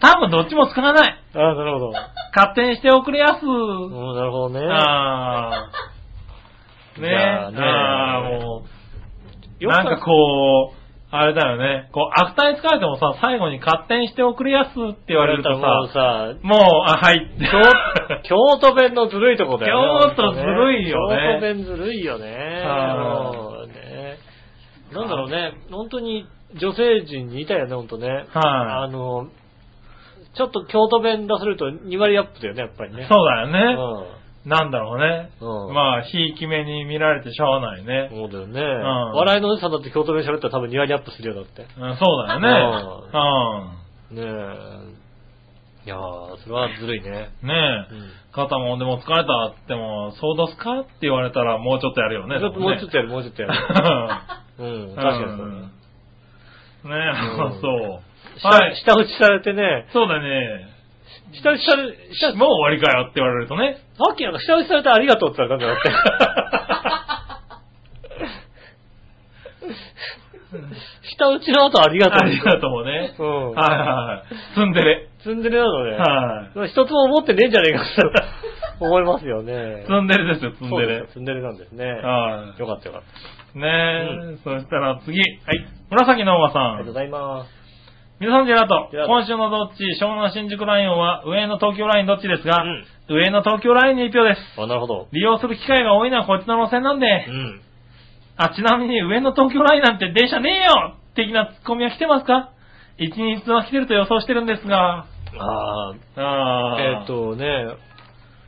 [SPEAKER 3] 多分どっちも使わない。
[SPEAKER 2] なるほど。
[SPEAKER 3] 勝手にしておくれやす。
[SPEAKER 2] うん、なるほどね。
[SPEAKER 3] あー。ね
[SPEAKER 2] じゃあね
[SPEAKER 3] あーもう、
[SPEAKER 2] よか
[SPEAKER 3] な
[SPEAKER 2] っ
[SPEAKER 3] んかこう、あれだよね。こう、アフターに使われてもさ、最後に勝手にしておくれやすって言われると
[SPEAKER 2] もう
[SPEAKER 3] さ、
[SPEAKER 2] さ、
[SPEAKER 3] もう、あ、はい。
[SPEAKER 2] 京京都弁のずるいとこだよね。
[SPEAKER 3] 京都ずるいよね
[SPEAKER 2] 京都弁ずるいよね。
[SPEAKER 3] あー
[SPEAKER 2] もうねなんだろうね、本当に女性陣にいたよね、本当ね。あの、ちょっと京都弁出せると2割アップだよね、やっぱりね。
[SPEAKER 3] そうだよね。
[SPEAKER 2] うん
[SPEAKER 3] なんだろうね。
[SPEAKER 2] うん
[SPEAKER 3] まあ、ひいき目に見られてしゃあないね。
[SPEAKER 2] そうだよね。
[SPEAKER 3] ん
[SPEAKER 2] 笑いのおじさんだって京都弁喋ったら多分2割アップするよ、だって。ね
[SPEAKER 3] うん、そうだよね。
[SPEAKER 2] え。いやー、それはずるいね。
[SPEAKER 3] うん。ね
[SPEAKER 2] う
[SPEAKER 3] え。
[SPEAKER 2] ん
[SPEAKER 3] 肩もでも疲れたっても、そうどすかって言われたらもうちょっとやるよね。
[SPEAKER 2] ちょっともうちょっと
[SPEAKER 3] や
[SPEAKER 2] やる、もうちょっとやる。うん、確かにそうだね。
[SPEAKER 3] ねえ
[SPEAKER 2] う、ん
[SPEAKER 3] そう。
[SPEAKER 2] 下
[SPEAKER 3] はい。
[SPEAKER 2] 下打ちされてね、
[SPEAKER 3] そうだね。
[SPEAKER 2] 下打ちされ、下
[SPEAKER 3] もう終わりかよって言われるとね。
[SPEAKER 2] さっきなんか下打ちされてありがとうって言ったらなんだよって。 下打ちの後ありがとう。
[SPEAKER 3] ありがとうね。
[SPEAKER 2] うん。
[SPEAKER 3] はいはいはい。ツンデレ。
[SPEAKER 2] ツンデレなのね。
[SPEAKER 3] はい。
[SPEAKER 2] 一つも思ってねえんじゃねえかと思いますよね。
[SPEAKER 3] ツンデレですよ、ツン
[SPEAKER 2] そう
[SPEAKER 3] デ
[SPEAKER 2] ですよ。ツ
[SPEAKER 3] レ
[SPEAKER 2] ンデレなんですね。よ
[SPEAKER 3] はい。
[SPEAKER 2] かったよかった。
[SPEAKER 3] ねえ、そしたら次。はい。紫のおばさん。
[SPEAKER 2] ありがとうございます。
[SPEAKER 3] 皆皆さんジェラート
[SPEAKER 2] ジェラート
[SPEAKER 3] 今週のどっち、湘南新宿ラインは上の東京ラインどっちですが、
[SPEAKER 2] うん
[SPEAKER 3] 上の東京ラインに1票です。
[SPEAKER 2] あ、なるほど。
[SPEAKER 3] 利用する機会が多いのはこっちの路線なんで、
[SPEAKER 2] うん。
[SPEAKER 3] あ、ちなみに上の東京ラインなんて電車ねえよ的なツッコミは来てますか一日は来てると予想してるんですが、
[SPEAKER 2] ああ、
[SPEAKER 3] あー
[SPEAKER 2] えーっ、、とね、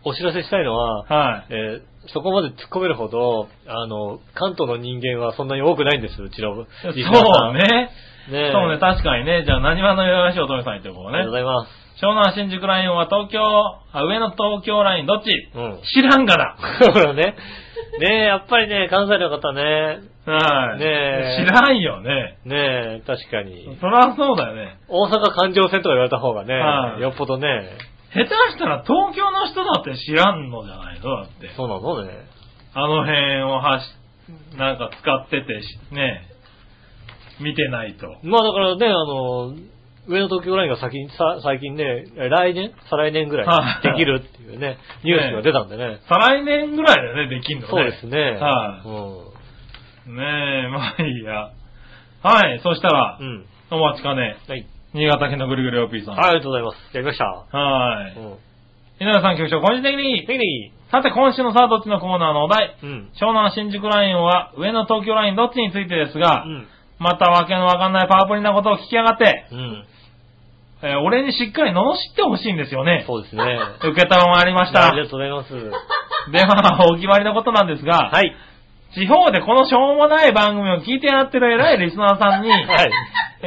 [SPEAKER 2] お知らせしたいのは、
[SPEAKER 3] はい。
[SPEAKER 2] えーそこまで突っ込めるほど、あの、関東の人間はそんなに多くないんですよ、うちの。
[SPEAKER 3] そう
[SPEAKER 2] リスナーさん。
[SPEAKER 3] ね。
[SPEAKER 2] ねえ
[SPEAKER 3] そうね、確かにね。じゃあ、何話のよよしおとめさん言ってこう
[SPEAKER 2] ありがとうござ
[SPEAKER 3] ね。
[SPEAKER 2] います。
[SPEAKER 3] 湘南新宿ラインは東京、あ、上の東京ラインどっち
[SPEAKER 2] うん。
[SPEAKER 3] 知らんがな。
[SPEAKER 2] ほらね。ねえ、やっぱりね、関西の方ね、
[SPEAKER 3] はい。
[SPEAKER 2] ねえ
[SPEAKER 3] 知らんよね。
[SPEAKER 2] ねえ、確かに。
[SPEAKER 3] そらそうだよね。
[SPEAKER 2] 大阪環状線とか言われた方がね、
[SPEAKER 3] はい
[SPEAKER 2] よっぽどね、
[SPEAKER 3] 下手したら東京の人だって知らんのじゃないのだって。
[SPEAKER 2] そうなのね。
[SPEAKER 3] あの辺をはし、なんか使っててし、ね、見てないと。
[SPEAKER 2] まあだからね、あの、上の東京ラインが先に、さ最近ね、来年再来年ぐら
[SPEAKER 3] はいい
[SPEAKER 2] できるっていうね、ニュースが出たんでね。
[SPEAKER 3] 再来年ぐらいだよね、できんのね。
[SPEAKER 2] そうですね。
[SPEAKER 3] はいねえ、まあいいや。はい、そしたら
[SPEAKER 2] う、ん。うん。
[SPEAKER 3] お待ちかね、
[SPEAKER 2] はい。
[SPEAKER 3] 新潟県のぐるぐる OP さん。
[SPEAKER 2] ありがとうございます。やりました。
[SPEAKER 3] い。は
[SPEAKER 2] う
[SPEAKER 3] い。
[SPEAKER 2] ん。
[SPEAKER 3] 稲田さん局長、個人的に、
[SPEAKER 2] ネギネギ。
[SPEAKER 3] さて今週のさあどっちのコーナーのお題、
[SPEAKER 2] うん。
[SPEAKER 3] 湘南新宿ラインは上の東京ラインどっちについてですが、
[SPEAKER 2] うん。
[SPEAKER 3] またわけのわかんないパワープリンなことを聞きやがって、
[SPEAKER 2] うん。
[SPEAKER 3] えー俺にしっかり罵ってほしいんですよね。
[SPEAKER 2] そうですね。あ
[SPEAKER 3] 受けたまわりまし
[SPEAKER 2] あ
[SPEAKER 3] た
[SPEAKER 2] り。がとうございます。
[SPEAKER 3] では、お決まりのことなんですが、
[SPEAKER 2] はい。
[SPEAKER 3] 地方でこのしょうもない番組を聞いてやってる偉いリスナーさんに、
[SPEAKER 2] はい。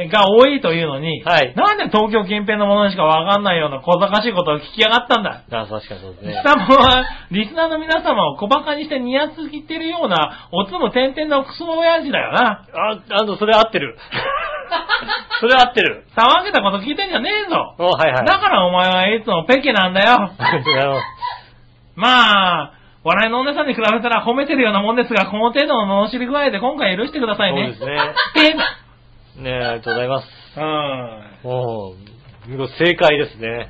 [SPEAKER 3] が多いというのに、
[SPEAKER 2] はい
[SPEAKER 3] なんで東京近辺のものにしかわかんないような小賢しいことを聞きやがったんだ。
[SPEAKER 2] あ確かにそうです
[SPEAKER 3] 貴
[SPEAKER 2] ね。
[SPEAKER 3] 様は、リスナーの皆様を小馬鹿にしてニヤつきてるような、おつむ点々のクソ親父だよな。
[SPEAKER 2] あ、あの、それ合ってる。 それ合ってる。
[SPEAKER 3] 騒げたこと聞いてんじゃねえぞ。
[SPEAKER 2] お、はいは
[SPEAKER 3] だ
[SPEAKER 2] い。
[SPEAKER 3] からお前はいつもペケなんだ よ。
[SPEAKER 2] ありがとうございます
[SPEAKER 3] まあ、笑いのお姉さんに比べたら褒めてるようなもんですが、この程度の罵り具合で今回許してくださいね。
[SPEAKER 2] そうで
[SPEAKER 3] ですね。
[SPEAKER 2] すね。ねありがとうございます。
[SPEAKER 3] うん。
[SPEAKER 2] お見事正解ですね。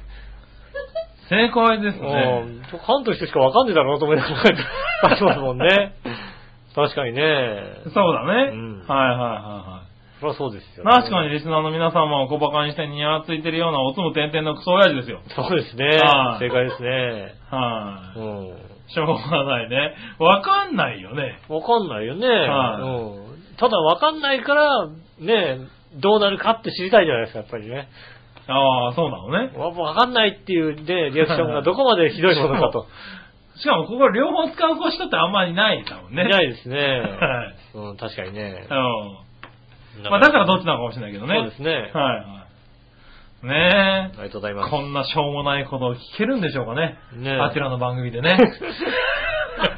[SPEAKER 3] 正解です
[SPEAKER 2] お
[SPEAKER 3] ね。
[SPEAKER 2] 関東人しかわかんねえだろうなと思いながら出しますもん ね。確かにね。
[SPEAKER 3] そうだね。
[SPEAKER 2] うん
[SPEAKER 3] はいはいはいはい。
[SPEAKER 2] そりゃそうですよ、
[SPEAKER 3] 確かに。リスナーの皆様を小馬鹿にしてニヤついてるようなおつむ点々のクソ親父ですよ。
[SPEAKER 2] そうですね。
[SPEAKER 3] はい
[SPEAKER 2] 正解ですね。
[SPEAKER 3] は
[SPEAKER 2] う
[SPEAKER 3] い、
[SPEAKER 2] ん。
[SPEAKER 3] しょうがないね。わかんないよね。
[SPEAKER 2] わかんないよね。
[SPEAKER 3] はい
[SPEAKER 2] うん。ただわかんないから、ねどうなるかって知りたいじゃないですか、やっぱりね。
[SPEAKER 3] ああ、そうなのね。
[SPEAKER 2] わわかんないっていうね、リアクションがどこまでひどいものか と。
[SPEAKER 3] しかもここ両方使う人ってあんまりないだもんね。
[SPEAKER 2] いないです ね。
[SPEAKER 3] はい。
[SPEAKER 2] うん、確かにね
[SPEAKER 3] う。ん。まあだからどっちなのかもしれないけどね。
[SPEAKER 2] そうですね。
[SPEAKER 3] はいはい。ね
[SPEAKER 2] ありがとうござい
[SPEAKER 3] え。
[SPEAKER 2] ます。
[SPEAKER 3] こんなしょうもないことを聞けるんでしょうかね。
[SPEAKER 2] ねえ
[SPEAKER 3] あちらの番組でね。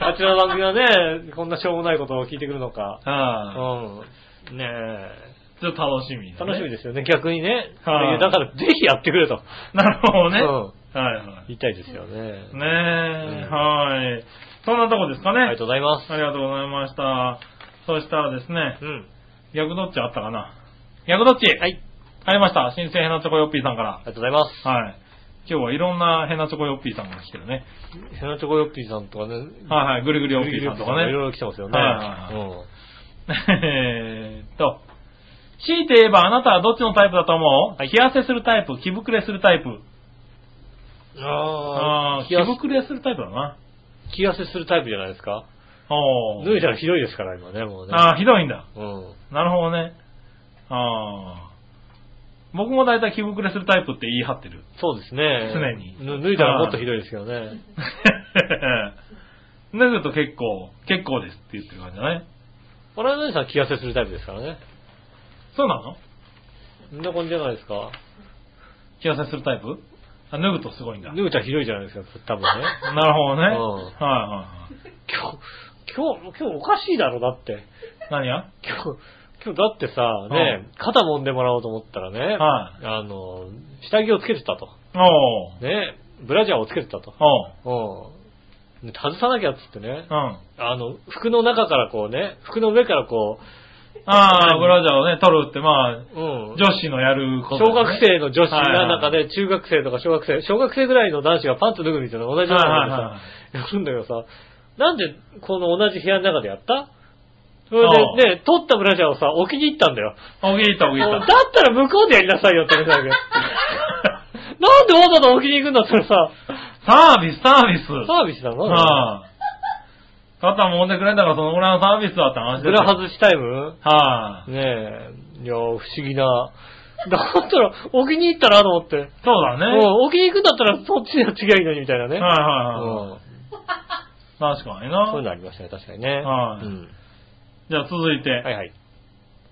[SPEAKER 2] あちらの番組はね、こんなしょうもないことを聞いてくるのか。う
[SPEAKER 3] は
[SPEAKER 2] ん。ねえ。
[SPEAKER 3] い。ちょっと楽しみ、
[SPEAKER 2] 楽しみ
[SPEAKER 3] で
[SPEAKER 2] ですよね、逆にね。
[SPEAKER 3] はい
[SPEAKER 2] だから、ぜひやってくれと。
[SPEAKER 3] す。なるほどね。
[SPEAKER 2] うん
[SPEAKER 3] はいはい。
[SPEAKER 2] 言いたいですよね。
[SPEAKER 3] ねえ、
[SPEAKER 2] うん
[SPEAKER 3] はい。そんなとこですかね。
[SPEAKER 2] ありがとうございます。
[SPEAKER 3] ありがとうございました。そしたらですね、
[SPEAKER 2] うん。
[SPEAKER 3] 逆どっちあったかな逆どっち
[SPEAKER 2] はい。あり
[SPEAKER 3] ありました。新生ヘナチョコヨッピーさんから
[SPEAKER 2] が。とうございます。
[SPEAKER 3] はい。今日はいろんなヘナチョコヨッピーさんが来てるね。
[SPEAKER 2] ヘナチョコヨッピーさんとかね。
[SPEAKER 3] はいはい、ぐるぐるヨッピーさんとかね。
[SPEAKER 2] いろいろ来てますよね。
[SPEAKER 3] はいはい えーっと、強いて言えばあなたはどっちのタイプだと思う、
[SPEAKER 2] はい
[SPEAKER 3] 冷やせするタイプ、気膨れするタイプ。
[SPEAKER 2] うん。あ
[SPEAKER 3] あ
[SPEAKER 2] あ、
[SPEAKER 3] ー
[SPEAKER 2] 気
[SPEAKER 3] 気
[SPEAKER 2] 痩
[SPEAKER 3] 膨れするタイプだな。
[SPEAKER 2] せ、気痩せするタイプじゃないですか。
[SPEAKER 3] お
[SPEAKER 2] 脱いだらひどいですから、今ね、もうね。
[SPEAKER 3] ああ、ひどいんだ。
[SPEAKER 2] うん。
[SPEAKER 3] なるほどね。ああ。僕も大体気膨れするタイプって言い張ってる。
[SPEAKER 2] そうですね。
[SPEAKER 3] 常に
[SPEAKER 2] ぬ脱いだらもっとひどいですけどね。
[SPEAKER 3] 脱ぐと結構、結構ですって言ってる感じだね。
[SPEAKER 2] 我々の兄さんは気痩せするタイプですからね。
[SPEAKER 3] そうなの
[SPEAKER 2] そんな感じじゃないですか。
[SPEAKER 3] 気痩せするタイプあ、脱ぐとすごいんだ。
[SPEAKER 2] 脱
[SPEAKER 3] なる
[SPEAKER 2] ぐちゃんひどいじゃないですか、多分ね。
[SPEAKER 3] ほどね。はい
[SPEAKER 2] うん
[SPEAKER 3] は
[SPEAKER 2] 今日、今日、今日おかしいだろ、だって。
[SPEAKER 3] いはい。何が
[SPEAKER 2] 今日、今日だってさ、ね、肩揉んでもらおうと思ったらね、
[SPEAKER 3] は
[SPEAKER 2] あの、下着をつけてたと。
[SPEAKER 3] おう。
[SPEAKER 2] ね、ブラジャーをつけてたと。
[SPEAKER 3] おう。
[SPEAKER 2] うん。で外さなきゃっつってね、
[SPEAKER 3] うん。
[SPEAKER 2] あの、服の中からこうね、服の上からこ
[SPEAKER 3] あ
[SPEAKER 2] 何
[SPEAKER 3] あ、ブラジャーをね、取るって、まあ、
[SPEAKER 2] う、うん。
[SPEAKER 3] 女子のやること、
[SPEAKER 2] 小学。生の女子
[SPEAKER 3] はいはい
[SPEAKER 2] の中で、中学生とか小学生、小学生ぐらいの男子がパンツ脱ぐみたいなの同じようなことでさ、やるんだけどさ、なんでこの同じ部屋の中でやったそれでね、取ったブラジャーをさ、置きに行ったんだよ。
[SPEAKER 3] おぎいた、おぎい
[SPEAKER 2] だ
[SPEAKER 3] た
[SPEAKER 2] っ。たら向こうでやりなさいよって話だけど。な んでわざわざ置きに行くんだったらさ、
[SPEAKER 3] サービス、サービス。
[SPEAKER 2] サービスなの
[SPEAKER 3] はい、肩もんでくれんだからそのぐらいのサービスだって話ですよ
[SPEAKER 2] 裏外しタイム
[SPEAKER 3] はい、
[SPEAKER 2] ねえ。いや、不思議な。だったら、置きに行ったらと思って。
[SPEAKER 3] そうだね。
[SPEAKER 2] うん置きに行くんだったら、そっちには違いのにみたいなね。
[SPEAKER 3] はい
[SPEAKER 2] うん
[SPEAKER 3] はいはい。確かに
[SPEAKER 2] そういう
[SPEAKER 3] な。
[SPEAKER 2] のありましたね、確かにね。
[SPEAKER 3] はい
[SPEAKER 2] うん
[SPEAKER 3] じゃあ続いて、
[SPEAKER 2] はいはい。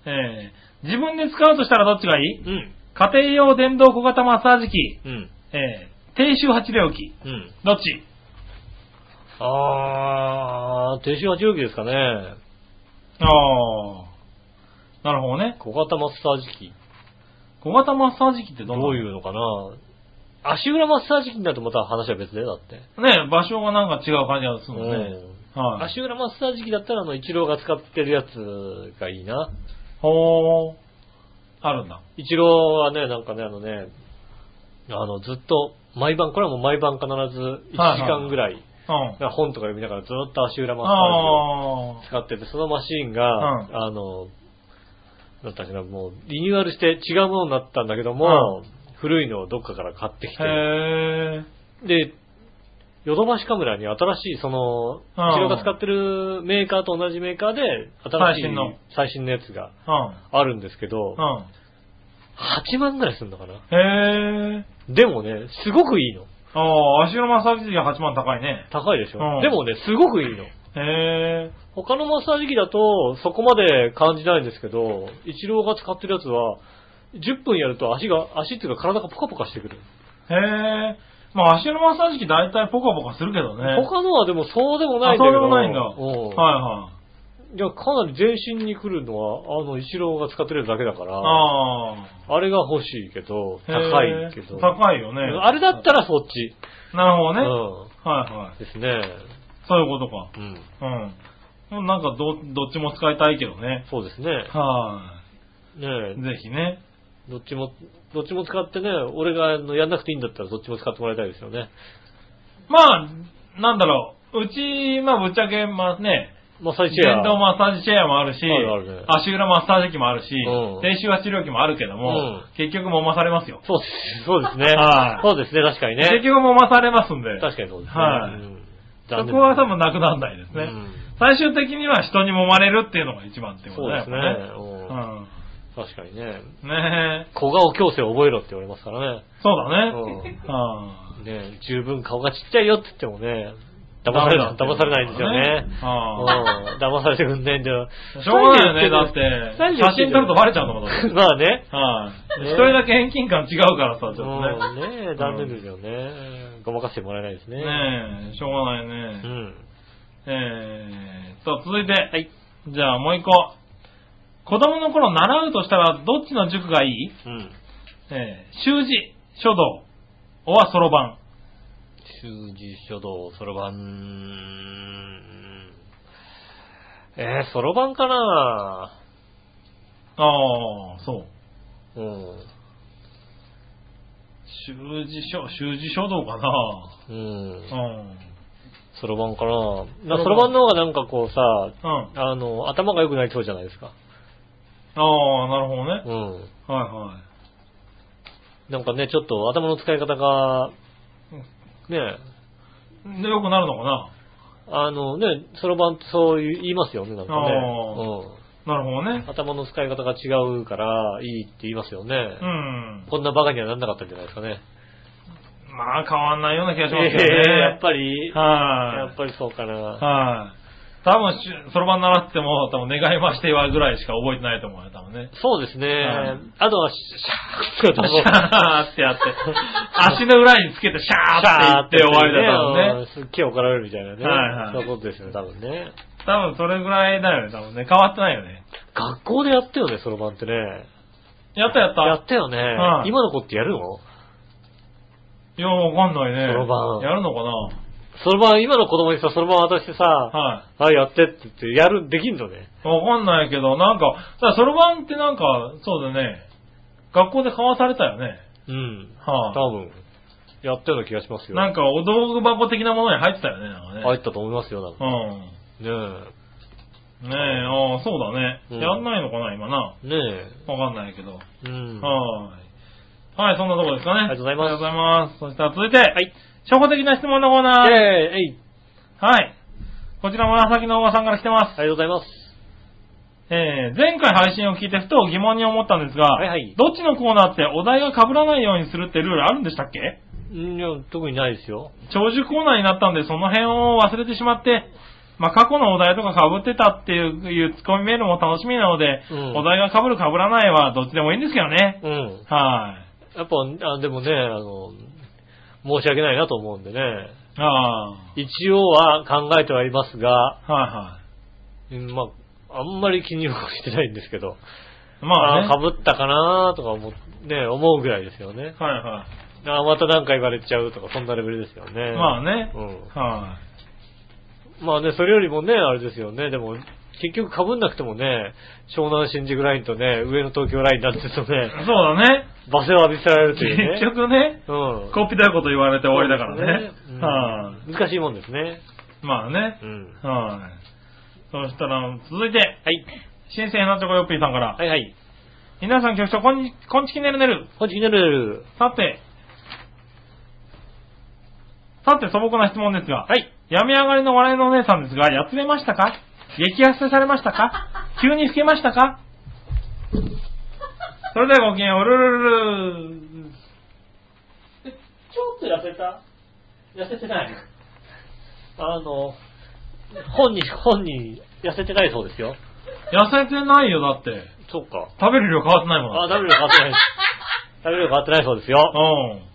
[SPEAKER 3] えー自分で使うとしたらどっちがいい
[SPEAKER 2] うん。
[SPEAKER 3] 家庭用電動小型マッサージ機、
[SPEAKER 2] うん。
[SPEAKER 3] えー低周波治療器、
[SPEAKER 2] うん。
[SPEAKER 3] どっち
[SPEAKER 2] あー、手塩は重機ですかね。
[SPEAKER 3] ああ。なるほどね。
[SPEAKER 2] 小型マッサージ機。
[SPEAKER 3] 小型マッサージ機ってどんな
[SPEAKER 2] どういうのかな足裏マッサージ機になるとまた話は別でだって。
[SPEAKER 3] ね、場所がなんか違う感じがするもんね。
[SPEAKER 2] うん
[SPEAKER 3] はい。
[SPEAKER 2] 足裏マッサージ機だったら、あの、一郎が使ってるやつがいいな。
[SPEAKER 3] ほー。あるんだ。
[SPEAKER 2] 一郎はね、なんかね、あのね、あの、ずっと、毎晩、これはもう毎晩必ず1時間ぐらい、
[SPEAKER 3] うん。
[SPEAKER 2] 本とか読みながらずっと足裏マッサージ
[SPEAKER 3] あ
[SPEAKER 2] を使ってて、そのマシーンが、
[SPEAKER 3] う
[SPEAKER 2] あの、なんだっけな、もう、リニューアルして違うものになったんだけども、古いのをどっかから買ってきて、
[SPEAKER 3] あ。へー。
[SPEAKER 2] で、ヨドバシカメラに新しい、その、一
[SPEAKER 3] あー
[SPEAKER 2] 郎が使ってるメーカーと同じメーカーで、新しい
[SPEAKER 3] 最新の
[SPEAKER 2] 最新のやつが
[SPEAKER 3] うん。
[SPEAKER 2] あるんですけど、
[SPEAKER 3] うん。
[SPEAKER 2] 8万ぐらいするのかな
[SPEAKER 3] へ
[SPEAKER 2] でもね、すごくいいの。
[SPEAKER 3] ー。ああ、足のマッサージ機が8万高いね。
[SPEAKER 2] 高いでし
[SPEAKER 3] う
[SPEAKER 2] ょ。
[SPEAKER 3] ん
[SPEAKER 2] でもね、すごくいいの。
[SPEAKER 3] へー。
[SPEAKER 2] 他のマッサージ機だと、そこまで感じないんですけど、一郎が使ってるやつは、10分やると足が、足っていうか体がポカポカしてくる。
[SPEAKER 3] へー。まあ足のマッサージ機大体ポカポカするけどね。
[SPEAKER 2] 他のはでもそうでもないん
[SPEAKER 3] あ、
[SPEAKER 2] だけ
[SPEAKER 3] そうで
[SPEAKER 2] ど。
[SPEAKER 3] もないんだ。
[SPEAKER 2] うん
[SPEAKER 3] はいはい。
[SPEAKER 2] いや、かなり全身に来るのは、あの、一郎が使ってるやつだけだから、あ
[SPEAKER 3] ああ。
[SPEAKER 2] れが欲しいけど、
[SPEAKER 3] へ
[SPEAKER 2] 高
[SPEAKER 3] ー
[SPEAKER 2] いけど。
[SPEAKER 3] 高いよね。
[SPEAKER 2] あれだったらそっち。
[SPEAKER 3] なるほどね。
[SPEAKER 2] う
[SPEAKER 3] はいはい
[SPEAKER 2] ん。。ですね。
[SPEAKER 3] そういうことか。
[SPEAKER 2] うん。
[SPEAKER 3] うん。でもなんかど、どっちも使いたいけどね。
[SPEAKER 2] そうですね。
[SPEAKER 3] は
[SPEAKER 2] ねえ
[SPEAKER 3] い。ぜひね。
[SPEAKER 2] どっちも、どっちも使ってね、俺があのやんなくていいんだったらどっちも使ってもらいたいですよね。
[SPEAKER 3] まあ、なんだろう。うち、まあぶっちゃけ、まあね、
[SPEAKER 2] マッサージチェア。
[SPEAKER 3] 電動マッサージチェアもあるし、
[SPEAKER 2] あるあるね
[SPEAKER 3] 足裏マッサージ機もあるし、
[SPEAKER 2] うん
[SPEAKER 3] 低周波治療器もあるけども、
[SPEAKER 2] う
[SPEAKER 3] 結局揉まされますよ。
[SPEAKER 2] そうです、そうですね。
[SPEAKER 3] はい
[SPEAKER 2] そうですね、確かに
[SPEAKER 3] 結
[SPEAKER 2] ね。
[SPEAKER 3] 局揉まされますんで、
[SPEAKER 2] 確かにそうですね。
[SPEAKER 3] はい
[SPEAKER 2] うん
[SPEAKER 3] そこは多分なくならないですね。
[SPEAKER 2] うん
[SPEAKER 3] 最終的には人に揉まれるっていうのが一番ってこと
[SPEAKER 2] そうで
[SPEAKER 3] だよ
[SPEAKER 2] すね。
[SPEAKER 3] うん
[SPEAKER 2] うん確かにね。
[SPEAKER 3] ねえ、
[SPEAKER 2] 小顔矯正を覚えろって言われますからね。
[SPEAKER 3] そうだね。
[SPEAKER 2] う
[SPEAKER 3] あ
[SPEAKER 2] ね十分顔がちっちゃいよって言ってもね、騙されない、騙されないんですよね。う
[SPEAKER 3] あ
[SPEAKER 2] ん騙されてくんねえんだよ。
[SPEAKER 3] しょうがないよねだって
[SPEAKER 2] 二人で言
[SPEAKER 3] 写真撮るとバレちゃうのもだって
[SPEAKER 2] まあね。
[SPEAKER 3] はい。
[SPEAKER 2] ね
[SPEAKER 3] 一人だけ遠近感違うからさ、ちょっと
[SPEAKER 2] うん
[SPEAKER 3] ね。
[SPEAKER 2] ねえ、残念ですよね。ごまかしてもらえないですね。
[SPEAKER 3] ねえ、しょうがないね
[SPEAKER 2] う。ん。
[SPEAKER 3] えー、と、続いて。
[SPEAKER 2] い
[SPEAKER 3] じゃあ、もう一個。子供の頃習うとしたら、どっちの塾がいい
[SPEAKER 2] うん。
[SPEAKER 3] えー、習字、書道、おはそろばん。
[SPEAKER 2] 習字、書道、そろばん。えー、そろばんかな
[SPEAKER 3] ああ、そう。
[SPEAKER 2] うん。
[SPEAKER 3] 習字書、習字書道かな
[SPEAKER 2] うん。
[SPEAKER 3] うん。
[SPEAKER 2] そろばんかな
[SPEAKER 3] そろばん
[SPEAKER 2] そろばんの方がなんかこうさ、
[SPEAKER 3] うん。
[SPEAKER 2] あの、頭が良くなりそうじゃないですか。
[SPEAKER 3] ああ、なるほどね。
[SPEAKER 2] うん。
[SPEAKER 3] はいはい。
[SPEAKER 2] なんかね、ちょっと頭の使い方が、ね、
[SPEAKER 3] で、よくなるのかな
[SPEAKER 2] あのね、そろばんってそういう言いますよね、なんかね。
[SPEAKER 3] あーなるほど
[SPEAKER 2] う
[SPEAKER 3] ね
[SPEAKER 2] ん。。頭の使い方が違うから、いいって言いますよね。
[SPEAKER 3] うん。
[SPEAKER 2] こんな馬鹿にはなんなかったんじゃないですかね。
[SPEAKER 3] まあ、変わんないような気がしますよね。
[SPEAKER 2] ええ やっぱり、や
[SPEAKER 3] は
[SPEAKER 2] っぱりそうか
[SPEAKER 3] い。
[SPEAKER 2] な。
[SPEAKER 3] はい。多分し、そろばん習っても、多分願いましてはぐらいしか覚えてないと思うよ、多分ね。
[SPEAKER 2] そうですね
[SPEAKER 3] はい。
[SPEAKER 2] あとは、シャーッと
[SPEAKER 3] シャーってやって、足の裏につけてシャーって言って終わりだ多分ね。
[SPEAKER 2] すっげえ怒られるみたいなね。
[SPEAKER 3] はいはい
[SPEAKER 2] そういうことですよね、多分ね。
[SPEAKER 3] 多分それぐらいだよね、多分ね。変わってないよね。
[SPEAKER 2] 学校でやったよね、そろばんってね。
[SPEAKER 3] やったやった。
[SPEAKER 2] やったよね
[SPEAKER 3] は。い
[SPEAKER 2] 今の子ってやるの
[SPEAKER 3] いや、わかんないね。
[SPEAKER 2] そろばん
[SPEAKER 3] やるのか
[SPEAKER 2] そろばん、今の子供にさ、そろばん渡して
[SPEAKER 3] な
[SPEAKER 2] さ、
[SPEAKER 3] は
[SPEAKER 2] はい、やってって言って、やる、できんのね。
[SPEAKER 3] い。わかんないけど、なんか、だからそろばんってなんか、そうだね。学校で交わされたよね。
[SPEAKER 2] うん。多
[SPEAKER 3] は
[SPEAKER 2] 分、やったような気がします
[SPEAKER 3] い。
[SPEAKER 2] よ。
[SPEAKER 3] なんか、お道具箱的なものに入ってたよね、なんかね。
[SPEAKER 2] 入ったと思いますよ、なんか。
[SPEAKER 3] うん。
[SPEAKER 2] ねえ。
[SPEAKER 3] ねえ、ああ、そうだね。
[SPEAKER 2] うん
[SPEAKER 3] やんないのかな、今な。
[SPEAKER 2] ねえ。
[SPEAKER 3] わかんないけど。
[SPEAKER 2] うん。
[SPEAKER 3] はーい。はい、そんなとこですかね。
[SPEAKER 2] ありがとうございます。
[SPEAKER 3] ありがとうございます。そしたら続いて、はい初歩的な質問のコーナー。
[SPEAKER 2] ええ、えい。
[SPEAKER 3] はい。こちら紫のおばさんから来てます。
[SPEAKER 2] ありがとうございます。
[SPEAKER 3] えー、前回配信を聞いてふと疑問に思ったんですが、
[SPEAKER 2] はいはい
[SPEAKER 3] どっちのコーナーってお題が被らないようにするってルールあるんでしたっけ
[SPEAKER 2] うんいや、特にないですよ。
[SPEAKER 3] 長寿コーナーになったんでその辺を忘れてしまって、まあ、過去のお題とか被ってたっていういうツッコミメールも楽しみなので、
[SPEAKER 2] うん
[SPEAKER 3] お題が被る被らないはどっちでもいいんですけどね。
[SPEAKER 2] うん。
[SPEAKER 3] はい。
[SPEAKER 2] やっぱ、あでもね、あの、申し訳ないなと思うんでね。
[SPEAKER 3] あ
[SPEAKER 2] 一応は考えてはいますが、
[SPEAKER 3] あ、はいは
[SPEAKER 2] うんまあ、あんまり気にはしてないんですけど、
[SPEAKER 3] い。まあ、ね、
[SPEAKER 2] あー、被ったかなーとか思,、ね、思うぐらいですよね。
[SPEAKER 3] はいは
[SPEAKER 2] あーまたなんか言われちゃうとか、そんなレベルですよね。
[SPEAKER 3] い。まあね、
[SPEAKER 2] うん
[SPEAKER 3] は
[SPEAKER 2] まあね、それよりもね、あれですよね、でも、結局被んなくてもね、湘南新宿ラインとね、上野東京ラインなんですと
[SPEAKER 3] い。そ
[SPEAKER 2] ね、
[SPEAKER 3] うだね。
[SPEAKER 2] 罵声を浴びせられるというね。
[SPEAKER 3] 結局ね、
[SPEAKER 2] うん。
[SPEAKER 3] コピだこと言われて終わりだからね。
[SPEAKER 2] そうですね
[SPEAKER 3] はい、
[SPEAKER 2] うん難しいもんですね。
[SPEAKER 3] まあね
[SPEAKER 2] う。ん。
[SPEAKER 3] はい。そしたら、続いて、
[SPEAKER 2] はい。
[SPEAKER 3] 新鮮なチョコヨッピーさんから。
[SPEAKER 2] はいはい。
[SPEAKER 3] 皆さん局長、こんに、こんちきねるねる。
[SPEAKER 2] 本日ねる。
[SPEAKER 3] さて、さて素朴な質問ですが、
[SPEAKER 2] はい。
[SPEAKER 3] 病み上がりの笑いのお姉さんですが、やつれましたか激痩せされましたか 急に老けましたかそれではごきげんよう、うるるるる
[SPEAKER 2] ちょっと痩せた痩せてないあの、本人、本人、痩せてないそうですよ。
[SPEAKER 3] 痩せてないよ、だって。
[SPEAKER 2] そうか。
[SPEAKER 3] 食べる量変わってないもん。
[SPEAKER 2] あ、W が変わってない。W が変わってないそうですよ。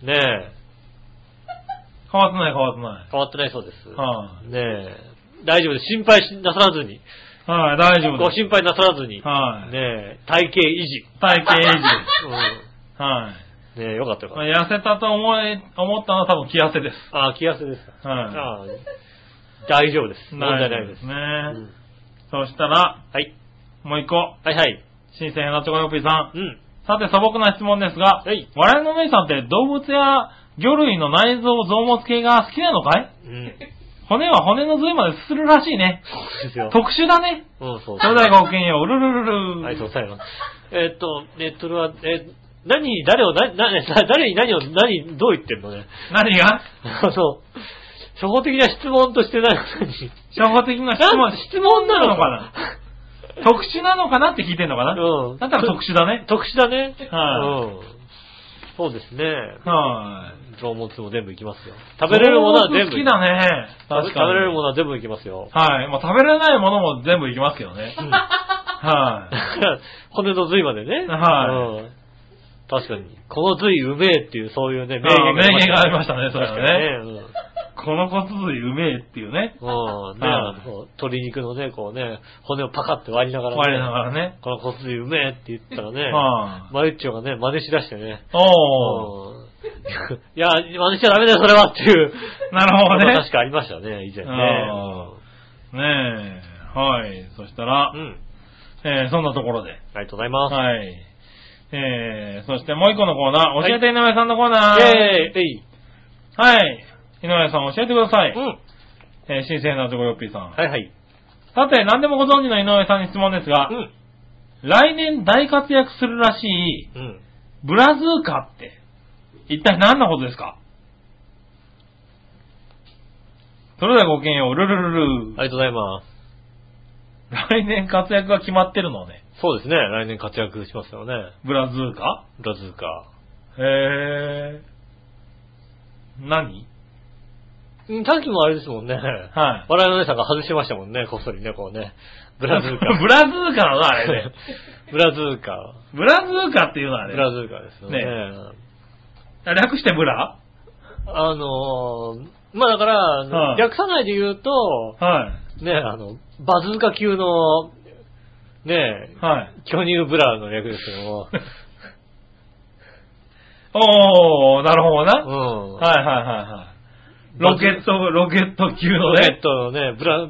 [SPEAKER 3] うん。
[SPEAKER 2] ねえ。
[SPEAKER 3] 変わってない、変わってな
[SPEAKER 2] 変わってないそうです。
[SPEAKER 3] は
[SPEAKER 2] ねえ。大丈夫です。心配しなさらずに。
[SPEAKER 3] い。はい、大丈夫
[SPEAKER 2] ご
[SPEAKER 3] です。
[SPEAKER 2] 心配なさらずに。
[SPEAKER 3] はい。
[SPEAKER 2] ねえ、体型維持。
[SPEAKER 3] 体型 維持。
[SPEAKER 2] う
[SPEAKER 3] はい。
[SPEAKER 2] ん。ねえ、よかったよか
[SPEAKER 3] まあ
[SPEAKER 2] っ
[SPEAKER 3] 痩せたと思い、思ったのは多分気痩せです。
[SPEAKER 2] た。あ、気痩せですか。
[SPEAKER 3] は
[SPEAKER 2] あ大丈夫です。
[SPEAKER 3] い。
[SPEAKER 2] 問題ないです。
[SPEAKER 3] ね。
[SPEAKER 2] うん
[SPEAKER 3] そしたら、
[SPEAKER 2] はい。
[SPEAKER 3] もう一個。
[SPEAKER 2] はいはい。
[SPEAKER 3] 新鮮なチョコヨッピーさん。
[SPEAKER 2] うん。
[SPEAKER 3] さて素朴な質問ですが、
[SPEAKER 2] はい
[SPEAKER 3] 我々のお姉さんって動物や魚類の内臓臓物系が好きなのかい
[SPEAKER 2] うん。
[SPEAKER 3] 骨は骨の髄まですするらしいね。
[SPEAKER 2] そうですよ。
[SPEAKER 3] 特殊だね。
[SPEAKER 2] うん、そう
[SPEAKER 3] それではごきげんよう、うるるるる。
[SPEAKER 2] はい、そうさよならえーっと、ネットルは、えー、何に、誰を、な、な、な誰に何を、何、どう言ってんのね。
[SPEAKER 3] 何が
[SPEAKER 2] あの、初歩的な質問として何、
[SPEAKER 3] 初歩的な質問
[SPEAKER 2] 何、、質問なのか
[SPEAKER 3] な特殊なのかなって聞いてんのかな、
[SPEAKER 2] うん。
[SPEAKER 3] だったら特殊だね。
[SPEAKER 2] 特殊だね。
[SPEAKER 3] は
[SPEAKER 2] う
[SPEAKER 3] い
[SPEAKER 2] ん。そうですね。
[SPEAKER 3] はい。
[SPEAKER 2] 臓物も全部いきますよ。食べれるものは全部。
[SPEAKER 3] 好きだね。
[SPEAKER 2] 食べ
[SPEAKER 3] 確かに。
[SPEAKER 2] 食べれるものは全部いきますよ。
[SPEAKER 3] はい。まあ、食べれないものも全部いきますけどね。 は
[SPEAKER 2] だから 骨の髄までね。
[SPEAKER 3] はい
[SPEAKER 2] うん。確かに。この髄うめえっていう、そういうね、
[SPEAKER 3] 名言がありましたねそれはね
[SPEAKER 2] 確かにね。
[SPEAKER 3] い。この骨髄うめえっていうね。
[SPEAKER 2] うん。うん。ね、
[SPEAKER 3] は
[SPEAKER 2] あ
[SPEAKER 3] い
[SPEAKER 2] の鶏肉のね、こうね、骨をパカって割りながら、ね、
[SPEAKER 3] 我ながらね。
[SPEAKER 2] この骨髄うめえって言ったらね、
[SPEAKER 3] は
[SPEAKER 2] マユッチョがね、真似しだしてね。
[SPEAKER 3] い。おー。
[SPEAKER 2] うんいや、真似しちゃダメだよ、それはっていう。
[SPEAKER 3] なるほどね
[SPEAKER 2] 確かありましたね、以前ね。
[SPEAKER 3] ねえ。はい。そしたら
[SPEAKER 2] う、ん。
[SPEAKER 3] えー、そんなところで。
[SPEAKER 2] ありがとうございます。
[SPEAKER 3] はい。えー、そしてもう一個のコーナー、教えて井上さんのコーナ
[SPEAKER 2] イェ
[SPEAKER 3] ー。
[SPEAKER 2] ーイえい
[SPEAKER 3] はい。井上さん教えてください。
[SPEAKER 2] うん。
[SPEAKER 3] えー、新鮮なとこよっぴーさん。
[SPEAKER 2] はいはい。
[SPEAKER 3] さて、何でもご存知の井上さんに質問ですが、
[SPEAKER 2] うん。
[SPEAKER 3] 来年大活躍するらしい
[SPEAKER 2] うん。
[SPEAKER 3] ブラズーカって、一体何のことですかそれではごきげんよう、ルルルル
[SPEAKER 2] ありがとうございます。
[SPEAKER 3] 来年活躍が決まってるのね。
[SPEAKER 2] そうですね、来年活躍しますよね。
[SPEAKER 3] ブラズーカ
[SPEAKER 2] ラズーカ。
[SPEAKER 3] へー。何
[SPEAKER 2] うんさっきもあれですもんね。
[SPEAKER 3] はい。
[SPEAKER 2] 笑いのお姉さんが外しましたもんね、こっそりね、こうね。 ブラズーカ。
[SPEAKER 3] ブラズーカだな、あれね。
[SPEAKER 2] ブラズーカ。
[SPEAKER 3] ブラズーカっていうのはあ
[SPEAKER 2] ブ
[SPEAKER 3] れ。
[SPEAKER 2] ラズーカですよね。
[SPEAKER 3] ねあ略してブラ
[SPEAKER 2] あのー、まあだからあの、
[SPEAKER 3] はい
[SPEAKER 2] 略さないで言うと、
[SPEAKER 3] は
[SPEAKER 2] ね、あの、バズーカ級の、ね
[SPEAKER 3] い。、はい。
[SPEAKER 2] 巨乳ブラの略ですけど も、
[SPEAKER 3] おー、なるほどな。
[SPEAKER 2] うん。
[SPEAKER 3] はいはいはいはい。ロケット、ロケット級の
[SPEAKER 2] ロケッ
[SPEAKER 3] ね。
[SPEAKER 2] トのね、ブラ、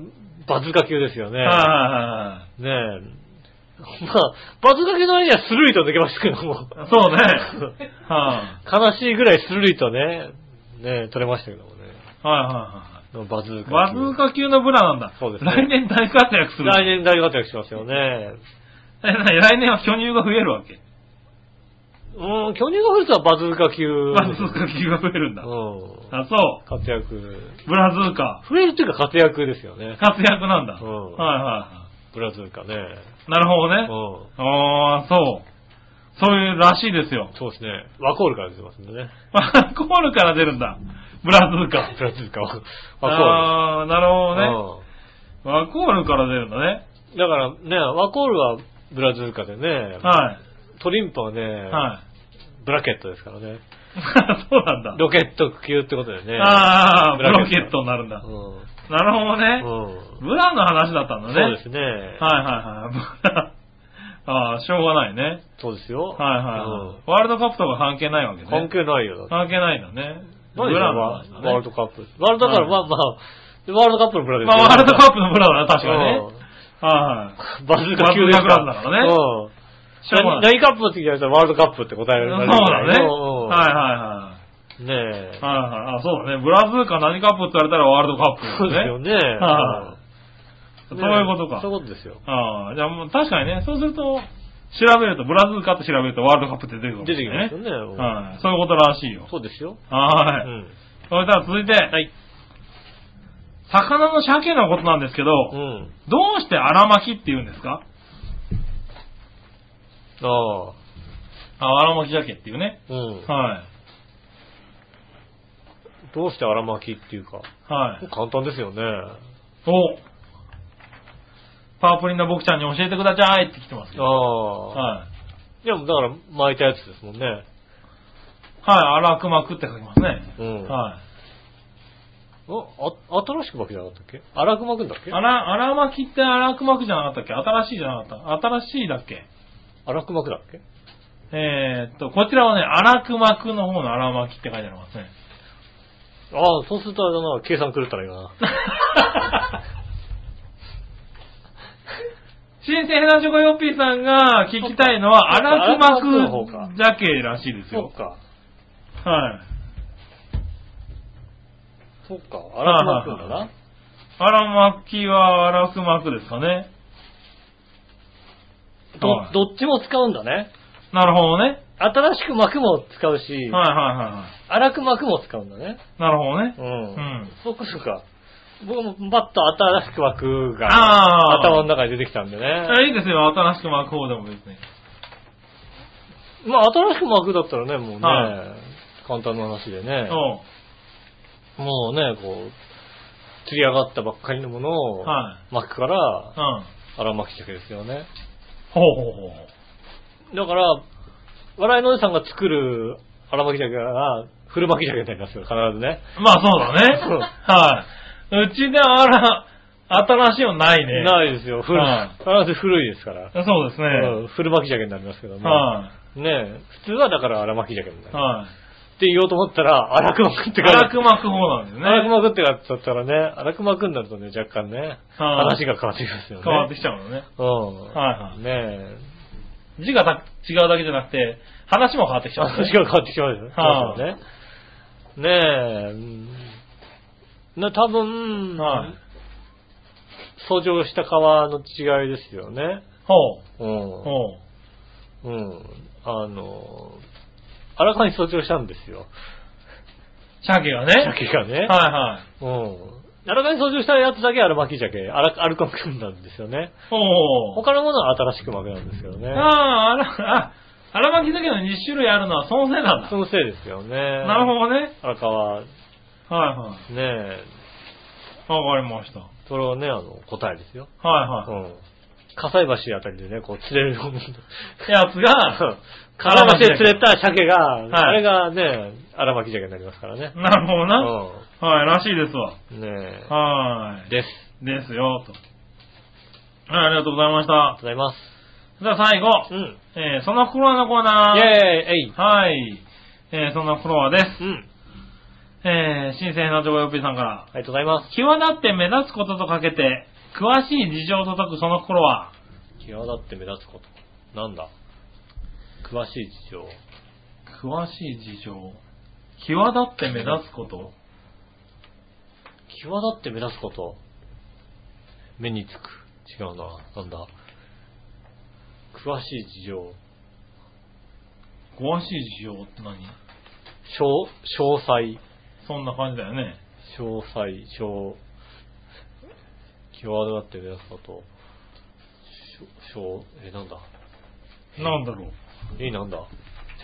[SPEAKER 2] バズーカ級ですよね。
[SPEAKER 3] はいは
[SPEAKER 2] ねえ。まあ、バズーカ級の間にはスルリと抜けましたけども。
[SPEAKER 3] いはい。そうね。はい
[SPEAKER 2] 悲しいぐらいスルリとね、ねえ取れましたけどもね。
[SPEAKER 3] はいは
[SPEAKER 2] のバズーカ。
[SPEAKER 3] バズーカ級のブラなんだ。
[SPEAKER 2] そうですね
[SPEAKER 3] 来年大活躍する。
[SPEAKER 2] 来年大活躍しますよね。
[SPEAKER 3] えなに来年は巨乳が増えるわけ。
[SPEAKER 2] うん、巨乳がフルスはバズーカ級。
[SPEAKER 3] バズーカ級が増えるんだ。
[SPEAKER 2] うん。
[SPEAKER 3] あ、そ
[SPEAKER 2] 活躍。
[SPEAKER 3] う。ブラズーカ。
[SPEAKER 2] 増えるっていうか活躍ですよね。
[SPEAKER 3] 活躍なんだ。は
[SPEAKER 2] う
[SPEAKER 3] い
[SPEAKER 2] ん
[SPEAKER 3] は
[SPEAKER 2] ブラズーカね。
[SPEAKER 3] い。なるほ
[SPEAKER 2] う
[SPEAKER 3] どね。
[SPEAKER 2] ん。
[SPEAKER 3] ああ、そう。そういうらしいですよ。
[SPEAKER 2] そうですね。ワコールから出てますんでね。
[SPEAKER 3] ワコールから出るんだ。ブラズーカ。
[SPEAKER 2] ブラズーカは。ワ
[SPEAKER 3] ああ、なる
[SPEAKER 2] コ
[SPEAKER 3] ほ
[SPEAKER 2] ール。
[SPEAKER 3] どね。ワコールから出るんだね。
[SPEAKER 2] うん。だからね、ワコールはブラズーカでね、
[SPEAKER 3] は
[SPEAKER 2] トリンプはね、
[SPEAKER 3] い。はい。
[SPEAKER 2] ブラケットですからね。
[SPEAKER 3] そうなんだ。
[SPEAKER 2] ロケット級ってことでね。
[SPEAKER 3] ああ、
[SPEAKER 2] ブ
[SPEAKER 3] ブ
[SPEAKER 2] ラ
[SPEAKER 3] ロ
[SPEAKER 2] ケ
[SPEAKER 3] ケ
[SPEAKER 2] ット
[SPEAKER 3] ットになるんだ
[SPEAKER 2] う。ん。
[SPEAKER 3] なるほどね。
[SPEAKER 2] うん。
[SPEAKER 3] ブラの話だったんだね。
[SPEAKER 2] そうですね。
[SPEAKER 3] はいはいはい。 ブラ。ああ、しょうがないね。
[SPEAKER 2] そうですよ。
[SPEAKER 3] はいはいはい。ワールドカップとか関係ないわ
[SPEAKER 2] う
[SPEAKER 3] け
[SPEAKER 2] ん
[SPEAKER 3] ね。
[SPEAKER 2] 関係ないよ。
[SPEAKER 3] 関係ないんだね。ブ
[SPEAKER 2] 何で
[SPEAKER 3] ラの
[SPEAKER 2] ワ
[SPEAKER 3] 話だね。
[SPEAKER 2] ールドカップ。ワールドだから、
[SPEAKER 3] はい
[SPEAKER 2] まあまあ、ワールドカップのブラです
[SPEAKER 3] まあワールドカップのブラだな、確かにね。
[SPEAKER 2] ね。
[SPEAKER 3] はいはい。
[SPEAKER 2] うんバズーカ級です
[SPEAKER 3] バズーカブラだからね
[SPEAKER 2] うん。
[SPEAKER 3] しょう
[SPEAKER 2] 何
[SPEAKER 3] がない。
[SPEAKER 2] 何カップの次やったらワールドカップって答え
[SPEAKER 3] そう
[SPEAKER 2] られ
[SPEAKER 3] だ
[SPEAKER 2] る
[SPEAKER 3] ね。
[SPEAKER 2] うん
[SPEAKER 3] はいはいはい。
[SPEAKER 2] ねえ。
[SPEAKER 3] はいはい。あ、そうだね。ブラズーか何カップって言われたらワールドカップ、
[SPEAKER 2] そうですよね。
[SPEAKER 3] は
[SPEAKER 2] う
[SPEAKER 3] そ
[SPEAKER 2] ん
[SPEAKER 3] ういうこと
[SPEAKER 2] ねえ
[SPEAKER 3] か
[SPEAKER 2] そう。いうことですよ。
[SPEAKER 3] ああ、じゃあもう確かにね、そうすると、調べると、ブラズーカって調べるとワールドカップって出てくる、
[SPEAKER 2] 出てきますよ
[SPEAKER 3] ね。
[SPEAKER 2] ね。うん
[SPEAKER 3] はい。そういうことらしいよ。
[SPEAKER 2] そうですよ。う
[SPEAKER 3] はーい。
[SPEAKER 2] ん。
[SPEAKER 3] それでは続いて、
[SPEAKER 2] はい。
[SPEAKER 3] 魚の鮭のことなんですけど、
[SPEAKER 2] うん。
[SPEAKER 3] どうして荒巻きって言うんですか
[SPEAKER 2] ああ。
[SPEAKER 3] あ荒巻き鮭っていうね。
[SPEAKER 2] うん。
[SPEAKER 3] は
[SPEAKER 2] どうして荒巻きっていうか。
[SPEAKER 3] い。はい。
[SPEAKER 2] 簡単ですよね。あ
[SPEAKER 3] おパープリンな僕ちゃんに教えてくださいって来てますけど。
[SPEAKER 2] あ。
[SPEAKER 3] はい。
[SPEAKER 2] いや、だから巻いたやつですもんね。
[SPEAKER 3] はい、荒くまくって書きますね。
[SPEAKER 2] うん。
[SPEAKER 3] は
[SPEAKER 2] おあ新しく巻くじゃなかったっけ荒く巻くんだっ
[SPEAKER 3] い。
[SPEAKER 2] け
[SPEAKER 3] 荒、荒巻きって荒くまくじゃなかったっけ新しいじゃなかった新しいだっけ
[SPEAKER 2] 荒く巻くだっけ
[SPEAKER 3] えーっと、こちらはね、荒くまくの方の荒巻きって書いてありま すね。
[SPEAKER 2] ああ、そうするとあれだな、計算狂ったらいいな。
[SPEAKER 3] 新鮮なチョコヨッピーさんが聞きたいのは、
[SPEAKER 2] そっか
[SPEAKER 3] 荒
[SPEAKER 2] 荒くまくの方
[SPEAKER 3] く
[SPEAKER 2] か
[SPEAKER 3] まく鮭らしいで す
[SPEAKER 2] そ
[SPEAKER 3] よ
[SPEAKER 2] っ。か。
[SPEAKER 3] はい。
[SPEAKER 2] そっか。荒く巻くんだ
[SPEAKER 3] はいはい
[SPEAKER 2] な。
[SPEAKER 3] 荒巻きは荒くまくですかね。はい
[SPEAKER 2] ど、どっちも使うんだね。
[SPEAKER 3] なるほどね。
[SPEAKER 2] 新しく巻くも使うし、
[SPEAKER 3] はいはいはいは
[SPEAKER 2] 荒く巻くも使うんだね。
[SPEAKER 3] い。なるほどね
[SPEAKER 2] う。
[SPEAKER 3] うん
[SPEAKER 2] ん。そっかそっか。僕もバッと新しく巻くが、
[SPEAKER 3] ああ
[SPEAKER 2] 頭の中に出てきたんでね。
[SPEAKER 3] あいいですよ、新しく巻く方でも別に。
[SPEAKER 2] まあ、新しく巻くだったらね、もうね、
[SPEAKER 3] は
[SPEAKER 2] 簡単な話でね、
[SPEAKER 3] そ
[SPEAKER 2] もうね、こう、釣り上がったばっかりのものを
[SPEAKER 3] は
[SPEAKER 2] 巻くか
[SPEAKER 3] う。
[SPEAKER 2] ら
[SPEAKER 3] う、ん。
[SPEAKER 2] 荒巻き鮭ですよね。
[SPEAKER 3] ほうほうほうほう。
[SPEAKER 2] だから、笑いのおじさんが作る荒巻き鮭が、古巻き鮭になりますよ、必ずね。
[SPEAKER 3] まあそうだね
[SPEAKER 2] そう。
[SPEAKER 3] はい。うちであら、新しいのないね。
[SPEAKER 2] ないですよ、古、
[SPEAKER 3] はい
[SPEAKER 2] 必ず古いですから。
[SPEAKER 3] そうですね。
[SPEAKER 2] うん古巻き鮭になりますけども。
[SPEAKER 3] は。
[SPEAKER 2] ね普通はだから荒巻き鮭にないる。
[SPEAKER 3] はい。
[SPEAKER 2] って言おうと思ったら、荒く巻くって書いてある
[SPEAKER 3] 荒く巻く方なんですね。
[SPEAKER 2] 荒くまくってやつだったらね、荒くまくんだとね、若干ね、
[SPEAKER 3] はい
[SPEAKER 2] 話が変わってきますよね。
[SPEAKER 3] 変わってきちゃうのね。
[SPEAKER 2] うん。。
[SPEAKER 3] はいはい
[SPEAKER 2] ねえ。
[SPEAKER 3] 字がた違うだけじゃなくて、話も変わってきちゃう、
[SPEAKER 2] 話が変わってきますよね。
[SPEAKER 3] はい
[SPEAKER 2] そうですよね。ねえうん。な、多分、
[SPEAKER 3] はい。
[SPEAKER 2] 遡上した川の違いですよね。
[SPEAKER 3] ほ
[SPEAKER 2] う
[SPEAKER 3] う。
[SPEAKER 2] ん。
[SPEAKER 3] ほう。
[SPEAKER 2] うん。あの、荒川に遡上したんですよ。
[SPEAKER 3] 鮭がね。
[SPEAKER 2] 鮭がね。
[SPEAKER 3] はいはい。
[SPEAKER 2] うん。荒川に遡上したやつだけ荒巻き鮭、荒荒くまくんなんですよね。
[SPEAKER 3] ほう。
[SPEAKER 2] 他のものは新しく巻くなんですけどね。
[SPEAKER 3] ああー、あら、あ、荒巻鮭の2種類あるのはそのせいなんだ
[SPEAKER 2] そ。のせいですよね。
[SPEAKER 3] なるほどね。
[SPEAKER 2] 荒川、ね
[SPEAKER 3] はいはい。
[SPEAKER 2] え、
[SPEAKER 3] わかりました。
[SPEAKER 2] それはね、あの、答えですよ。
[SPEAKER 3] はいうは
[SPEAKER 2] ん。火災橋あたりでね、こう釣れる。
[SPEAKER 3] い。やつが、
[SPEAKER 2] 火災橋で釣れた鮭が、
[SPEAKER 3] い
[SPEAKER 2] あれがね、荒巻鮭になりますからね。
[SPEAKER 3] なるほどな。はい、らしいですわ。
[SPEAKER 2] うん。ね
[SPEAKER 3] は
[SPEAKER 2] え。です。
[SPEAKER 3] い。ですよ、と。はい、ありがとうございま
[SPEAKER 2] ありがとう
[SPEAKER 3] し
[SPEAKER 2] ご
[SPEAKER 3] た。
[SPEAKER 2] ざいます。
[SPEAKER 3] じゃあ最後、
[SPEAKER 2] うん。
[SPEAKER 3] えー、その心のコーナー。
[SPEAKER 2] イェーイえい
[SPEAKER 3] はい。えー、そんなフロアです。
[SPEAKER 2] うん。
[SPEAKER 3] えー、新鮮なチョコヨッピーさんから。
[SPEAKER 2] ありがとうございま
[SPEAKER 3] 際立って目立つこととかけて、詳しい事情と解くその心は、
[SPEAKER 2] す。際立って目立つこと。なんだ詳しい事情。
[SPEAKER 3] 詳しい事情。際立って目立つこと
[SPEAKER 2] 際立って目立つこと。目につく。違うな。なんだ。詳しい事情。
[SPEAKER 3] 詳しい事情って何
[SPEAKER 2] 詳、詳細。
[SPEAKER 3] そんな感じだよね。
[SPEAKER 2] 詳細、詳、際立って目立つこと。詳、え、なんだ。
[SPEAKER 3] なんだろう。
[SPEAKER 2] え、なんだ。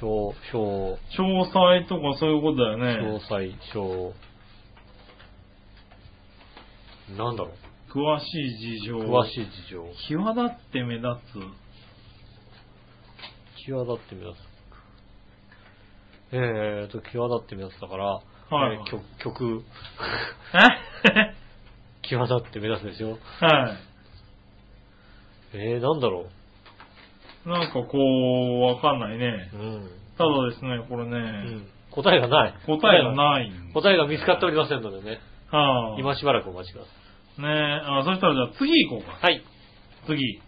[SPEAKER 2] 詳、詳、
[SPEAKER 3] 詳細とかそういうことだよ
[SPEAKER 2] 詳
[SPEAKER 3] ね。
[SPEAKER 2] 細、詳、なんだろう。
[SPEAKER 3] 詳しい事情。
[SPEAKER 2] 詳しい事情。
[SPEAKER 3] 際立って目立つ。
[SPEAKER 2] 際立って目立つ。えーと、際立って目立つだから、
[SPEAKER 3] はい
[SPEAKER 2] えー曲、曲、
[SPEAKER 3] え
[SPEAKER 2] 際立って目立つでしょ。
[SPEAKER 3] はい。
[SPEAKER 2] えー、なんだろ
[SPEAKER 3] なんかこう、わかんないね
[SPEAKER 2] う。う。ん。
[SPEAKER 3] ただですね、これ
[SPEAKER 2] う
[SPEAKER 3] ね、
[SPEAKER 2] ん。答えがない。
[SPEAKER 3] 答えがないんです。
[SPEAKER 2] 答えが見つかっておりませんのでね。
[SPEAKER 3] はあ、ね
[SPEAKER 2] 今しばらくお待ちくださ
[SPEAKER 3] え、あ、そしたらじゃあ次行こうか。
[SPEAKER 2] い。はい。
[SPEAKER 3] 次。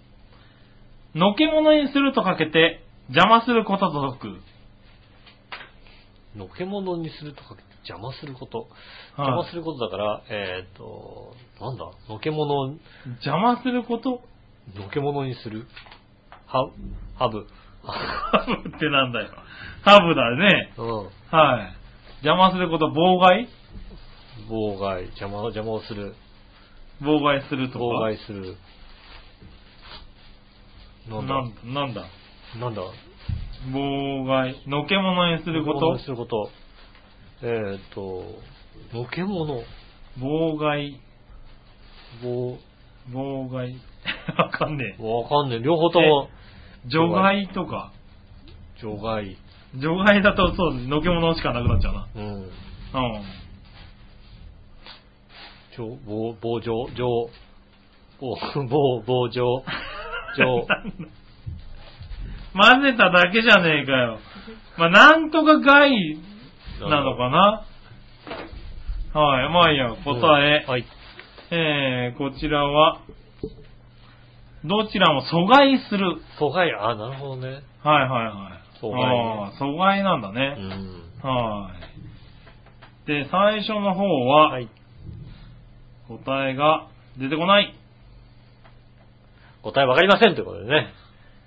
[SPEAKER 3] のけものにするとかけて、邪魔することと解く。
[SPEAKER 2] のけものにするとかけて邪魔すること。
[SPEAKER 3] はい
[SPEAKER 2] 邪魔することだから、えーと、なんだ、のけもの、
[SPEAKER 3] 邪魔する こと
[SPEAKER 2] のけものにするは、ハブ。
[SPEAKER 3] ハブってなんだよ。ハブだね。
[SPEAKER 2] うん。
[SPEAKER 3] はい。邪魔すること、妨害
[SPEAKER 2] 妨害、邪魔、邪魔をする。
[SPEAKER 3] 妨害するとか。
[SPEAKER 2] 妨害する。なんだ
[SPEAKER 3] なんなんだ
[SPEAKER 2] なんだ
[SPEAKER 3] 妨害。のけものにするこ
[SPEAKER 2] 妨
[SPEAKER 3] と
[SPEAKER 2] 害すること。えーと、のけもの、
[SPEAKER 3] 妨害。
[SPEAKER 2] ぼ
[SPEAKER 3] 妨害。 わかんねえ。
[SPEAKER 2] わかんねえ。両方とも、
[SPEAKER 3] 除外とか。
[SPEAKER 2] 除外。
[SPEAKER 3] 除外だとそうです。のけものしかなくなっちゃうな。
[SPEAKER 2] うん。
[SPEAKER 3] うん。
[SPEAKER 2] ちょ、ぼう、棒状、状、ぼう、 ぼう、棒状、状、
[SPEAKER 3] 混ぜただけじゃねえかよ。まあ、なんとか害なのかなはい、まあいいや、答え。
[SPEAKER 2] うんはい。
[SPEAKER 3] えー、こちらは、どちらも阻害する。
[SPEAKER 2] 阻害、あ、なるほどね。
[SPEAKER 3] はいはいはい。
[SPEAKER 2] 阻害
[SPEAKER 3] あー阻害なんだ
[SPEAKER 2] う
[SPEAKER 3] ね。
[SPEAKER 2] ん。
[SPEAKER 3] はい。で、最初の方は、
[SPEAKER 2] はい。
[SPEAKER 3] 答えが出てこない。
[SPEAKER 2] 答えわかりませんということでね。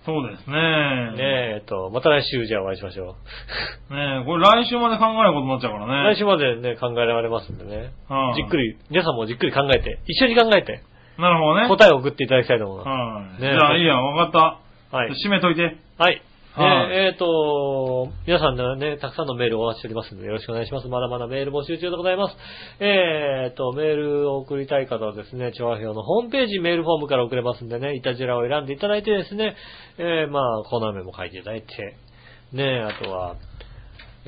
[SPEAKER 3] そうですね。
[SPEAKER 2] ねえ、えっと、また来週じゃあお会いしましょう。
[SPEAKER 3] ねえこれ来週まで考えることになっちゃうからね。
[SPEAKER 2] 来週までね、考えられますんでね。
[SPEAKER 3] はい
[SPEAKER 2] じっくり、皆さんもじっくり考えて、一緒に考えて、
[SPEAKER 3] なるほどね。
[SPEAKER 2] 答えを送っていただきたいと思いま
[SPEAKER 3] はい。じ
[SPEAKER 2] ねえ
[SPEAKER 3] ゃあ、いいや、わか
[SPEAKER 2] す。は
[SPEAKER 3] った。
[SPEAKER 2] い。
[SPEAKER 3] 締めといて。
[SPEAKER 2] はい。
[SPEAKER 3] はい
[SPEAKER 2] えーえーと、皆さんのね、たくさんのメールをお待ちしておりますので、よろしくお願いします。まだまだメール募集中でございます。えーと、メールを送りたい方はですね、調和表のホームページメールフォームから送れますんでね、いたじらを選んでいただいてですね、えー、まあ、コーナー名も書いていただいて、ね、あとは、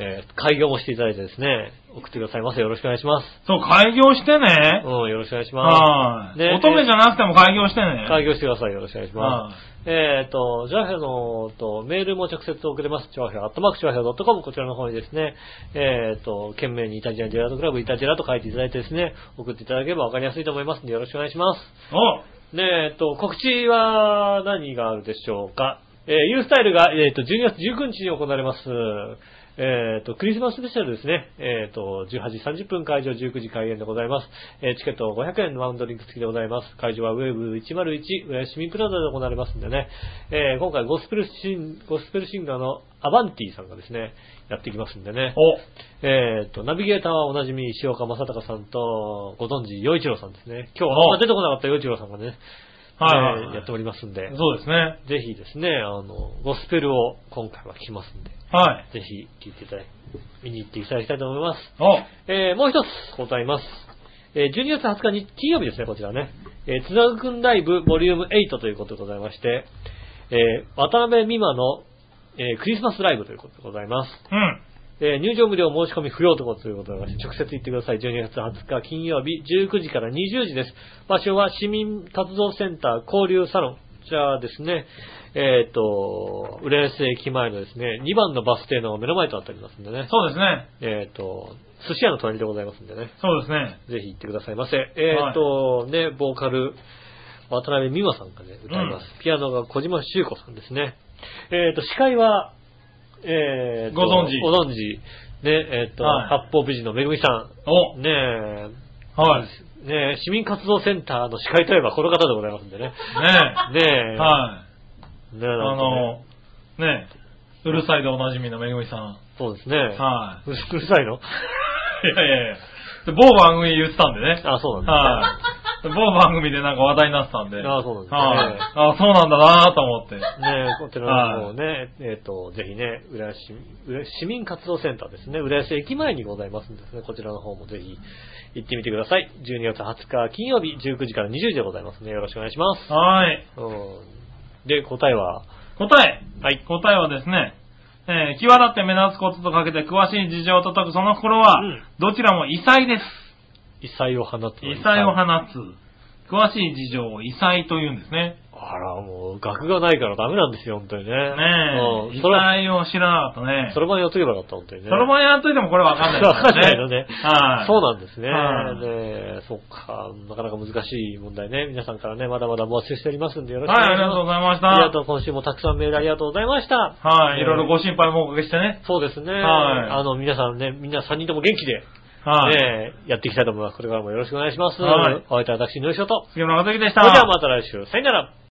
[SPEAKER 2] えー、開業もしていただいてですね、送ってくださいませ。よろしくお願いします。
[SPEAKER 3] そう、開業してね。
[SPEAKER 2] うん、よろしくお願いしま
[SPEAKER 3] は
[SPEAKER 2] す。
[SPEAKER 3] い。乙女じゃなくても開業してね。
[SPEAKER 2] 開業してください。よろしくお願いします。えっ、と、ジャフェのとメールも直接送れます。チョアヘア、アットマークチョアヘア .com、こちらの方にですね、えっ、と、懸命にイタジラジェラートクラブ、イタジェラと書いていただいてですね、送っていただければわかりやすいと思いますので、よろしくお願いします。
[SPEAKER 3] お
[SPEAKER 2] ねえ、えっ、と、告知は何があるでしょうか。えー、ユースタイルが、えっ、と、12月19日に行われます。えっ、と、クリスマススペシャルですね。えっ、と、18時30分会場、19時開演でございます。えーチケット500円のワンドリンク付きでございます。会場はウェーブ101、浦安市民プラザで行われますんでね。えー今回ゴスペルシン、ゴスペルシンガーのアバンティさんがですね、やってきますんでね。
[SPEAKER 3] お
[SPEAKER 2] えっ、と、ナビゲーターはおなじみ、石岡正隆さんと、ご存知、洋一郎さんですね。今日
[SPEAKER 3] お
[SPEAKER 2] はあんま出てこなかった洋一郎さんがね、
[SPEAKER 3] はいはいはい
[SPEAKER 2] えーやっておりますんで、
[SPEAKER 3] そうですね。
[SPEAKER 2] ぜひですね、あの、ゴスペルを今回は聞きますんで、
[SPEAKER 3] はい。
[SPEAKER 2] ぜひ聞いていただき、見に行っていただきたいと思います。
[SPEAKER 3] お
[SPEAKER 2] えーもう一つございます。えー12月20日に金曜日ですね、こちらね。えーつなぐくんライブボリューム8ということでございまして、えー渡辺美馬の、えークリスマスライブということでございます。
[SPEAKER 3] うん。
[SPEAKER 2] えー入場無料申し込み不要ということでございまして、直接行ってください。12月20日金曜日19時から20時です。場所は市民活動センター交流サロン。じゃあですね、えっ、と、浦安駅前のですね、2番のバス停の目の前となっておりますんでね。
[SPEAKER 3] そうですね。
[SPEAKER 2] えっ、と、寿司屋の隣でございますんでね。
[SPEAKER 3] そうですね。
[SPEAKER 2] ぜひ行ってくださいませ。えっ、と、ね、ボーカル、渡辺美和さんがね、歌います。ピアノが小島修子さんですね。えっ、と、司会は、えーと
[SPEAKER 3] ご存知
[SPEAKER 2] ご存知。ね、えっ、と、
[SPEAKER 3] はい
[SPEAKER 2] 八方美人のめぐみさん。
[SPEAKER 3] お
[SPEAKER 2] ねえ、
[SPEAKER 3] はい。ね
[SPEAKER 2] ねえ市民活動センターの司会といえばこの方でございますんでね。ね
[SPEAKER 3] え。
[SPEAKER 2] え。
[SPEAKER 3] はい。
[SPEAKER 2] い。ねえ、
[SPEAKER 3] あ
[SPEAKER 2] なんかね
[SPEAKER 3] の、ねえ、うるさいでおなじみのめぐみさん。
[SPEAKER 2] そうですね。
[SPEAKER 3] は
[SPEAKER 2] うるうるさいの
[SPEAKER 3] い。いやいやいや。で某番組言ってたんでね。
[SPEAKER 2] あ、そうなんだ。
[SPEAKER 3] はい。で某番組でなんか話題になってたんで。はい。
[SPEAKER 2] あ、そうなんですね。
[SPEAKER 3] あ、そうなんだなと思って。
[SPEAKER 2] ねえ、こちらの方ね、えっ、と、ぜひね、浦安市浦安市民活動センターですね、浦安駅前にございますんですね、こちらの方もぜひ行ってみてください。12月20日金曜日、19時から20時でございますね。よろしくお願いします。
[SPEAKER 3] はい。
[SPEAKER 2] うんで、答えは、
[SPEAKER 3] 答え。
[SPEAKER 2] はい。
[SPEAKER 3] 答えはですね、えー際立って目立つこととかけて詳しい事情を叩くその心は、
[SPEAKER 2] うん
[SPEAKER 3] どちらも異彩です。
[SPEAKER 2] 異彩を放つ。
[SPEAKER 3] 異彩を放つ。詳しい事情を異彩と言うんですね。
[SPEAKER 2] あら、もう、額がないからダメなんですよ、本当にね。
[SPEAKER 3] ね
[SPEAKER 2] う
[SPEAKER 3] え。
[SPEAKER 2] ん
[SPEAKER 3] 異
[SPEAKER 2] それ、
[SPEAKER 3] 彩を知らなかったね。
[SPEAKER 2] そろばんやっとけばよかった、本当にね。
[SPEAKER 3] そろ
[SPEAKER 2] ん
[SPEAKER 3] ばんやっといてもこれわかんないです
[SPEAKER 2] わかんないのね。
[SPEAKER 3] はい。
[SPEAKER 2] そうなんですね。
[SPEAKER 3] はい
[SPEAKER 2] ねえそっか、なかなか難しい問題ね。皆さんからね、まだまだ募集しておりますんで、よろしくお
[SPEAKER 3] はい、あ
[SPEAKER 2] 願いし
[SPEAKER 3] りがと
[SPEAKER 2] ま
[SPEAKER 3] うございまし
[SPEAKER 2] す。ありが
[SPEAKER 3] た。
[SPEAKER 2] とう、今週もたくさんメールありがとうございました。
[SPEAKER 3] はい、
[SPEAKER 2] えー
[SPEAKER 3] いろいろご心配もおかけしてね。
[SPEAKER 2] そうですね。
[SPEAKER 3] はい
[SPEAKER 2] あの、皆さんね、みんな3人とも元気で、
[SPEAKER 3] はい。
[SPEAKER 2] ねえやっていきたいと思います。これからもよろしくお願いします。
[SPEAKER 3] はい
[SPEAKER 2] お相手は私、井上翔と。
[SPEAKER 3] 杉村和之でし
[SPEAKER 2] そ
[SPEAKER 3] た。
[SPEAKER 2] れではまた来週。さよなら。